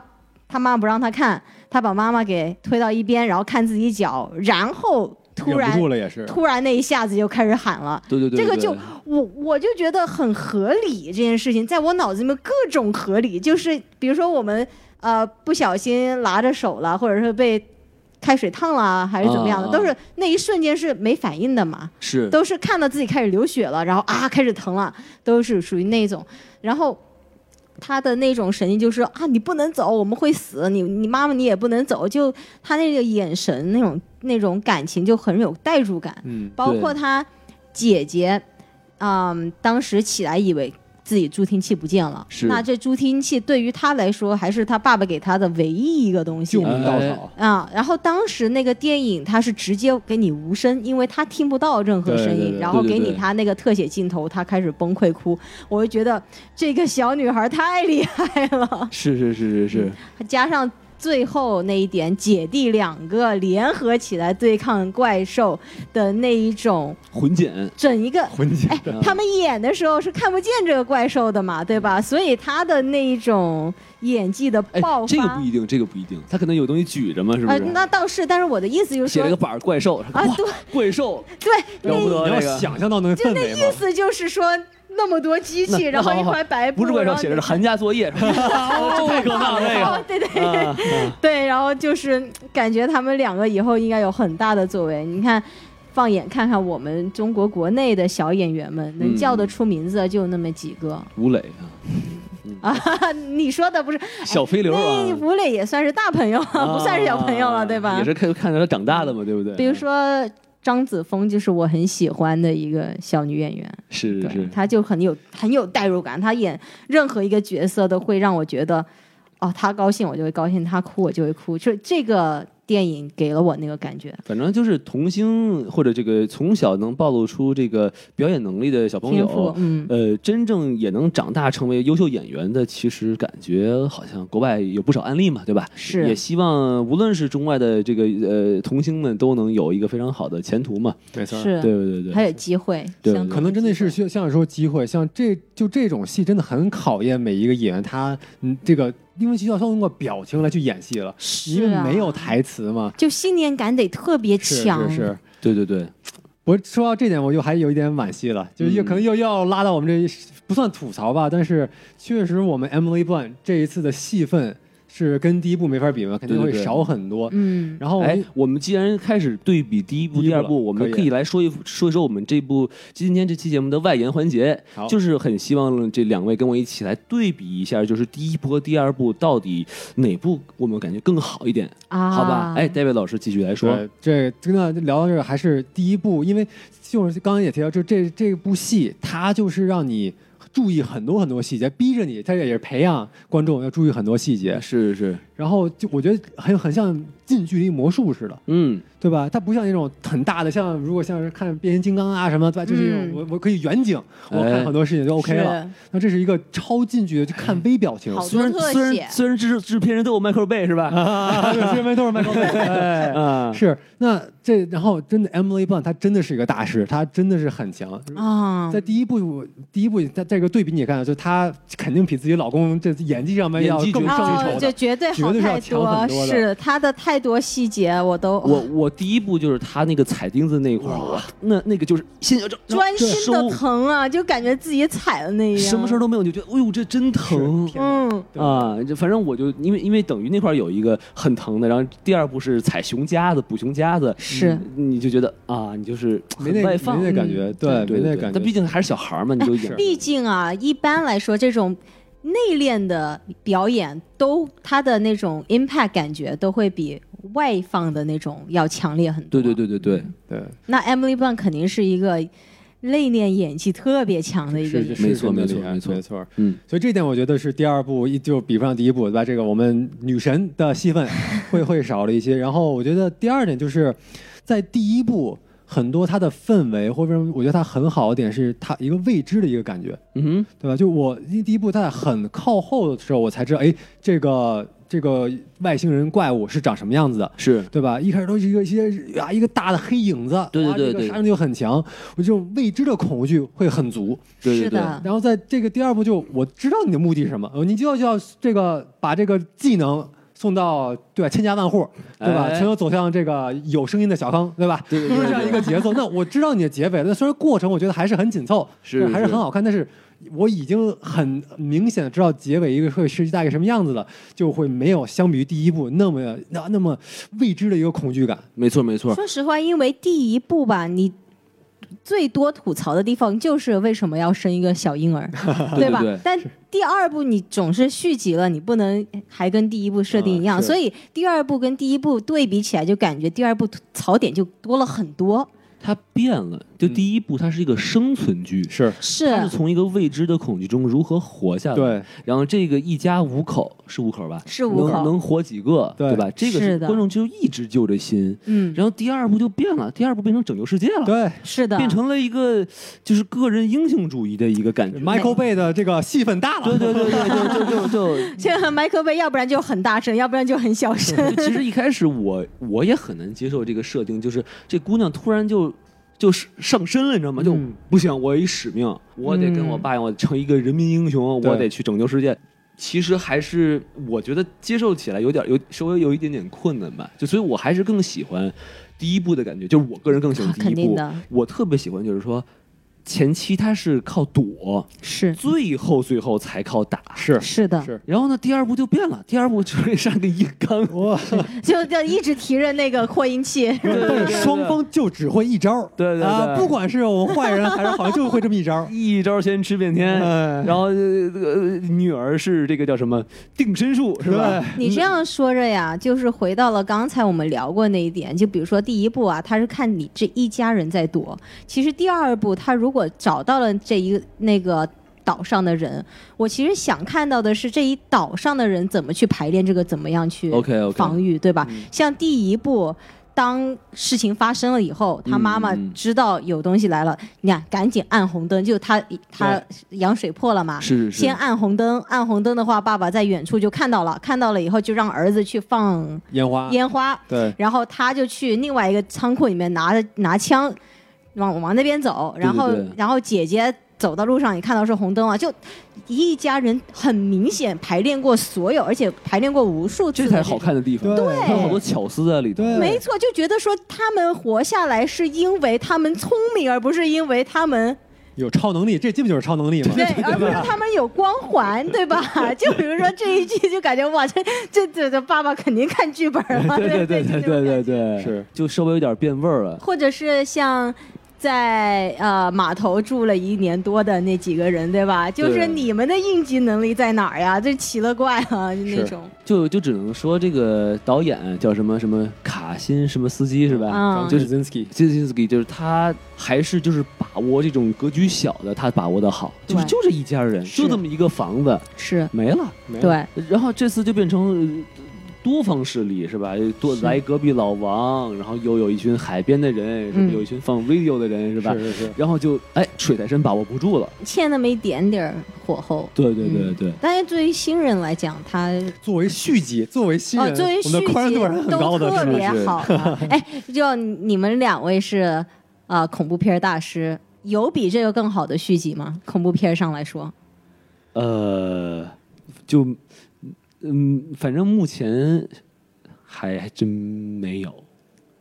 Speaker 2: 他妈妈不让他看，他把妈妈给推到一边，然后看自己脚，然后突
Speaker 1: 忍
Speaker 2: 然
Speaker 1: 不住了也是。
Speaker 2: 突然那一下子就开始喊了。
Speaker 3: 对对对，
Speaker 2: 这个
Speaker 3: 对
Speaker 2: 就我我就觉得很合理，这件事情在我脑子里面各种合理，就是比如说我们呃不小心拉着手了，或者是被开水烫了，还是怎么样的，
Speaker 3: 啊
Speaker 2: 都是那一瞬间是没反应的嘛，
Speaker 3: 是
Speaker 2: 都是看到自己开始流血了，然后啊开始疼了，都是属于那种，然后。他的那种神情就是啊，你不能走，我们会死，你你妈妈你也不能走，就他那个眼神那种那种感情就很有代入感，
Speaker 1: 嗯，
Speaker 2: 包括他姐姐，嗯，当时起来以为自己助听器不见了，
Speaker 3: 是
Speaker 2: 那这助听器对于他来说还是他爸爸给他的唯一一个东西
Speaker 1: 救。命
Speaker 3: 哎
Speaker 1: 稻草，
Speaker 2: 啊、然后当时那个电影它是直接给你无声，因为他听不到任何声音，
Speaker 1: 对对对
Speaker 2: 然后
Speaker 3: 对对
Speaker 2: 给你
Speaker 3: 对
Speaker 2: 他那个特写镜头，他开始崩溃哭。我就觉得这个小女孩太厉害了，嗯
Speaker 3: 是是是是是，
Speaker 2: 加上最后那一点姐弟两个联合起来对抗怪兽的那一种
Speaker 3: 混剪，啊
Speaker 2: 整一个
Speaker 1: 混剪
Speaker 2: 哎，
Speaker 3: 嗯
Speaker 2: 他们演的时候是看不见这个怪兽的嘛，对
Speaker 3: 嗯
Speaker 2: 吧？所以他的那一种演技的
Speaker 3: 哎
Speaker 2: 爆，
Speaker 3: 这个
Speaker 2: 发
Speaker 3: 不，一定，这个不一定，他可能有东西举着嘛，是不
Speaker 2: 呃，
Speaker 3: 是？
Speaker 2: 那倒是，但是我的意思就是
Speaker 3: 写了
Speaker 2: 说，
Speaker 3: 个板儿怪兽，
Speaker 2: 啊
Speaker 3: 哇
Speaker 2: 对
Speaker 3: 怪兽，
Speaker 2: 对，
Speaker 3: (laughs) 了不得
Speaker 1: 你要
Speaker 3: 那个。
Speaker 1: 想象到那个氛围
Speaker 2: 意
Speaker 1: 嘛。
Speaker 2: 思就是说那么多机器，
Speaker 3: 那
Speaker 2: 然后
Speaker 3: 那好
Speaker 2: 一
Speaker 3: 好
Speaker 2: 块白布，
Speaker 3: 不是怪兽
Speaker 2: 然后
Speaker 3: 写着
Speaker 2: 你
Speaker 3: 是寒假作业，
Speaker 2: (laughs)
Speaker 3: 哦， (laughs) 太可怕了那
Speaker 2: 哦
Speaker 3: 个。
Speaker 2: 对对
Speaker 3: 啊，
Speaker 2: (laughs) 对，然后就是嗯感觉他们两个以后应该有很大的作为。你看，放眼看看我们中国国内的小演员们，
Speaker 3: 嗯
Speaker 2: 能叫得出名字的就那么几
Speaker 3: (laughs)
Speaker 2: 个、
Speaker 3: 吴磊啊，
Speaker 2: 啊。你说的不是？
Speaker 3: 小飞流啊
Speaker 2: 那，哎吴磊也算是大朋友了， (laughs) 不算是小朋友了，
Speaker 3: 啊
Speaker 2: 对吧
Speaker 3: 也？是看看着他长大的嘛，对不对？
Speaker 2: 比如说。张子枫就是我很喜欢的一个小女演员，
Speaker 3: 是
Speaker 2: 对，
Speaker 3: 是，
Speaker 2: 她就很有很有代入感，她演任何一个角色都会让我觉得，哦，她高兴我就会高兴，她哭我就会哭，就这个电影给了我那个感觉。
Speaker 3: 反正就是童星或者这个从小能暴露出这个表演能力的小朋
Speaker 2: 天赋
Speaker 3: 友，，
Speaker 2: 嗯，
Speaker 3: 呃，真正也能长大成为优秀演员的，其实感觉好像国外有不少案例嘛，对吧？也
Speaker 2: 是
Speaker 3: 希望无论是中外的这个呃童星们都能有一个非常好的前途嘛。
Speaker 1: 没错儿，
Speaker 2: 是，
Speaker 3: 对对对
Speaker 2: 还
Speaker 3: 对，
Speaker 2: 有机会，
Speaker 3: 对
Speaker 2: 相当
Speaker 3: 对
Speaker 1: 可能真的
Speaker 2: 机会
Speaker 1: 是需要像说机会，像这就这种戏真的很考验每一个演员他，嗯，这个因为需要通过表情来去演戏了，因
Speaker 2: 是
Speaker 1: 为
Speaker 2: 啊，
Speaker 1: 没有，台词嘛。
Speaker 2: 就信念感得特别
Speaker 1: 是
Speaker 2: 强，
Speaker 1: 是是，
Speaker 3: 对对对，
Speaker 1: 我说到这点，我就还有一点惋惜了，就是又
Speaker 3: 嗯
Speaker 1: 可能又要拉到我们这不算吐槽吧，但是确实我们 Emily Blunt 这一次的戏份是跟第一部没法比嘛，肯定
Speaker 3: 对
Speaker 1: 会
Speaker 3: 对对
Speaker 1: 少很多。
Speaker 2: 嗯，
Speaker 1: 然后我
Speaker 3: 哎
Speaker 1: 们，
Speaker 3: 我们既然开始对比第一部、
Speaker 1: 哦第一部
Speaker 3: 第二
Speaker 1: 了
Speaker 3: 部，我们
Speaker 1: 可以
Speaker 3: 可以来说一说一说我们这部今天这期节目的外延环节
Speaker 1: 好，
Speaker 3: 就是很希望这两位跟我一起来对比一下，就是第一部和第二部到底哪部我们感觉更好一点，
Speaker 2: 啊，
Speaker 3: 好吧？哎，，David 老师继续来说，
Speaker 1: 对呃这真的聊到这儿还是第一部，因为就是刚刚也提到，就这这部戏它就是让你注意很多很多细节，逼着你，它也是培养观众要注意很多细节。
Speaker 3: 哎是是，
Speaker 1: 然后就我觉得很很像近距离魔术似的，
Speaker 3: 嗯，
Speaker 1: 对吧？它不像那种很大的，像如果像是看变形金刚啊什么，对吧？就是一种
Speaker 2: 嗯
Speaker 1: 我我可以远景，我
Speaker 3: 哎
Speaker 1: 看很多事情就 OK 了。那这是一个超近距离，就看微表情。
Speaker 2: 好
Speaker 3: 虽然
Speaker 2: 多特
Speaker 3: 虽
Speaker 2: 写
Speaker 3: 然虽然制制片人都有迈克尔贝是吧？
Speaker 1: 啊，这边都是麦克贝。哎
Speaker 3: 啊，
Speaker 1: 是，那这然后真的 Emily Blunt 她真的是一个大师，她真的是很强。
Speaker 2: 啊，
Speaker 1: 在第一部，第一部在这个对比你看，啊就她肯定比自己老公这演技上面要
Speaker 3: 演技
Speaker 1: 更
Speaker 3: 绝对
Speaker 1: 胜
Speaker 3: 是
Speaker 1: 一筹的。
Speaker 2: 哦，就绝对
Speaker 1: 绝对是要强
Speaker 2: 好太
Speaker 1: 很多的
Speaker 2: 是他的太多细节我都
Speaker 3: 我我第一部就是他那个踩钉子那一块儿，哇，那那个就是心要这
Speaker 2: 专心的
Speaker 3: 收
Speaker 2: 疼啊，就感觉自己踩了那一样，
Speaker 3: 什么事儿都没有，你就觉得哎呦哦这真疼。
Speaker 1: 天哪
Speaker 2: 嗯，
Speaker 1: 对
Speaker 3: 啊，这反正我就因为因为等于那块儿有一个很疼的，然后第二步是踩熊夹子补熊夹子，
Speaker 2: 是
Speaker 3: 你就觉得啊，你就是
Speaker 1: 没
Speaker 3: 很
Speaker 1: 那
Speaker 3: 外
Speaker 1: 没
Speaker 3: 放，
Speaker 1: 那感
Speaker 3: 嗯
Speaker 1: 觉，对，
Speaker 3: 对
Speaker 1: 没那
Speaker 3: 对
Speaker 1: 感
Speaker 3: 但毕
Speaker 1: 觉。
Speaker 3: 竟还是小孩儿嘛，你
Speaker 1: (laughs)
Speaker 3: 就演
Speaker 2: 毕竟啊，一般来说这种内敛的表演都它的那种 impact 感觉都会比外放的那种要强烈很多。
Speaker 3: 对对。对对对，
Speaker 1: 对，
Speaker 2: 那 Emily Blunt 肯定是一个内敛演技特别强的一个
Speaker 1: 是
Speaker 2: 人
Speaker 1: 是。
Speaker 3: 没
Speaker 1: 是
Speaker 3: 错
Speaker 1: 真的
Speaker 3: 没错
Speaker 1: 厉害
Speaker 3: 没错
Speaker 1: 没错。
Speaker 3: 嗯，
Speaker 1: 所以这点我觉得是第二部一就比不上第一部，对吧？这个我们女神的戏份会会少了一些。然后我觉得第二点就是，在第一部很多它的氛围，或者我觉得它很好的点是它一个未知的一个感觉，
Speaker 3: 嗯
Speaker 1: 对吧？就我因为第一部它在很靠后的时候，我才知道，哎，这个这个外星人怪物是长什么样子的。
Speaker 3: 哼，是
Speaker 1: 对吧？一开始都是一个一些啊一个大的黑影子，
Speaker 3: 对对
Speaker 1: 哇
Speaker 3: 对
Speaker 1: 这个
Speaker 3: 对
Speaker 1: 杀伤力就很强，我这种未知的恐惧会很足。
Speaker 3: 对
Speaker 2: 是
Speaker 3: 对对，
Speaker 2: 的，
Speaker 1: 然后在这个第二步就我知道你的目的是什么，呃你就要就要这个把这个技能送到对吧千家万户，对吧？
Speaker 3: 哎
Speaker 1: 全都走向这个有声音的小康，对吧？
Speaker 3: 对对对
Speaker 1: 都是这样
Speaker 3: 对
Speaker 1: 一个节奏。
Speaker 3: (laughs)
Speaker 1: 那我知道你的结尾，那虽然过程我觉得还是很紧凑，
Speaker 3: 是
Speaker 1: 对还是
Speaker 3: 是
Speaker 1: 很好看，但是我已经很明显的知道结尾一个会是大概什么样子了，就会没有相比于第一部那么那那么未知的一个恐惧感。
Speaker 3: 没错没错，
Speaker 2: 说实话，因为第一部吧，你最多吐槽的地方就是为什么要生一个小婴儿，
Speaker 3: 啊对
Speaker 2: 吧？
Speaker 3: 对
Speaker 2: 但第二部你总是续集了，你不能还跟第一部设定一
Speaker 3: 啊
Speaker 1: 嗯
Speaker 2: 样，
Speaker 1: 是
Speaker 2: 所以第二部跟第一部对比起来，就感觉第二部槽点就多了很多。
Speaker 3: 它变了。就
Speaker 1: 嗯
Speaker 3: 第一部，它是一个生存剧，
Speaker 1: 是
Speaker 2: 是
Speaker 3: 它是从一个未知的恐惧中如何活下来。，
Speaker 1: 对，
Speaker 3: 然后这个一家五口是五口吧？
Speaker 2: 是五
Speaker 3: 能
Speaker 2: 口，
Speaker 3: 能活几个？
Speaker 1: 对
Speaker 3: 吧？这
Speaker 2: 是
Speaker 3: 个是
Speaker 2: 的
Speaker 3: 观众就一直就这心。
Speaker 2: 嗯，
Speaker 3: 然后第二部就变了，第二部变成拯救世界了，
Speaker 1: 对
Speaker 2: 是的，
Speaker 3: 变成了一个就是个人英雄主义的一个感觉。
Speaker 1: ，Michael Bay 的这个戏份大了，
Speaker 3: 对对对对，就就就就
Speaker 2: 这个麦克贝，要不然就很大声，要不然就很小
Speaker 3: (laughs)
Speaker 2: 声。
Speaker 3: 其实一开始我我也很难接受这个设定，就是这姑娘突然就就是上身了，你知道吗？就
Speaker 1: 嗯
Speaker 3: 不行，我有一使命，我得跟我爸一样，我成一个人民英雄，
Speaker 1: 对
Speaker 3: 我得去拯救世界。其实还是我觉得接受起来有点有稍微有一点点困难吧，就所以我还是更喜欢第一部的感觉，就是我个人更喜欢
Speaker 2: 啊
Speaker 3: 第
Speaker 2: 肯
Speaker 3: 一
Speaker 2: 定
Speaker 3: 部。
Speaker 2: 的，
Speaker 3: 我特别喜欢就是说，前期他是靠躲，
Speaker 2: 是
Speaker 3: 最后最后才靠打。
Speaker 1: 是
Speaker 2: 是的，
Speaker 1: 是，
Speaker 3: 然后呢，第二部就变了，第二部就是上个硬刚，
Speaker 1: 哇，
Speaker 2: 就就一直提着那个扩音器。
Speaker 3: 对对
Speaker 1: 但
Speaker 3: 对
Speaker 1: 是双方就只会一招，
Speaker 3: 对对对，
Speaker 1: 啊，不管是我们坏人还是好人，就会这么一招
Speaker 3: (laughs) 一招先吃遍天。
Speaker 1: 哎，
Speaker 3: 然后呃这个、呃女儿是这个叫什么定身术是吧？ (laughs)
Speaker 2: 你这样说着呀，就是回到了刚才我们聊过那一点，就比如说第一步啊，他是看你这一家人在躲，其实第二步他如果找到了这一个那个。岛上的人，我其实想看到的是这一岛上的人怎么去排练这个，怎么样去
Speaker 3: 嗯 OK，OK
Speaker 2: 防御啊对吧？
Speaker 3: 嗯
Speaker 2: 像第一步，当事情发生了以后，他妈妈
Speaker 3: 嗯嗯
Speaker 2: 知道有东西来了，你看赶紧按红灯，就他他羊水破了嘛，
Speaker 3: 是是
Speaker 2: 先按红灯，按红灯的话，爸爸在远处就看到了，看到了以后就让儿子去放
Speaker 1: 烟花，
Speaker 2: 烟
Speaker 3: 啊
Speaker 2: 花，
Speaker 1: 对，
Speaker 2: 然后他就去另外一个仓库里面拿着拿枪，往往那边走，然后
Speaker 3: 对对对
Speaker 2: 然后姐姐走到路上也看到是红灯了，啊就一家人很明显排练过所有，而且排练过无数次，
Speaker 3: 这才好。看的地方，
Speaker 1: 对
Speaker 3: 它有好多巧思在里头。
Speaker 1: 对
Speaker 2: 没错，就觉得说他们活下来是因为他们聪明，而不是因为他们
Speaker 1: 有超能力，这基本就是超能力嘛，
Speaker 2: (laughs) 对，而不是他们有光环，对
Speaker 3: (laughs)
Speaker 2: 吧？就比如说这一句，就感觉哇，这这这这爸爸肯定看剧本啊了，
Speaker 3: 对对
Speaker 2: 对就
Speaker 3: 对对
Speaker 2: 这
Speaker 3: 对
Speaker 2: 种
Speaker 3: 对
Speaker 2: 感觉
Speaker 3: 对，
Speaker 1: 是
Speaker 3: 就稍微有点变味儿了。
Speaker 2: 或者是像。在呃码头住了一年多的那几个人，对吧？就是
Speaker 3: 对
Speaker 2: 你们的应急能力在哪儿呀？这奇了怪了、就那种
Speaker 3: 就就只能说这个导演叫什么什么卡辛什么斯基是吧？
Speaker 2: 啊
Speaker 1: 就
Speaker 3: 就是是
Speaker 1: Zinsky，
Speaker 3: 金斯基就是他还是就是把握这种格局小的，他把握的好，
Speaker 2: 对
Speaker 3: 就是就这一家人，
Speaker 2: 是
Speaker 3: 就这么一个房子
Speaker 2: 是，
Speaker 3: 没了。
Speaker 1: 没有，
Speaker 2: 对，
Speaker 3: 然后这次就变成呃多方势力是吧？多
Speaker 2: 是
Speaker 3: 来隔壁老王，然后又有一群海边的人，什么
Speaker 2: 嗯
Speaker 3: 有一群放 video 的人是吧？
Speaker 1: 是是是，
Speaker 3: 然后就哎水太深把握不住了。
Speaker 2: 欠那么一点点儿火候。
Speaker 3: 对对对
Speaker 2: 嗯
Speaker 3: 对，
Speaker 2: 但是对于新人来讲，他
Speaker 1: 作为续集，作为新
Speaker 2: 哦，
Speaker 1: 人，
Speaker 2: 作为
Speaker 1: 我
Speaker 2: 续
Speaker 1: 们
Speaker 2: 集
Speaker 1: 的宽容度还是很高的，
Speaker 2: 都特
Speaker 1: 是不
Speaker 2: 别
Speaker 1: 是？
Speaker 2: 好、
Speaker 1: (laughs)
Speaker 2: 啊。哎，就你们两位是呃恐怖片大师，有比这个更好的续集吗？恐怖片上来说，
Speaker 3: 呃，就嗯，反正目前还还真没有，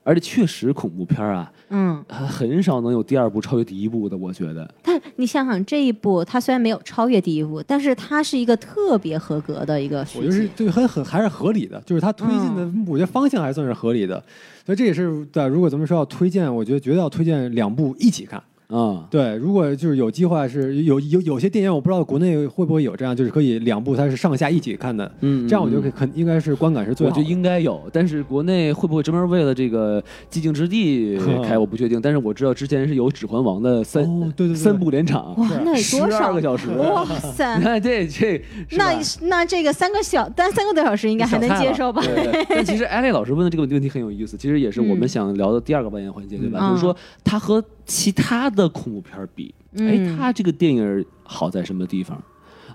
Speaker 3: 而且确实恐怖片儿啊，
Speaker 2: 嗯，
Speaker 3: 很很少能有第二部超越第一部的，我觉得。
Speaker 2: 但你想想这一部，它虽然没有超越第一部，但是它是一个特别合格的一个续
Speaker 1: 我
Speaker 2: 集。
Speaker 1: 就是这个很很还是合理的，就是它推进
Speaker 2: 嗯
Speaker 1: 的，我觉得方向还算是合理的，所以这也是对。如果咱们说要推荐，我觉得绝对要推荐两部一起看。
Speaker 3: 啊、
Speaker 1: 对，如果就是有计划是有有有些电影，我不知道国内会不会有这样，就是可以两部它是上下一起看的，
Speaker 3: 嗯，嗯，
Speaker 1: 这样我觉得
Speaker 3: 嗯
Speaker 1: 可以很应该是观感是最
Speaker 3: 我
Speaker 1: 好
Speaker 3: 觉得
Speaker 1: 的。》
Speaker 3: 应该有，但是国内会不会专门为了这个《寂静之地开，我不确定。但是我知道之前是有《指环王》的三、
Speaker 1: 哦对对对
Speaker 3: 三部连场，
Speaker 2: 哇，那
Speaker 3: 十
Speaker 2: 有多
Speaker 3: 二
Speaker 2: 少
Speaker 3: 个？小时。 (laughs)
Speaker 2: 哇
Speaker 3: 你
Speaker 2: 塞！
Speaker 3: 看这这，是吧
Speaker 2: 那那这个三个小，但三个多小时应该还能接受吧？(laughs)
Speaker 3: 对对但其实艾丽老师问的这个问题很有意思，其实也是我们
Speaker 2: 嗯
Speaker 3: 想聊的第二个扮演环节，对吧？
Speaker 2: 嗯
Speaker 3: 就是说它和其他的恐怖片儿比，哎
Speaker 2: 嗯，，
Speaker 3: 它这个电影儿好在什么地方？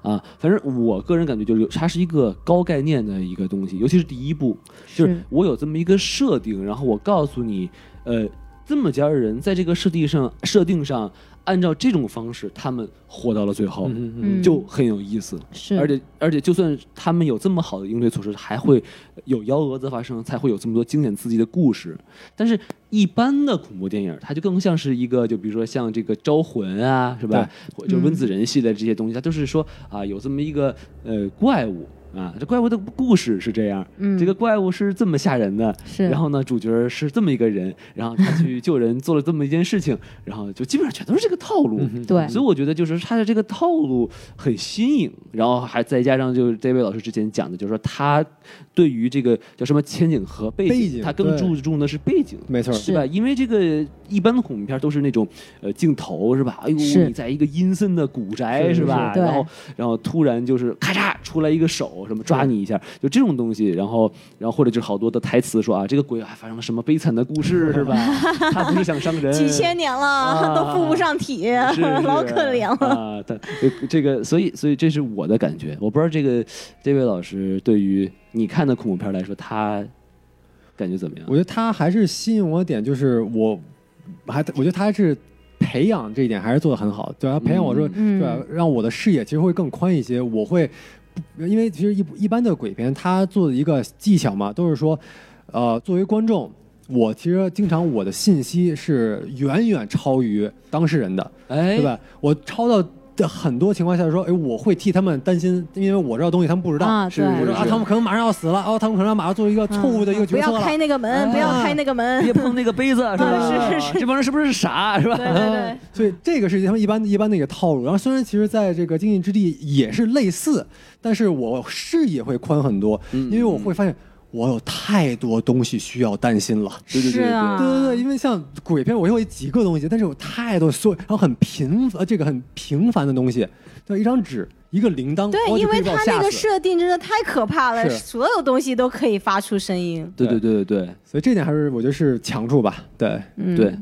Speaker 3: 啊，反正我个人感觉就是有，它是一个高概念的一个东西，尤其是第一部，就是
Speaker 2: 是
Speaker 3: 我有这么一个设定，然后我告诉你，呃，这么家人在这个设定上设定上，按照这种方式，他们活到了最后，
Speaker 1: 嗯嗯
Speaker 2: 嗯
Speaker 3: 就很有意思。
Speaker 2: 是，
Speaker 3: 而且而且，就算他们有这么好的应对措施，还会有幺蛾子发生，才会有这么多惊险刺激的故事。但是，一般的恐怖电影，它就更像是一个，就比如说像这个《招魂》
Speaker 2: 嗯
Speaker 3: 啊，是吧？或就温子仁系列这些东西，它就是说啊，有这么一个呃怪物，啊，这怪物的故事是这样，
Speaker 2: 嗯，
Speaker 3: 这个怪物是这么吓人的，
Speaker 2: 是，
Speaker 3: 然后呢，主角是这么一个人，然后他去救人，做了这么一件事情， (laughs) 然后就基本上全都是这个套路。
Speaker 1: 嗯哼
Speaker 2: 对
Speaker 3: 所以我觉得就是他的这个套路很新颖，然后还再加上就是这位老师之前讲的，就是说他对于这个叫什么前景和背景，
Speaker 1: 背景
Speaker 3: 他更
Speaker 1: 对
Speaker 3: 注重的是背景。
Speaker 1: 没错儿，
Speaker 2: 是
Speaker 3: 对吧？因为这个一般的恐怖片都是那种，呃，镜头是吧？哎呦，
Speaker 2: 是
Speaker 3: 你在一个阴森的古宅
Speaker 1: 是
Speaker 3: 是吧？
Speaker 2: 是是
Speaker 3: 然后，然后突然就是咔嚓出来一个手，什么抓你一下，就这种东西。然后，然后或者就是好多的台词说啊，这个鬼啊发生了什么悲惨的
Speaker 2: (laughs)
Speaker 3: 故事是吧？他不是想伤人，
Speaker 2: 几千年了 (laughs)
Speaker 3: 啊
Speaker 2: 都附不上体，
Speaker 3: 是是
Speaker 2: 老可怜了。
Speaker 3: 啊！他这个，所以所以这是我的感觉，我不知道这个这位老师对于你看的恐怖片来说，他感觉怎么样
Speaker 1: 我？觉得他还是吸引我的点，就是我还我觉得他还是培养这一点还是做得很好，对吧？培养我说，
Speaker 2: 嗯
Speaker 1: 对吧？让我的视野其实会更宽一些，我会不因为其实一一般的鬼片，他做的一个技巧嘛，都是说，呃，作为观众。我其实经常我的信息是远远超于当事人的，
Speaker 3: 哎
Speaker 1: 对吧？我超到的很多情况下说，哎，我会替他们担心，因为我知道东西他们不知道。
Speaker 2: 啊，
Speaker 3: 是
Speaker 2: 对，
Speaker 1: 我说啊，
Speaker 3: 是
Speaker 1: 他们可能马上要死了，哦，他们可能马上做一个错误的一个
Speaker 2: 嗯不
Speaker 1: 决策
Speaker 2: 要
Speaker 1: 了。
Speaker 2: 开那个门，
Speaker 1: 啊
Speaker 2: 不要开那个门
Speaker 3: (laughs) 别。碰那个杯子，是吧？
Speaker 2: 啊是是是
Speaker 3: 这帮人是不是傻，是吧？
Speaker 2: 对对对，
Speaker 1: 所以这个是他们一般一般的一个套路。然后虽然其实在这个经济之地也是类似，但是我视野会宽很多，
Speaker 3: 嗯
Speaker 1: 因为我会发现我有太多东西需要担心了。
Speaker 3: 对对对
Speaker 2: 是啊，
Speaker 1: 对对对，因为像鬼片，我有几个东西，但是有太多所有，然后很平呃这个很平凡的东西，对，一张纸，一个铃铛，
Speaker 2: 对，
Speaker 1: 我就
Speaker 2: 因
Speaker 1: 可以
Speaker 2: 为
Speaker 1: 把我
Speaker 2: 他
Speaker 1: 吓
Speaker 2: 那个
Speaker 1: 死
Speaker 2: 设定真的太可怕了，
Speaker 1: 是
Speaker 2: 所有东西都可以发出声音。
Speaker 3: 对 (laughs) 对对对对
Speaker 1: 所以这点还是我觉得是强处吧。对，
Speaker 2: 嗯，
Speaker 3: 对。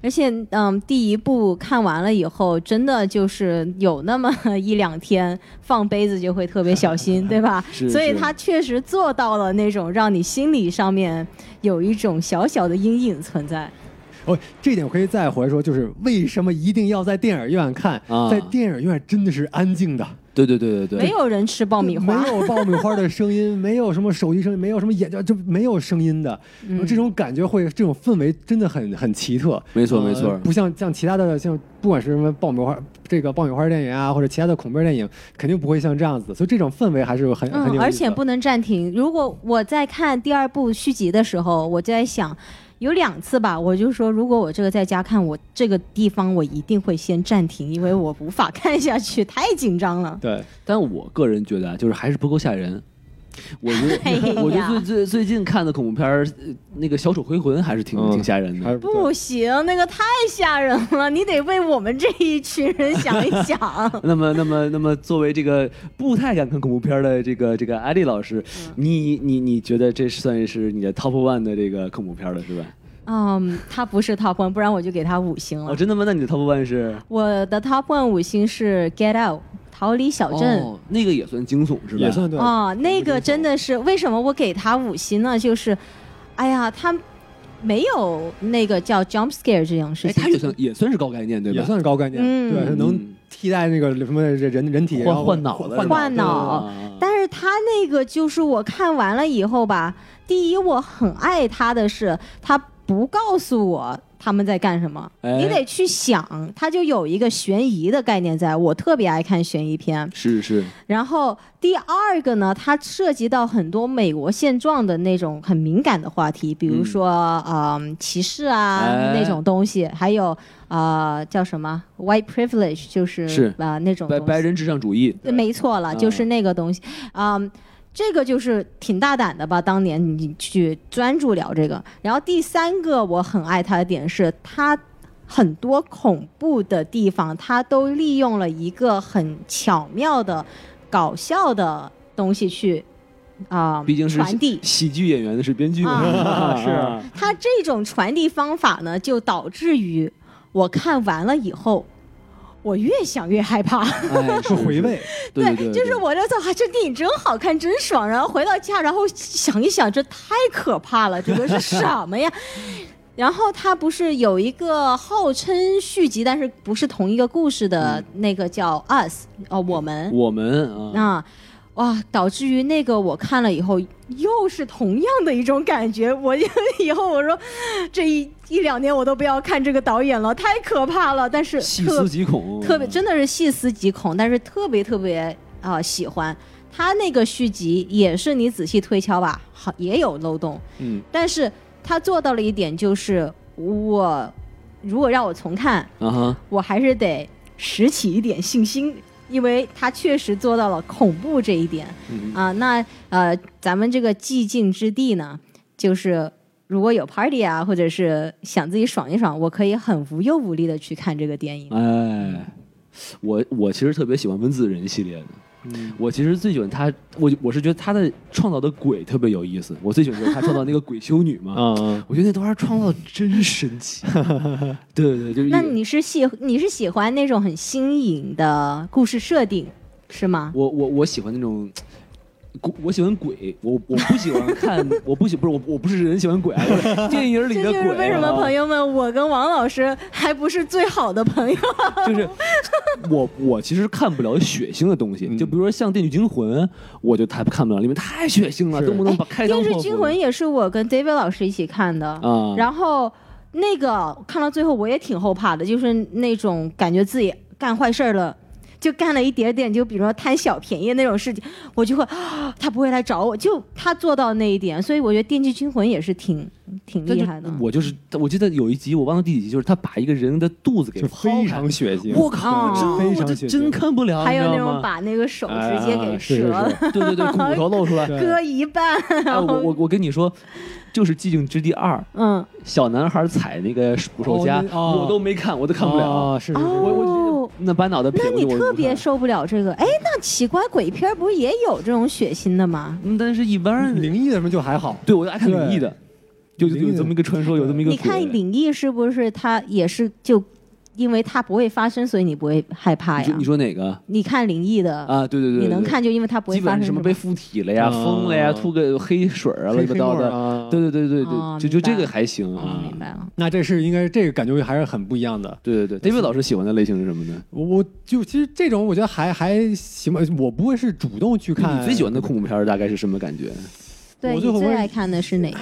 Speaker 2: 而且，嗯，第一部看完了以后，真的就是有那么一两天放杯子就会特别小心，对吧？
Speaker 3: 是
Speaker 2: 所以
Speaker 3: 是
Speaker 2: 他确实做到了那种让你心理上面有一种小小的阴影存在。
Speaker 1: 哦，这点我可以再回来说，就是为什么一定要在电影院看？
Speaker 3: 啊
Speaker 1: 在电影院真的是安静的。
Speaker 3: 对对对对对，
Speaker 2: 没有人吃爆米花
Speaker 1: 没，有爆米花的声音，没有什么手机声音，没有什么眼就就没有声音的，
Speaker 2: 嗯
Speaker 1: 这种感觉会这种氛围真的很很奇特。
Speaker 3: 没错没错
Speaker 1: 呃不像像其他的像不管是什么爆米花这个爆米花电影啊，或者其他的恐怖片电影，肯定不会像这样子，所以这种氛围还是很、很有意思
Speaker 2: 嗯，
Speaker 1: 的啊
Speaker 2: 而且不能暂停。如果我在看第二部续集的时候，我就在想，有两次吧，我就说，如果我这个在家看，我这个地方我一定会先暂停，因为我无法 (laughs) 看下去，太紧张了。
Speaker 1: 对
Speaker 3: 但我个人觉得啊，就是还是不够吓人。我觉得，
Speaker 2: 哎呀
Speaker 3: (laughs) 我觉得最最最近看的恐怖片儿，呃那个《小丑回魂》还是挺、
Speaker 1: 嗯
Speaker 3: 挺吓人
Speaker 1: 还
Speaker 3: 的。。
Speaker 1: 是
Speaker 2: 不行，那个太吓人了，你得为我们这一群人想一想
Speaker 1: (laughs)
Speaker 3: 那么，那么，那么，作为这个不太敢看恐怖片儿的这个这个艾丽老师，
Speaker 2: 嗯
Speaker 3: 你你你觉得这算是你的 top one 的这个恐怖片儿了是吧？
Speaker 2: 嗯，他不是 top one，不然我就给他五星了
Speaker 3: 哦，。真的吗？那你的 top one 是？
Speaker 2: 我的 top one 五星是 Get Out，逃离小镇。
Speaker 3: 哦，那个也算惊悚是吧？
Speaker 1: 也算对。
Speaker 2: 哦，那个真的是为什么我给他五星呢？就是，哎呀，他没有那个叫 jump scare 这种事
Speaker 3: 哎，它
Speaker 2: 情
Speaker 3: 也。算也算是高概念对吧？
Speaker 1: 也算是高概念，
Speaker 2: 嗯
Speaker 1: 对，能
Speaker 3: 嗯
Speaker 1: 替代那个什么人人体
Speaker 3: 换
Speaker 1: 然后
Speaker 3: 换脑的
Speaker 1: 换脑
Speaker 3: 是吧
Speaker 2: 换脑
Speaker 3: 对对对
Speaker 2: 但是他那个就是我看完了以后吧，第一我很爱他的是他不告诉我他们在干什么，
Speaker 3: 哎
Speaker 2: 你得去想，他就有一个悬疑的概念在，我特别爱看悬疑片。
Speaker 3: 是是，
Speaker 2: 然后第二个呢，它涉及到很多美国现状的那种很敏感的话题，比如说嗯、歧视啊、
Speaker 3: 哎
Speaker 2: 那种东西，还有呃叫什么 white privilege，就是
Speaker 3: 是
Speaker 2: 啊、呃那种
Speaker 3: 白
Speaker 2: 东西
Speaker 3: 白人至上主义，
Speaker 2: 对没错了，
Speaker 3: 嗯
Speaker 2: 就是那个东西，嗯。这个就是挺大胆的吧？当年你去专注聊这个，然后第三个我很爱他的点是，他很多恐怖的地方，他都利用了一个很巧妙的搞笑的东西去啊、
Speaker 3: 毕竟是
Speaker 2: 传递。
Speaker 3: 喜剧演员的是编剧 (laughs) 嘛，
Speaker 2: 啊
Speaker 3: 是
Speaker 2: 它这种传递方法呢，就导致于我看完了以后，我越想越害怕。
Speaker 3: 哎，
Speaker 1: 是回味，
Speaker 3: 对，对对对，
Speaker 2: 就是我就说啊，这电影真好看，真爽。然后回到家，然后想一想，这太可怕了，这个是什么呀？ (laughs) 然后它不是有一个号称续集，但是不是同一个故事的那个叫 Us 哦，我们
Speaker 3: 我们啊，
Speaker 2: 啊。哇，导致于那个我看了以后，又是同样的一种感觉。我 (laughs) 以后我说，这一一两年我都不要看这个导演了，太可怕了。但是
Speaker 3: 细
Speaker 2: 特
Speaker 3: 思极恐，
Speaker 2: 特别真的是细思极恐，但是特别特别啊、呃喜欢。他那个续集也是你仔细推敲吧，好也有漏洞，
Speaker 1: 嗯
Speaker 2: 但是他做到了一点，就是我如果让我重看，
Speaker 3: 啊哈，
Speaker 2: 我还是得拾起一点信心，因为他确实做到了恐怖这一点
Speaker 1: 嗯
Speaker 2: 啊、那呃，咱们这个寂静之地呢，就是如果有 party 啊，或者是想自己爽一爽，我可以很无忧无虑的去看这个电影。
Speaker 3: 哎，我我其实特别喜欢温子仁系列的。
Speaker 1: 嗯
Speaker 3: 我其实最喜欢他，我我是觉得他的创造的鬼特别有意思。我最喜欢就是他创造那个鬼修女嘛，
Speaker 1: 啊啊
Speaker 3: 我觉得那动画创造真神
Speaker 1: (laughs)
Speaker 3: 奇。对对对，就是一
Speaker 2: 那
Speaker 3: 个
Speaker 2: 你是喜你是喜欢那种很新颖的故事设定是吗？
Speaker 3: 我我我喜欢那种。鬼，我喜欢鬼，我我不喜欢看，我不喜不是我我不是人喜欢鬼啊，就是电影里
Speaker 2: 这就
Speaker 3: 的鬼、
Speaker 2: 是
Speaker 3: 啊。
Speaker 2: 为什么朋友们，我跟王老师还不是最好的朋友。
Speaker 3: 就是我我其实看不了血腥的东西，
Speaker 1: 嗯
Speaker 3: 就比如说像《电锯惊魂》，我就太看不了，里面太血腥了，
Speaker 1: 是
Speaker 3: 动不动把开
Speaker 2: 电
Speaker 3: 膛
Speaker 2: 视
Speaker 3: 破
Speaker 2: 《
Speaker 3: 腹。
Speaker 2: 惊魂》也是我跟 David 老师一起看的，
Speaker 3: 啊，
Speaker 2: 然后那个看到最后我也挺后怕的，就是那种感觉自己干坏事儿了。就干了一点点，就比如说贪小便宜那种事情，我就会、啊他不会来找我，就他做到那一点，所以我觉得《电锯惊魂》也是挺挺
Speaker 3: 但
Speaker 2: 厉
Speaker 3: 就
Speaker 2: 害的。
Speaker 3: 我就是我记得有一集我忘了第几集，就是他把一个人的肚子给
Speaker 1: 就
Speaker 3: 剖
Speaker 1: 非
Speaker 3: 开
Speaker 1: 常血腥。
Speaker 3: 我靠，
Speaker 2: 哦
Speaker 3: 真
Speaker 1: 非
Speaker 3: 我
Speaker 1: 常
Speaker 3: 这
Speaker 1: 血腥
Speaker 3: 真看不了，
Speaker 2: 还有
Speaker 3: 你
Speaker 2: 那
Speaker 3: 知道
Speaker 2: 种
Speaker 3: 吗？哎
Speaker 2: 把那个手直接
Speaker 1: 啊
Speaker 2: 给
Speaker 1: 是是
Speaker 2: 折了，
Speaker 3: 对对对，骨头露出来。
Speaker 1: 对
Speaker 2: 割一半，
Speaker 3: 哎，
Speaker 2: (laughs) 然
Speaker 3: 我
Speaker 2: 后、
Speaker 3: 我我跟你说，就是《寂静之地二》，
Speaker 2: 嗯
Speaker 3: 小男孩踩那个捕手夹
Speaker 1: 哦，那哦
Speaker 3: 我都没看，我都看不了。
Speaker 1: 啊，是是是
Speaker 2: 哦
Speaker 3: 我我那把脑袋撇
Speaker 2: 那
Speaker 3: 过去，
Speaker 2: 你
Speaker 3: 我都
Speaker 2: 特
Speaker 3: 不
Speaker 2: 别
Speaker 3: 看
Speaker 2: 受不了这个，哎，那奇怪，鬼片儿不是也有这种血腥的吗？
Speaker 3: 嗯，但是一般
Speaker 1: 灵异的什么就还好，
Speaker 3: 对我就爱看灵异的，就
Speaker 1: 灵异
Speaker 3: 有
Speaker 1: 的
Speaker 3: 这么一个传说，有这么一个
Speaker 2: 你
Speaker 3: 鬼。
Speaker 2: 看灵异是不是它也是就，因为它不会发生，所以你不会害怕
Speaker 3: 你说
Speaker 2: 呀
Speaker 3: 你？说哪个
Speaker 2: 你看灵异的，
Speaker 3: 啊？对对对，
Speaker 2: 你
Speaker 3: 对
Speaker 2: 能。看就因为它不
Speaker 3: 基
Speaker 2: 会
Speaker 3: 本
Speaker 2: 发
Speaker 3: 上
Speaker 2: 生
Speaker 3: 是什么
Speaker 2: 吧
Speaker 3: 被附体了呀、
Speaker 1: 啊
Speaker 3: 疯了呀、吐个哦黑水儿啊，乱
Speaker 1: 黑
Speaker 3: 七八
Speaker 1: 黑
Speaker 3: 糟
Speaker 1: 墨儿
Speaker 3: 的。
Speaker 1: 啊。
Speaker 3: 对对对对
Speaker 2: 哦
Speaker 3: 对，就就
Speaker 2: 明白
Speaker 3: 这个还行
Speaker 2: 哦
Speaker 3: 啊。
Speaker 2: 明白了。
Speaker 1: 那这是应该这个感觉还是很不一样的。
Speaker 3: 对对对，David 老师喜欢的类型是什么呢？
Speaker 1: 我我就其实这种我觉得还还行吧，我不会是主动去看。
Speaker 3: 你最喜欢的恐怖片儿大概是什么感觉？
Speaker 2: 对
Speaker 1: 我
Speaker 2: 你
Speaker 1: 最后
Speaker 2: 最
Speaker 1: 问
Speaker 2: 爱看的是哪个？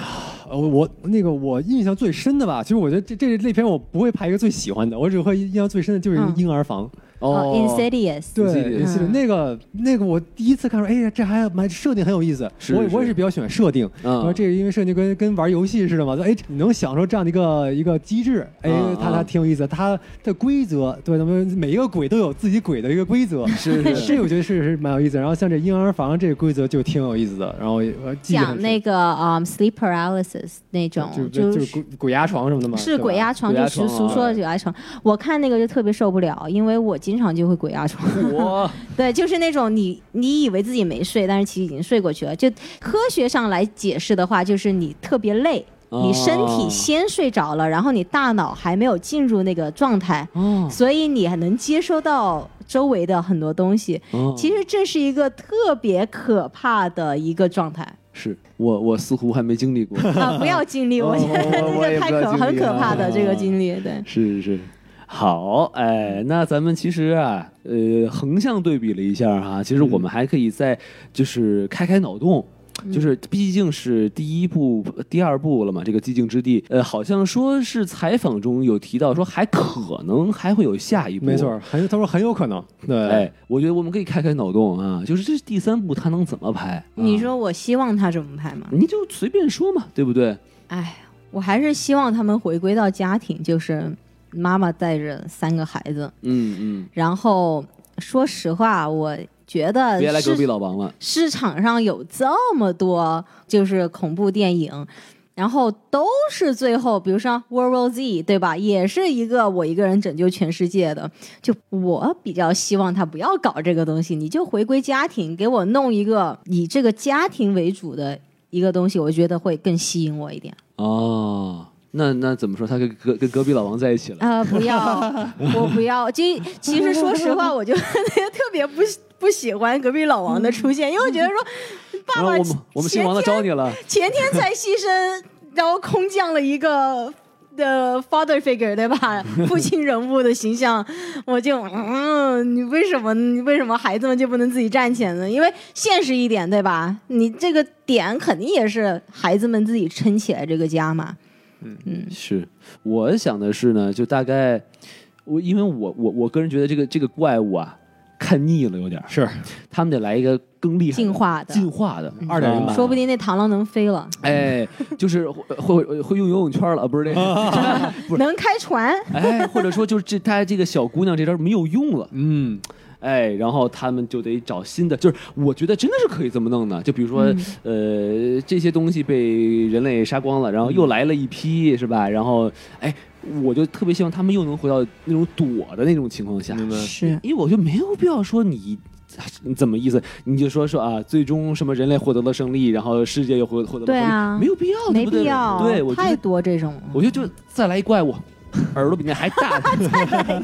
Speaker 1: 呃，我那个我印象最深的吧，其实我觉得这这类片我不会排一个最喜欢的，我只会印象最深的就是
Speaker 2: 嗯
Speaker 1: 《婴儿房》
Speaker 2: 哦，Insidious。
Speaker 1: 对，
Speaker 3: Insidious
Speaker 2: 嗯
Speaker 1: 那个那个我第一次看说，哎呀，这还蛮设定很有意思。
Speaker 3: 是
Speaker 1: 我也
Speaker 3: 是
Speaker 1: 我也是比较喜欢设定，
Speaker 3: 嗯
Speaker 1: 我说这是因为设定跟跟玩游戏似的嘛，说哎，你能享受这样的一个一个机制，哎
Speaker 3: 嗯，
Speaker 1: 它它
Speaker 3: 嗯
Speaker 1: 挺有意思的，它的规则，对，咱们每一个鬼都有自己鬼的一个规则。
Speaker 3: 是是
Speaker 1: 这我觉得 (laughs) 是是蛮有意思的，然后像这婴儿房这个规则就挺有意思的，然后也呃记得
Speaker 2: 讲
Speaker 1: 很
Speaker 2: 那
Speaker 1: 深
Speaker 2: 个嗯、sleep paralysis 那种，
Speaker 1: 就就是鬼鬼压床什么的嘛，
Speaker 2: 是
Speaker 1: 对
Speaker 2: 鬼
Speaker 1: 吧
Speaker 2: 压床，
Speaker 3: 鬼
Speaker 2: 就
Speaker 3: 压
Speaker 2: 俗
Speaker 3: 床啊
Speaker 2: 俗说的鬼压床。我看那个就特别受不了，因为我经常就会鬼压床。 (laughs)
Speaker 3: 我
Speaker 2: 对，就是那种你你以为自己没睡，但是其实已经睡过去了。就科学上来解释的话，就是你特别累，
Speaker 3: 哦
Speaker 2: 你身体先睡着了，然后你大脑还没有进入那个状态，
Speaker 3: 哦，
Speaker 2: 所以你还能接收到周围的很多东西。
Speaker 3: 哦
Speaker 2: 其实这是一个特别可怕的一个状态
Speaker 3: (laughs) 是我我似乎还没经历过。
Speaker 2: 啊！不要经历，我觉得
Speaker 3: 哦我
Speaker 2: 那
Speaker 3: 我
Speaker 2: 个
Speaker 3: 也不
Speaker 2: 太
Speaker 3: 要
Speaker 2: 可
Speaker 3: 经历
Speaker 2: 很可
Speaker 3: 啊
Speaker 2: 怕的这个经历，对。
Speaker 3: 是是是，好，哎，那咱们其实啊，呃，横向对比了一下哈、其实我们还可以再就是开开脑洞。就是，毕竟是第一部、第二部了嘛，这个《寂静之地》，呃，好像说是采访中有提到说还可能还会有下一部，
Speaker 1: 没错儿，很他说很有可能，对，
Speaker 3: 哎，我觉得我们可以开开脑洞啊，就是这第三部它能怎么拍？
Speaker 2: 你
Speaker 3: 啊，
Speaker 2: 说我希望他怎么拍吗？
Speaker 3: 你就随便说嘛，对不对？
Speaker 2: 哎，我还是希望他们回归到家庭，就是妈妈带着三个孩子。
Speaker 3: 嗯
Speaker 2: 然后说实话，我觉
Speaker 3: 嗯，别来
Speaker 2: 得
Speaker 3: 隔壁
Speaker 2: 市
Speaker 3: 老王了，
Speaker 2: 市场上有这么多就是恐怖电影。然后都是最后，比如说《World War Z》，对吧？也是一个我一个人拯救全世界的。就我比较希望他不要搞这个东西，你就回归家庭，给我弄一个以这个家庭为主的一个东西，我觉得会更吸引我一点。
Speaker 3: 哦，那那怎么说？他跟隔跟隔壁老王在一起了。
Speaker 2: 啊、不要， (laughs) 我不要。就其实说实话，我就 (laughs) 特别不喜不喜欢隔壁老王的出现，因为我觉得说，爸
Speaker 3: 然后
Speaker 2: 爸
Speaker 3: 我们我们姓
Speaker 2: 前
Speaker 3: 王的找你了，
Speaker 2: 前天才牺牲，然后空降了一个。的 father figure 对
Speaker 3: (laughs)
Speaker 2: 吧？父亲人物的形象，我就嗯，你为什么你为什么孩子们就不能自己站起来呢？因为现实一点对吧？你这个点肯定也是孩子们自己撑起来这个家嘛。
Speaker 3: 是我想的是呢，就大概我因为我我我个人觉得这个这个怪物啊，看腻了，有点儿。
Speaker 1: 是
Speaker 3: 他们得来一个更厉害的、
Speaker 2: 进化的，
Speaker 3: 进化的
Speaker 1: 嗯
Speaker 3: 二点零版。
Speaker 2: 啊说不定那螳螂能飞了，
Speaker 3: 哎，就是会会会用游泳圈了，不是
Speaker 2: (laughs)
Speaker 3: 那个，不是
Speaker 2: 能开船。
Speaker 3: 哎，或者说就是这他这个小姑娘这招没有用了，
Speaker 1: 嗯，
Speaker 3: 哎，然后他们就得找新的，就是我觉得真的是可以这么弄的，就比如说、
Speaker 2: 嗯
Speaker 3: 呃这些东西被人类杀光了，然后又来了一批，是吧？然后哎，我就特别希望他们又能回到那种躲的那种情况下，
Speaker 1: 明白。
Speaker 2: 是，
Speaker 3: 因为我就没有必要说你。你怎么意思？你就说说啊，最终什么人类获得了胜利，然后世界又获获得了胜
Speaker 2: 对
Speaker 3: 利，
Speaker 2: 啊
Speaker 3: 没有必要，对
Speaker 2: 没
Speaker 3: 不对
Speaker 2: 必要，
Speaker 3: 对，我觉
Speaker 2: 太
Speaker 3: 得，
Speaker 2: 多这种。
Speaker 3: 我觉得就再来一怪物，耳朵比那还
Speaker 2: (laughs)
Speaker 3: 大，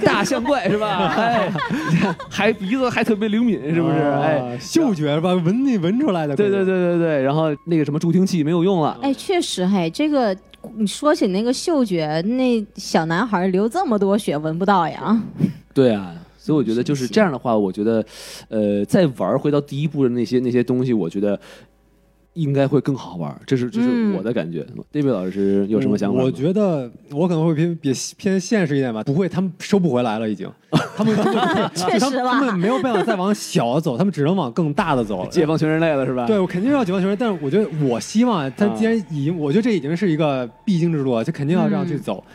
Speaker 3: 大象怪是吧？哎， (laughs) 还鼻子还特别灵敏，
Speaker 1: (laughs)
Speaker 3: 是不是？哎，
Speaker 1: 啊嗅觉是吧？闻你闻出来的，
Speaker 3: 对对，对对对，然后那个什么助听器没有用了，
Speaker 2: 哎，确实，嘿，这个你说起那个嗅觉，那小男孩流这么多血闻不到呀。
Speaker 3: 对啊，所以我觉得就是这样的话，我觉得，呃，再玩儿回到第一部的那些那些东西，我觉得应该会更好玩儿。这是这是
Speaker 2: 嗯
Speaker 3: 我的感觉。David 老师有什么想法吗
Speaker 1: 我觉得我可能会偏比偏现实一点吧，不会，他们收不回来了，已经。他们他们
Speaker 3: (laughs)
Speaker 2: 确
Speaker 1: 他
Speaker 2: 实
Speaker 1: 们
Speaker 2: 啦
Speaker 1: 他们没有办法再往小的走，他们只能往更大的走了。
Speaker 3: 解放啊全人类了是吧？
Speaker 1: 对，我肯定要解放全人，但是我觉得，我希望他既然已经，我觉得这已经是一个必经之路了，就肯定要这样去走。
Speaker 3: 嗯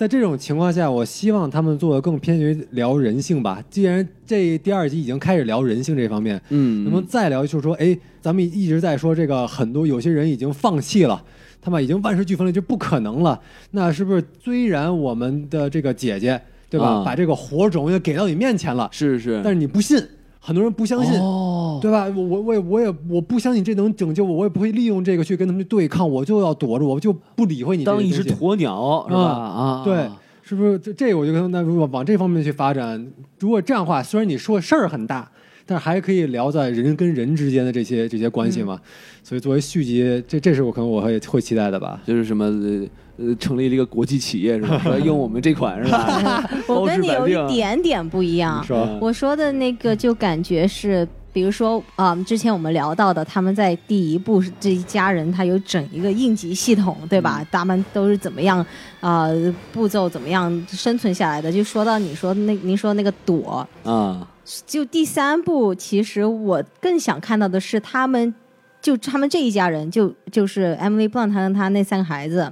Speaker 1: 在这种情况下，我希望他们做的更偏向于聊人性吧。既然这第二集已经开始聊人性这方面，
Speaker 3: 嗯，
Speaker 1: 那么再聊就是说，哎，咱们一直在说这个，很多有些人已经放弃了。他们已经万事俱焚了，就不可能了。那是不是虽然我们的这个姐姐，对吧，
Speaker 3: 啊
Speaker 1: 把这个火种也给到你面前了，
Speaker 3: 是是，
Speaker 1: 但是你不信，很多人不相信，
Speaker 3: 哦，
Speaker 1: 对吧？我我我也我也我不相信这能拯救我，我也不会利用这个去跟他们对抗，我就要躲着，我就不理会你这些
Speaker 3: 当
Speaker 1: 东
Speaker 3: 一
Speaker 1: 西。嗯
Speaker 3: 只鸵鸟是吧？啊，
Speaker 1: 对，是不是这这我就跟那如果往这方面去发展，如果这样的话，虽然你说事儿很大，但是还可以聊在人跟人之间的这些这些关系嘛。
Speaker 3: 嗯
Speaker 1: 所以作为续集，这这是我可能我会会期待的吧。
Speaker 3: 就是什么呃呃，成立了一个国际企业是
Speaker 1: (laughs)
Speaker 3: 吧？说用我们这款是吧？
Speaker 2: 我
Speaker 3: 包治
Speaker 2: 跟你
Speaker 3: 百
Speaker 2: 有
Speaker 3: 病啊
Speaker 2: 一点点不一样
Speaker 1: 你， (laughs) 说
Speaker 3: 嗯
Speaker 2: 我说的那个就感觉是，比如说啊、嗯之前我们聊到的，他们在第一部是这一家人，他有整一个应急系统，对
Speaker 3: 嗯
Speaker 2: 吧？他们都是怎么样啊、呃步骤怎么样生存下来的？就说到你说那您说那个躲，
Speaker 3: 啊，
Speaker 2: 就第三部，其实我更想看到的是他们，就他们这一家人，就就是 Emily Blunt 她跟她那三个孩子，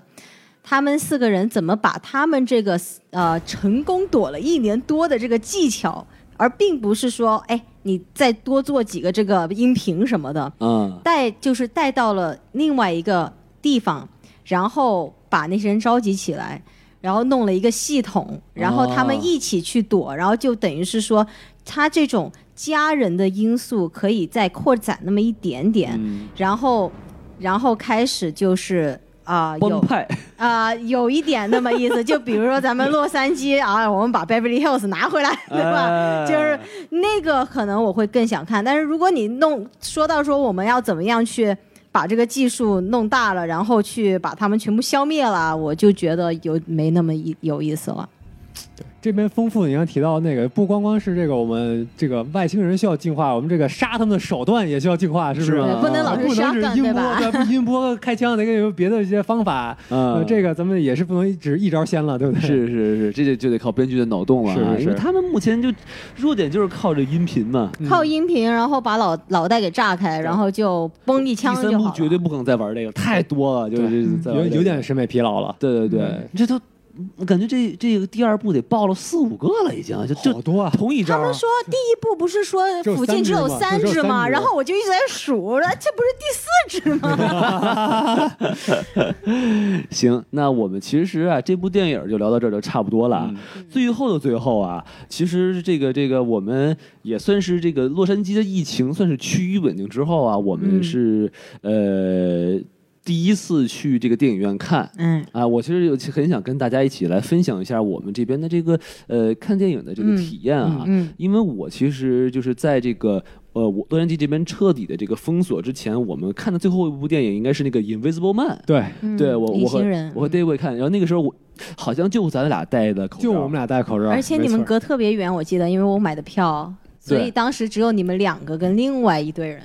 Speaker 2: 他们四个人怎么把他们这个呃成功躲了一年多的这个技巧，而并不是说，哎，你再多做几个这个音频什么的，
Speaker 3: 嗯，
Speaker 2: 带就是带到了另外一个地方，然后把那些人召集起来，然后弄了一个系统，然后他
Speaker 3: 哦
Speaker 2: 们一起去躲，然后就等于是说，他这种家人的因素可以再扩展那么一点点，然后，然后开始就是。啊、
Speaker 3: 帮
Speaker 2: 有
Speaker 3: 派
Speaker 2: 啊、有一点那么意思，就比如说咱们洛杉矶啊，我们把 Beverly Hills 拿回来， (laughs) 对吧？
Speaker 3: 哎
Speaker 2: 就是那个可能我会更想看，但是如果你弄说到说我们要怎么样去把这个技术弄大了，然后去把他们全部消灭了，我就觉得有没那么意有意思了。
Speaker 1: 这边丰富，你刚提到那个，不光光是这个我们这个外星人需要进化，我们这个杀他们的手段也需要进化，是不是？啊
Speaker 3: 是吗啊
Speaker 2: 对，不能老
Speaker 1: 不
Speaker 2: 是
Speaker 1: 能只
Speaker 2: shotgun
Speaker 1: 音
Speaker 2: 对
Speaker 1: 波
Speaker 2: 吧？，
Speaker 1: 对音波开枪得有别的一些方法。
Speaker 3: 嗯
Speaker 1: 呃，这个咱们也是不能只一招鲜了，对不对？
Speaker 3: (laughs) 是是是，这就就得靠编剧的脑洞了、啊，
Speaker 1: 是是是
Speaker 3: 因为他们目前就弱点就是靠这音频嘛。
Speaker 1: 嗯
Speaker 2: 靠音频，然后把脑脑袋给炸开，然后就崩一枪
Speaker 3: 第三
Speaker 2: 就
Speaker 3: 部
Speaker 2: 好
Speaker 3: 绝对
Speaker 2: 了。
Speaker 3: 不可能再玩这个，太多了，就是
Speaker 1: 对
Speaker 3: 再玩
Speaker 1: 有
Speaker 3: 这个
Speaker 1: 有点审美疲劳了，
Speaker 3: 对对对
Speaker 1: 嗯，
Speaker 3: 这都我感觉这这个第二部得爆了四五个了，已经就
Speaker 1: 好
Speaker 3: 就
Speaker 1: 多啊！
Speaker 3: 同一
Speaker 2: 他
Speaker 3: 招儿。
Speaker 2: 们说第一部不是说
Speaker 1: 只有
Speaker 2: 附近只有
Speaker 1: 三
Speaker 2: 三
Speaker 1: 只吗
Speaker 2: 只
Speaker 1: 只有三
Speaker 2: 吗？
Speaker 1: 只
Speaker 2: 然后我就一直在数，那这不是第四只吗？
Speaker 3: 行，那我们其实啊，这部电影就聊到这儿就差不多了啊。
Speaker 2: 嗯
Speaker 3: 最后的最后啊，其实这个这个我们也算是这个洛杉矶的疫情算是趋于稳定之后啊，我们
Speaker 2: 嗯
Speaker 3: 是、呃第一次去这个电影院看。
Speaker 2: (laughs) 嗯，
Speaker 3: 啊，我其实有很想跟大家一起来分享一下我们这边的这个呃看电影的这个
Speaker 2: 嗯
Speaker 3: 体验啊，
Speaker 2: 嗯嗯
Speaker 3: 因为我其实就是在这个呃我洛杉矶这边彻底的这个封锁之前，我们看的最后一部电影应该是那个《Invisible Man》，
Speaker 1: 对，
Speaker 2: 嗯
Speaker 3: 对我
Speaker 2: 隐
Speaker 3: 我和
Speaker 2: 形人，嗯
Speaker 3: 我和 David 看，然后那个时候我好像就咱俩戴的口罩，
Speaker 1: 就我们俩戴口罩，
Speaker 2: 而且你
Speaker 1: 没
Speaker 2: 们
Speaker 1: 错
Speaker 2: 隔特别远，我记得，因为我买的票，
Speaker 3: 对
Speaker 2: 所以当时只有你们两个跟另外一队人。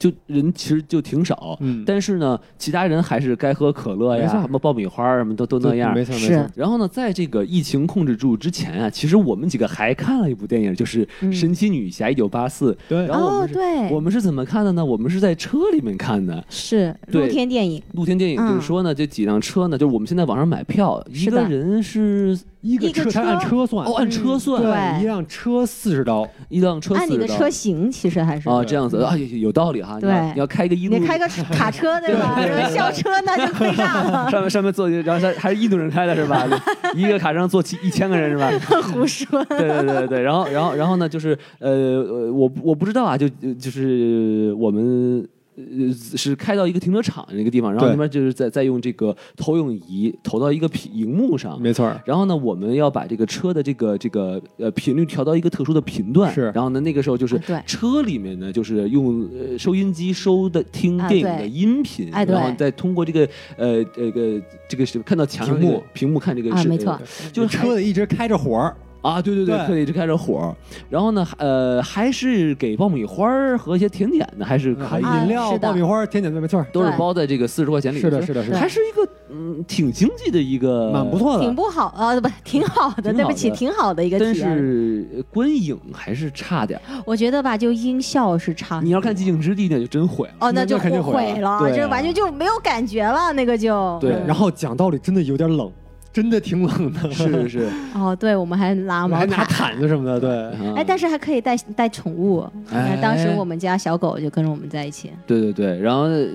Speaker 3: 就人其实就挺少。
Speaker 1: 嗯，
Speaker 3: 但是呢，其他人还是该喝可乐
Speaker 1: 没
Speaker 3: 呀，
Speaker 1: 错
Speaker 3: 什么爆米花儿什么都都那样。
Speaker 1: 没错没
Speaker 2: 是
Speaker 1: 错，
Speaker 3: 然后呢，在这个疫情控制住之前啊，其实我们几个还看了一部电影，就是
Speaker 2: 嗯
Speaker 3: 《神奇女侠一九八四》。
Speaker 1: 对
Speaker 3: 然后我
Speaker 2: 哦，
Speaker 3: 们是、
Speaker 2: 对，
Speaker 3: 我们是怎么看的呢？我们是在车里面看的。
Speaker 2: 是露
Speaker 3: 对
Speaker 2: 天电影，
Speaker 3: 露天电影就是说呢，这几辆车呢，就是我们现在网上买票，一
Speaker 2: 嗯是的
Speaker 3: 个人是
Speaker 1: 一
Speaker 2: 一个
Speaker 1: 车它是按
Speaker 2: 车
Speaker 1: 车算
Speaker 3: 哦，，按车算，
Speaker 2: 对
Speaker 1: 对，一辆车四十刀，
Speaker 3: 一辆车
Speaker 2: 按
Speaker 3: 四
Speaker 2: 你
Speaker 3: 十
Speaker 2: 的
Speaker 3: 刀
Speaker 2: 车型其实还是嗯
Speaker 3: 啊，这样子啊，有有道理哈。你要
Speaker 2: 对
Speaker 3: 你要开一个一路
Speaker 2: 你，开个卡车对吧？校车那就亏大了，
Speaker 3: 上面上面坐，然后还还是印度人开的是
Speaker 2: (laughs)
Speaker 3: 吧？一个卡车上坐七一千个人是吧？
Speaker 2: 胡
Speaker 3: (laughs)
Speaker 2: 说。
Speaker 3: 对对对对，然后然后然后呢，就是呃，呃我不我不知道啊，就就就是我们。呃，是开到一个停车场那个地方，然后
Speaker 1: 对
Speaker 3: 那边就是在在用这个投影仪投到一个屏荧幕上，
Speaker 1: 没错儿，
Speaker 3: 然后呢，我们要把这个车的这个这个呃频率调到一个特殊的频段，
Speaker 1: 是
Speaker 3: 然后呢，那个时候就是
Speaker 2: 啊对
Speaker 3: 车里面呢，就是用呃收音机收的听
Speaker 2: 啊
Speaker 3: 电影
Speaker 2: 对
Speaker 3: 的音频，
Speaker 2: 哎对
Speaker 3: 然后再通过这个呃这个这个是看到墙上这个
Speaker 1: 屏幕
Speaker 3: 屏幕看这个
Speaker 2: 啊
Speaker 3: 是
Speaker 2: 没错
Speaker 1: 嗯
Speaker 3: 就是还
Speaker 1: 车里一直开着火儿，
Speaker 3: 啊，对对对，
Speaker 1: 对
Speaker 3: 可以就开着火儿，然后呢，呃，还是给爆米花儿和一些甜点的，还是
Speaker 1: 嗯
Speaker 3: 可以，
Speaker 2: 啊
Speaker 1: 饮料、
Speaker 2: 是的
Speaker 1: 爆米花儿、甜点，没错儿，
Speaker 3: 都是
Speaker 2: 对
Speaker 3: 包在这个四十块钱里
Speaker 1: 是的，是的，是的，
Speaker 3: 还是一个嗯挺经济的一个，
Speaker 1: 蛮不错
Speaker 2: 挺
Speaker 1: 的。
Speaker 2: 不好啊，不，挺好的，
Speaker 3: 挺
Speaker 2: 对不
Speaker 3: 好
Speaker 2: 起，
Speaker 3: 的
Speaker 2: 挺好的一个
Speaker 3: 但
Speaker 2: 体验。
Speaker 3: 是呃观影还是差点儿。
Speaker 2: 我觉得吧，就音效是差。
Speaker 3: 你要看《寂静之地》，那就真毁了。
Speaker 2: 啊哦，
Speaker 1: 那
Speaker 2: 就
Speaker 1: 那肯定
Speaker 2: 后
Speaker 1: 毁
Speaker 2: 悔
Speaker 1: 了
Speaker 2: 了，
Speaker 3: 对啊
Speaker 2: 这完全就没有感觉了，那个就
Speaker 3: 对
Speaker 2: 嗯
Speaker 1: 然后讲道理，真的有点冷，真的挺冷的，
Speaker 3: 是是，
Speaker 2: 哦，对，我们还拿毛
Speaker 1: 还拿
Speaker 2: 毯。
Speaker 1: 毯子什么的，
Speaker 2: (laughs)
Speaker 1: 对，
Speaker 2: 哎，但
Speaker 3: 是
Speaker 2: 是还可以带带宠物。
Speaker 3: 嗯哎
Speaker 2: 当时我们家小狗就跟着我们在一起，
Speaker 3: 对对对，然后呃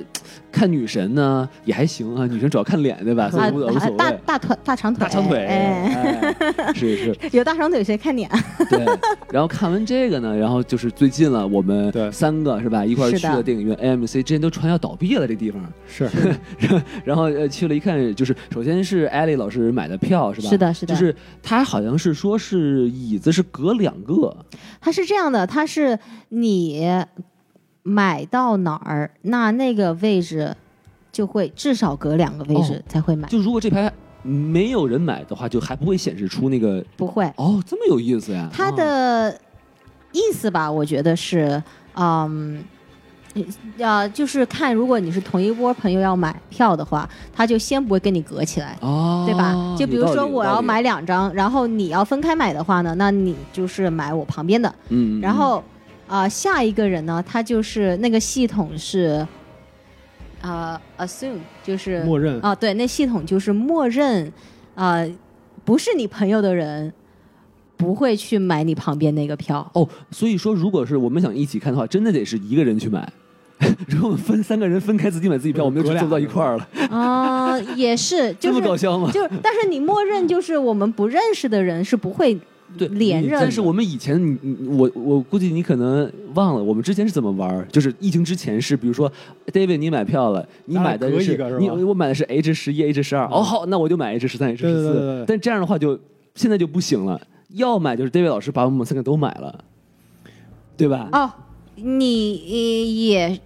Speaker 3: 看女神呢也还行啊，女神主要看脸对吧？所以
Speaker 2: 啊
Speaker 3: 无无所，
Speaker 2: 大
Speaker 3: 谓。
Speaker 2: 大腿大长腿，
Speaker 3: 大长腿，
Speaker 2: 哎，
Speaker 3: 哎是是，
Speaker 2: 有大长腿谁看你啊？
Speaker 3: 对。然后看完这个呢，然后就是最近了，我们
Speaker 1: 对
Speaker 3: 三个是吧，一块儿
Speaker 2: 是
Speaker 3: 去
Speaker 2: 的
Speaker 3: 了电影院，AMC 哎之前都传要倒闭了这地方，
Speaker 1: 是
Speaker 3: 然后呃去了一看，就是首先是艾丽老师买的票是吧？
Speaker 2: 是，的，是的，
Speaker 3: 就是他好像是说是椅子是隔两个，
Speaker 2: 它是这样的，它是你买到哪儿，那那个位置就会至少隔两个位
Speaker 3: 哦
Speaker 2: 置才会买，
Speaker 3: 就如果这排没有人买的话，就还不会显示出那个
Speaker 2: 不会。
Speaker 3: 哦，这么有意思呀！
Speaker 2: 它
Speaker 3: 哦
Speaker 2: 的意思吧，我觉得是，嗯。呃，就是看，如果你是同一波朋友要买票的话，他就先不会跟你隔起来，
Speaker 3: 哦，
Speaker 2: 对吧？就比如
Speaker 3: 有道
Speaker 2: 说
Speaker 3: 理
Speaker 2: 我要，买
Speaker 3: 有道
Speaker 2: 两张，然后你要分开买的话呢，那你就是买我旁边的，
Speaker 3: 理嗯，嗯
Speaker 2: 然后啊、呃下一个人呢，他就是那个系统是啊、呃、assume 就是
Speaker 1: 默认
Speaker 2: 啊、对，那系统就是默认啊、呃不是你朋友的人不会去买你旁边那个
Speaker 3: (laughs)
Speaker 2: 票。
Speaker 3: 哦，所以说如果是我们想一起看的话，真的得是一个人去买。 (laughs) 如果我们分三个人分开自己买自己票，我们就
Speaker 1: 隔
Speaker 3: 坐
Speaker 1: 俩
Speaker 3: 不到一块儿了，
Speaker 2: 啊、也是，
Speaker 3: 这
Speaker 2: 就
Speaker 3: 么
Speaker 2: 是
Speaker 3: 搞笑吗？
Speaker 2: 就是，但是你默认就是我们不认识的人是不会
Speaker 3: 对，
Speaker 2: 连着的
Speaker 3: 但是我们以前，你你我我估计你可能忘了，我们之前是怎么玩儿？就是疫情之前是，比如说，David 你买票了，你
Speaker 1: 咱俩
Speaker 3: 买的
Speaker 1: 隔一
Speaker 3: 是
Speaker 1: 个是吧
Speaker 3: 你我买的是 H 十一、H 十二，哦好，那我就买 H 十三、H
Speaker 1: 对对
Speaker 3: 十
Speaker 1: 对对
Speaker 3: 四
Speaker 1: 对。
Speaker 3: 但这样的话就现在就不行了，要买就是 David 老师把我们三个都买了，对吧？
Speaker 2: 哦，你呃也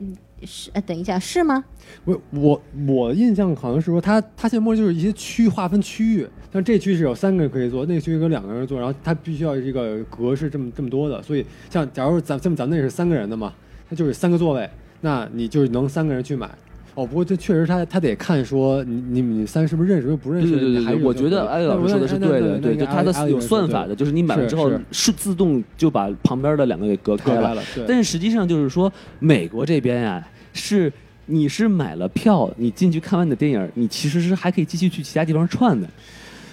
Speaker 2: 是、呃等一下是吗？
Speaker 1: 我我我印象好像是说，它它现在默认就是一些区划分区域，像这区是有三个人可以坐，那个区域有两个人坐，然后它必须要这个格是这么这么多的，所以像假如咱咱们咱们那是三个人的嘛，它就是三个座位，那你就是能三个人去买。哦，不过这确实他他得看说你你们三是不是认识又不认
Speaker 3: 对
Speaker 1: 识，
Speaker 3: 对对对
Speaker 1: 还是
Speaker 3: 对，
Speaker 1: 有
Speaker 3: 我觉得
Speaker 1: 那
Speaker 3: 艾老师说的是
Speaker 1: 那
Speaker 3: 对
Speaker 1: 那
Speaker 3: 的，
Speaker 1: 那
Speaker 3: 对，
Speaker 1: 那
Speaker 3: 就
Speaker 1: 那
Speaker 3: 它
Speaker 1: 艾
Speaker 3: 的
Speaker 1: 丽
Speaker 3: 有
Speaker 1: 老师
Speaker 3: 算
Speaker 1: 对
Speaker 3: 法的，就是你买了之后
Speaker 1: 是
Speaker 3: 是自动就把旁边的两个给隔开
Speaker 1: 对
Speaker 3: 了
Speaker 1: 来。了，对
Speaker 3: 但是实际上就是说，美国这边呀、是你是买了票，你进去看完你的电影，你其实是还可以继续去其他地方串的。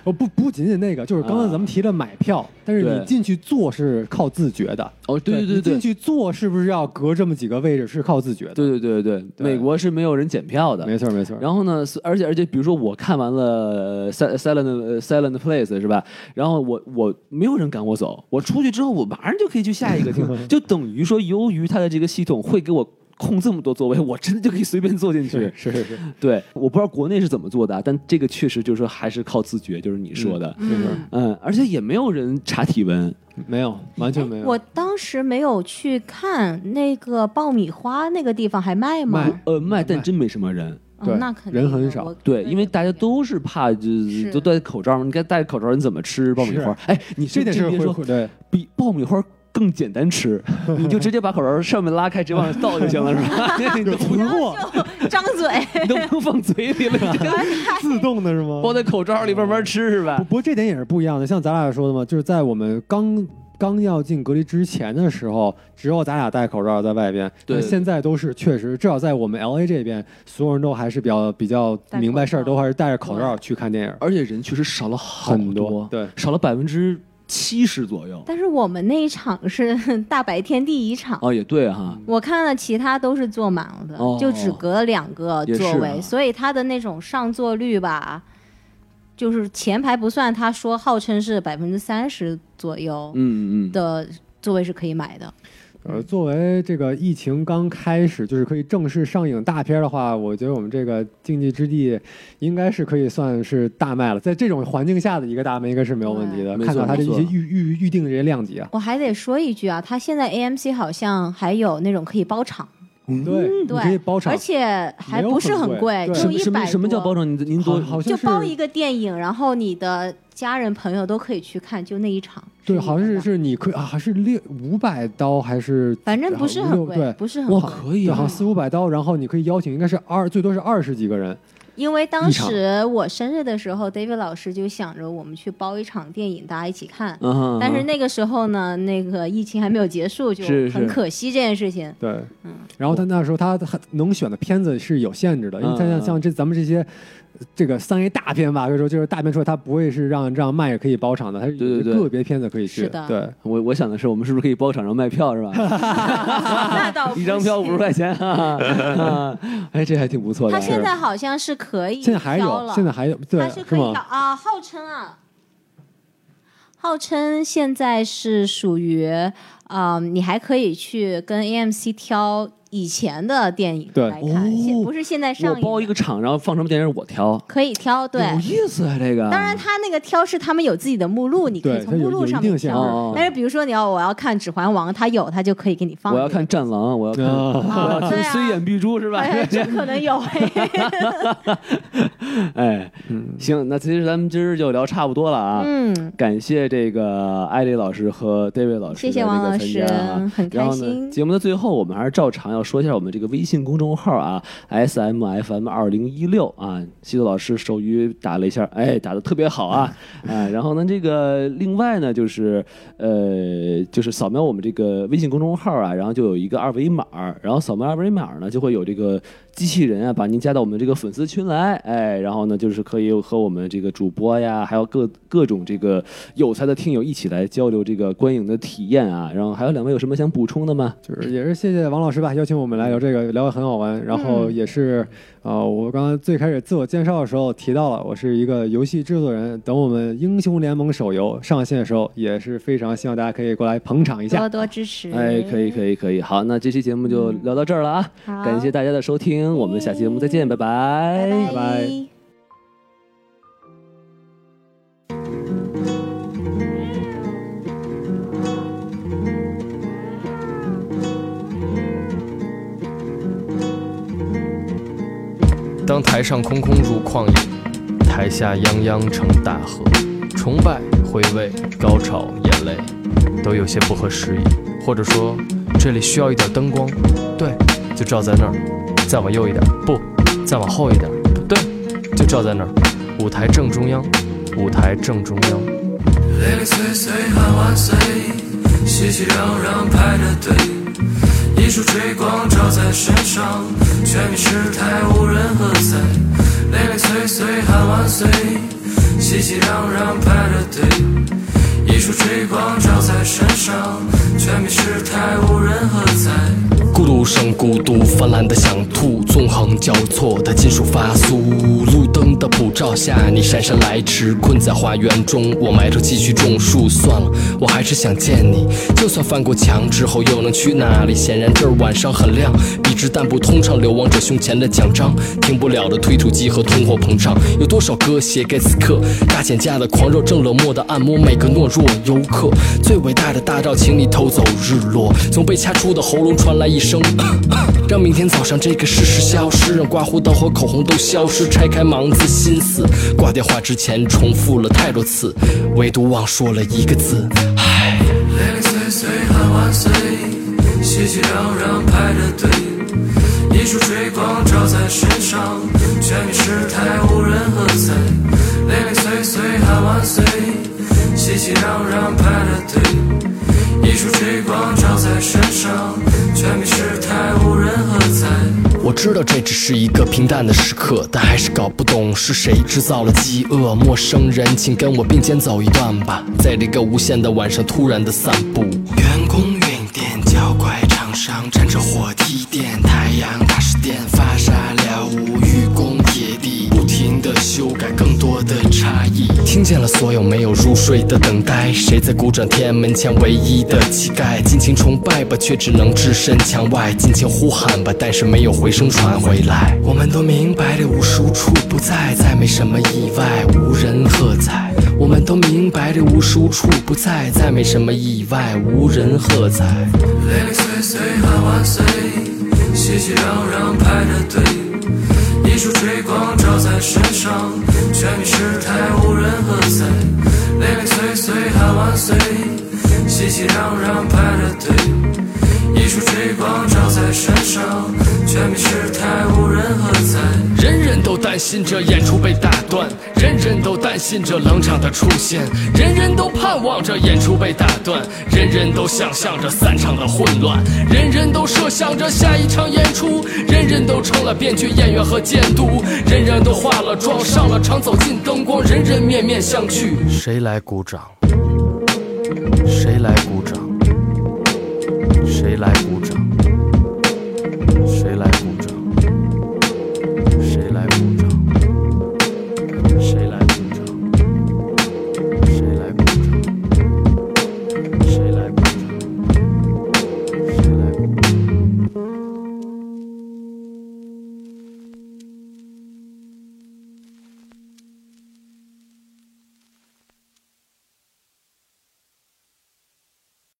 Speaker 1: 哦，不不仅仅那个，就是刚
Speaker 3: 啊
Speaker 1: 才咱们提了买票，但是
Speaker 3: 对
Speaker 1: 你进去坐是靠自觉的。
Speaker 3: 哦，
Speaker 1: 你进去坐是不是要隔这么几个位置是靠自觉的？
Speaker 3: 对对对对，
Speaker 1: 对
Speaker 3: 美国是没有人检票的。
Speaker 1: 没错没错。
Speaker 3: 然后呢，是而且而且，比如说我看完了呃《Silent Silent Silent Place》是吧？然后我我没有人赶我走，我出去之后我马上就可以去下一个 (laughs) 厅，就等于说，由于它的这个系统会给我空这么多座位，我真的就可以随便坐进去
Speaker 1: 是。是是是，
Speaker 3: 对，我不知道国内是怎么做的啊，但这个确实就是说还是靠自觉，就是你说的，
Speaker 1: 没错，
Speaker 3: 嗯而且也没有人查体温，
Speaker 1: 没有，完全没有。
Speaker 2: 我当时没有去看那个爆米花那个地方还卖吗？
Speaker 1: 卖
Speaker 3: 呃，卖但真没什么人，
Speaker 2: 哦
Speaker 1: 对
Speaker 2: 那肯定
Speaker 1: 人很
Speaker 2: 的
Speaker 1: 少。
Speaker 2: 我
Speaker 3: 对，因为大家都是怕就是
Speaker 2: 是
Speaker 3: 都戴口罩嘛，你该戴口罩，你怎么吃爆米花？哎，你
Speaker 1: 这
Speaker 3: 真
Speaker 1: 点是
Speaker 3: 别
Speaker 1: 会
Speaker 3: 说
Speaker 1: 会对
Speaker 3: 比爆米花更简
Speaker 1: (laughs)
Speaker 3: 单吃，你就直接把口罩上面拉开，直接往上倒就行了，是
Speaker 1: (laughs)
Speaker 3: 吧？你都不
Speaker 1: 囤货
Speaker 2: 就 (laughs) 张嘴，
Speaker 3: (laughs) 你都不放嘴里了，
Speaker 1: (laughs)
Speaker 3: 你就
Speaker 1: 自动的是吗？
Speaker 3: 包在口罩里慢慢吃是吧
Speaker 1: 不？不过这点也是不一样的，像咱俩说的嘛，就是在我们刚刚要进隔离之前的时候，只有咱俩戴口罩在外边。
Speaker 3: 对
Speaker 1: 但现在都是确实，至少在我们 L A 这边，所有人都还是比较比较
Speaker 2: 戴口罩
Speaker 1: 明白事儿，都还是戴着口罩去看电影，
Speaker 3: 而且人确实少了好
Speaker 1: 很对，
Speaker 3: 少了百分之七十左右。
Speaker 2: 但是我们那一场是 (laughs) 大白天第一场，
Speaker 3: 哦，也对哈，
Speaker 2: 我看了其他都是坐满了的，
Speaker 3: 哦
Speaker 2: 就只隔了两个
Speaker 3: 也是啊
Speaker 2: 座位，所以他的那种上座率吧，就是前排不算，他说号称是百分之三十左右
Speaker 3: 嗯嗯嗯，
Speaker 2: 的座位是可以买的。
Speaker 1: 呃，作为这个疫情刚开始，就是可以正式上映大片儿的话，我觉得我们这个《竞技之地》应该是可以算是大卖了。在这种环境下的一个大卖，应该是没有问题的。
Speaker 3: 对
Speaker 1: 看到它
Speaker 3: 没
Speaker 1: 这
Speaker 3: 错
Speaker 1: 一
Speaker 3: 没
Speaker 1: 些预
Speaker 3: 错
Speaker 1: 预预定的这些量级啊，
Speaker 2: 我还得说一句啊，他现在 AMC 好像还有那种可以包场，
Speaker 1: 嗯
Speaker 3: 嗯
Speaker 1: 对，你
Speaker 2: 对，
Speaker 1: 可以包场
Speaker 2: 而，且还不是很
Speaker 1: 没有很贵对
Speaker 2: 就
Speaker 3: 什么
Speaker 2: 嗯一
Speaker 3: 什
Speaker 2: 百
Speaker 3: 么
Speaker 2: 多。
Speaker 3: 什么叫包场？您您多
Speaker 1: 好好像
Speaker 2: 就是包一个电影，然后你的家人朋友都可以去看，就那一场。
Speaker 1: 对，好像
Speaker 2: 一
Speaker 1: 是
Speaker 2: 个吧，
Speaker 1: 是你可以啊，还是六五百刀还是
Speaker 2: 反正不是很
Speaker 1: 五六
Speaker 2: 贵，
Speaker 1: 对
Speaker 2: 不是很
Speaker 3: 哇，
Speaker 2: 贵。
Speaker 3: 可以
Speaker 1: 对，
Speaker 3: 啊
Speaker 1: 好像，四五百刀，然后你可以邀请，应该是二最多是二十几个人，
Speaker 2: 因为当
Speaker 1: 一场
Speaker 2: 时我生日的时候，David 老师就想着我们去包一场电影，大家一起看。
Speaker 3: 嗯哼，
Speaker 2: 但是
Speaker 3: 嗯
Speaker 2: 那个时候呢，那个疫情还没有结束，就是很
Speaker 3: 是
Speaker 2: 可惜这件事情。
Speaker 1: 对，
Speaker 2: 嗯
Speaker 1: 然后他那时候他他能选的片子是有限制的，因为他
Speaker 3: 嗯嗯
Speaker 1: 像
Speaker 3: 嗯
Speaker 1: 像这咱们这些这个三 A 大片吧，可以说就是大片出来，他不会是让让卖也可以包场的，他是
Speaker 3: 对
Speaker 1: 有
Speaker 3: 对对
Speaker 1: 个别片子可以去，
Speaker 2: 是的
Speaker 1: 对，
Speaker 3: 我我想的是，我们是不是可以包场然后卖票是
Speaker 2: (laughs)
Speaker 3: 吧？
Speaker 2: 那倒不
Speaker 3: 一张票五十块钱啊！啊哎，这还挺不错的。
Speaker 2: 他现
Speaker 3: 是
Speaker 2: 在好像是可以
Speaker 1: 现在还
Speaker 2: 挑
Speaker 1: 有，
Speaker 2: 了
Speaker 1: 现在还有，对
Speaker 2: 它，是
Speaker 1: 是
Speaker 2: 可以搞
Speaker 1: 吗？
Speaker 2: 啊，号称啊，号称现在是属于，呃，你还可以去跟 AMC 挑以前的电影
Speaker 1: 对
Speaker 2: 来看，
Speaker 3: 哦
Speaker 2: 现不是现在上
Speaker 3: 我
Speaker 2: 映
Speaker 3: 包一
Speaker 2: 的，
Speaker 3: 个场，然后放什么电影我挑，
Speaker 2: 可以挑对。
Speaker 3: 有意思啊这个。
Speaker 2: 当然，他那个挑是他们有自己的目录，你可以
Speaker 1: 对
Speaker 2: 从目录上
Speaker 1: 它有有一
Speaker 2: 面
Speaker 1: 定限
Speaker 3: 制
Speaker 2: 挑
Speaker 3: 哦。
Speaker 2: 但是比如说你要我要看《指环王》，他有，他就可以给你放。
Speaker 3: 我要看《战狼》，我要看，
Speaker 1: 啊
Speaker 3: 我要
Speaker 2: 对
Speaker 3: 听
Speaker 2: 啊
Speaker 3: 虽远必诛是吧？
Speaker 2: 哎，这 (laughs) 可能有。
Speaker 3: (laughs) 哎，行，那其实咱们今儿就聊差不多了啊。
Speaker 2: 嗯，
Speaker 3: 感谢这个艾丽老师和 David 老师
Speaker 2: 谢
Speaker 3: 的这
Speaker 2: 谢王
Speaker 3: 个
Speaker 2: 老
Speaker 3: 参
Speaker 2: 师
Speaker 3: 加啊。，
Speaker 2: 很开
Speaker 3: 然后
Speaker 2: 心
Speaker 3: 呢，。节目的最后，我们还是照常要说一下我们这个微信公众号啊，S M F M 二零一六啊，西多老师手语打了一下，哎，打的特别
Speaker 2: (laughs)
Speaker 3: 好啊，啊，然后呢，这个另外呢，就是呃，就是扫描我们这个微信公众号啊，然后就有一个二维码儿，然后扫描二维码儿呢，就会有这个机器人啊，把您加到我们这个粉丝群来，哎，然后呢，就是可以和我们这个主播呀，还有各各种这个有才的听友一起来交流这个观影的体验啊。然后还有两位有什么想补充的吗？
Speaker 1: 就是也是谢谢王老师吧，邀请我们来聊这个，聊得很好玩。然
Speaker 2: 嗯
Speaker 1: 后也是，呃，我刚刚最开始自我介绍的时候提到了，我是一个游戏制作人。等我们《英雄联盟》手游上线的时候，也是非常希望大家可以过来捧场一下
Speaker 2: 多。多支持。
Speaker 3: 哎，可以，可以，可以。好，那这期节目就聊到这儿了啊，
Speaker 2: 好
Speaker 3: 感谢大家的收听，我们下期节目再见，拜拜，
Speaker 1: 拜
Speaker 2: 拜拜
Speaker 4: 当台上空空如旷野，台下泱泱成大河。崇拜、回味、高潮、眼泪，都有些不合时宜。或者说，这里需要一点灯光，对，就照在那儿。再往右一点，不，再往后一点，不对，就照在那儿。舞台正中央，舞台正中央。
Speaker 5: 零零碎碎喊万岁，熙熙攘攘排着队，一束追光照在身上，全民失态无人喝彩。零零碎碎喊万岁，熙熙攘攘排着队，一束追光照在身上，全民失态无人喝彩。
Speaker 4: 咕噜声孤独，泛滥的想吐，纵横交错的金属发酥。路灯的普照下，你姗姗来迟，困在花园中。我埋头继续种树，算了，我还是想见你。就算翻过墙之后，又能去哪里？显然这儿晚上很亮，笔直但不通畅，流亡者胸前的奖章。停不了的推土机和通货膨胀，有多少歌写给此刻？大减价的狂热正冷漠的按摩每个懦弱游客。最伟大的大招，请你偷走日落。从被掐出的喉咙传来一声， (coughs) 让明天早上这个事实消失，让刮胡刀和口红都消失。拆开盲字心思，挂电话之前重复了太多次，唯独忘说了一个字。
Speaker 5: 零零碎岁岁喊万岁，熙熙攘攘排着队，一束追光照在身上，全民诗态无人喝彩，零零碎碎喊万岁，熙熙攘攘排着队，一束追光照在身上，全民诗态无人喝彩。
Speaker 4: 我知道这只是一个平淡的时刻，但还是搞不懂是谁制造了饥饿。陌生人，请跟我并肩走一段吧，在这个无限的晚上突然的散步。员工运电，脚拐厂商站着火梯电，太阳大石电发沙了无愚公铁地，不停的修改更多的差异。听见了所有没有入睡的等待，谁在鼓掌天安门前唯一的乞丐？尽情崇拜吧，却只能置身墙外；尽情呼喊吧，但是没有回声传回来。我们都明白这无数处不在，再没什么意外，无人喝彩。我们都明白这无数处不在，再没什么意外，无人喝彩。
Speaker 5: 零零碎碎喊万岁，熙熙攘攘排着队，一束追光照在身上，全民诗态无人喝彩。零零碎碎喊万岁，熙熙攘攘排着队，一束追光照在身上，全民诗态无人喝彩。
Speaker 4: 人人都担心着演出被打断，人人都担心着冷场的出现，人人都盼望着演出被打断，人人都想象着散场的混乱，人人都设想着下一场演出，人人都成了编剧、演员和监督，人人都化了妆上了场，走进灯光，人人面面相觑。谁来鼓掌？谁来鼓掌？谁来鼓掌？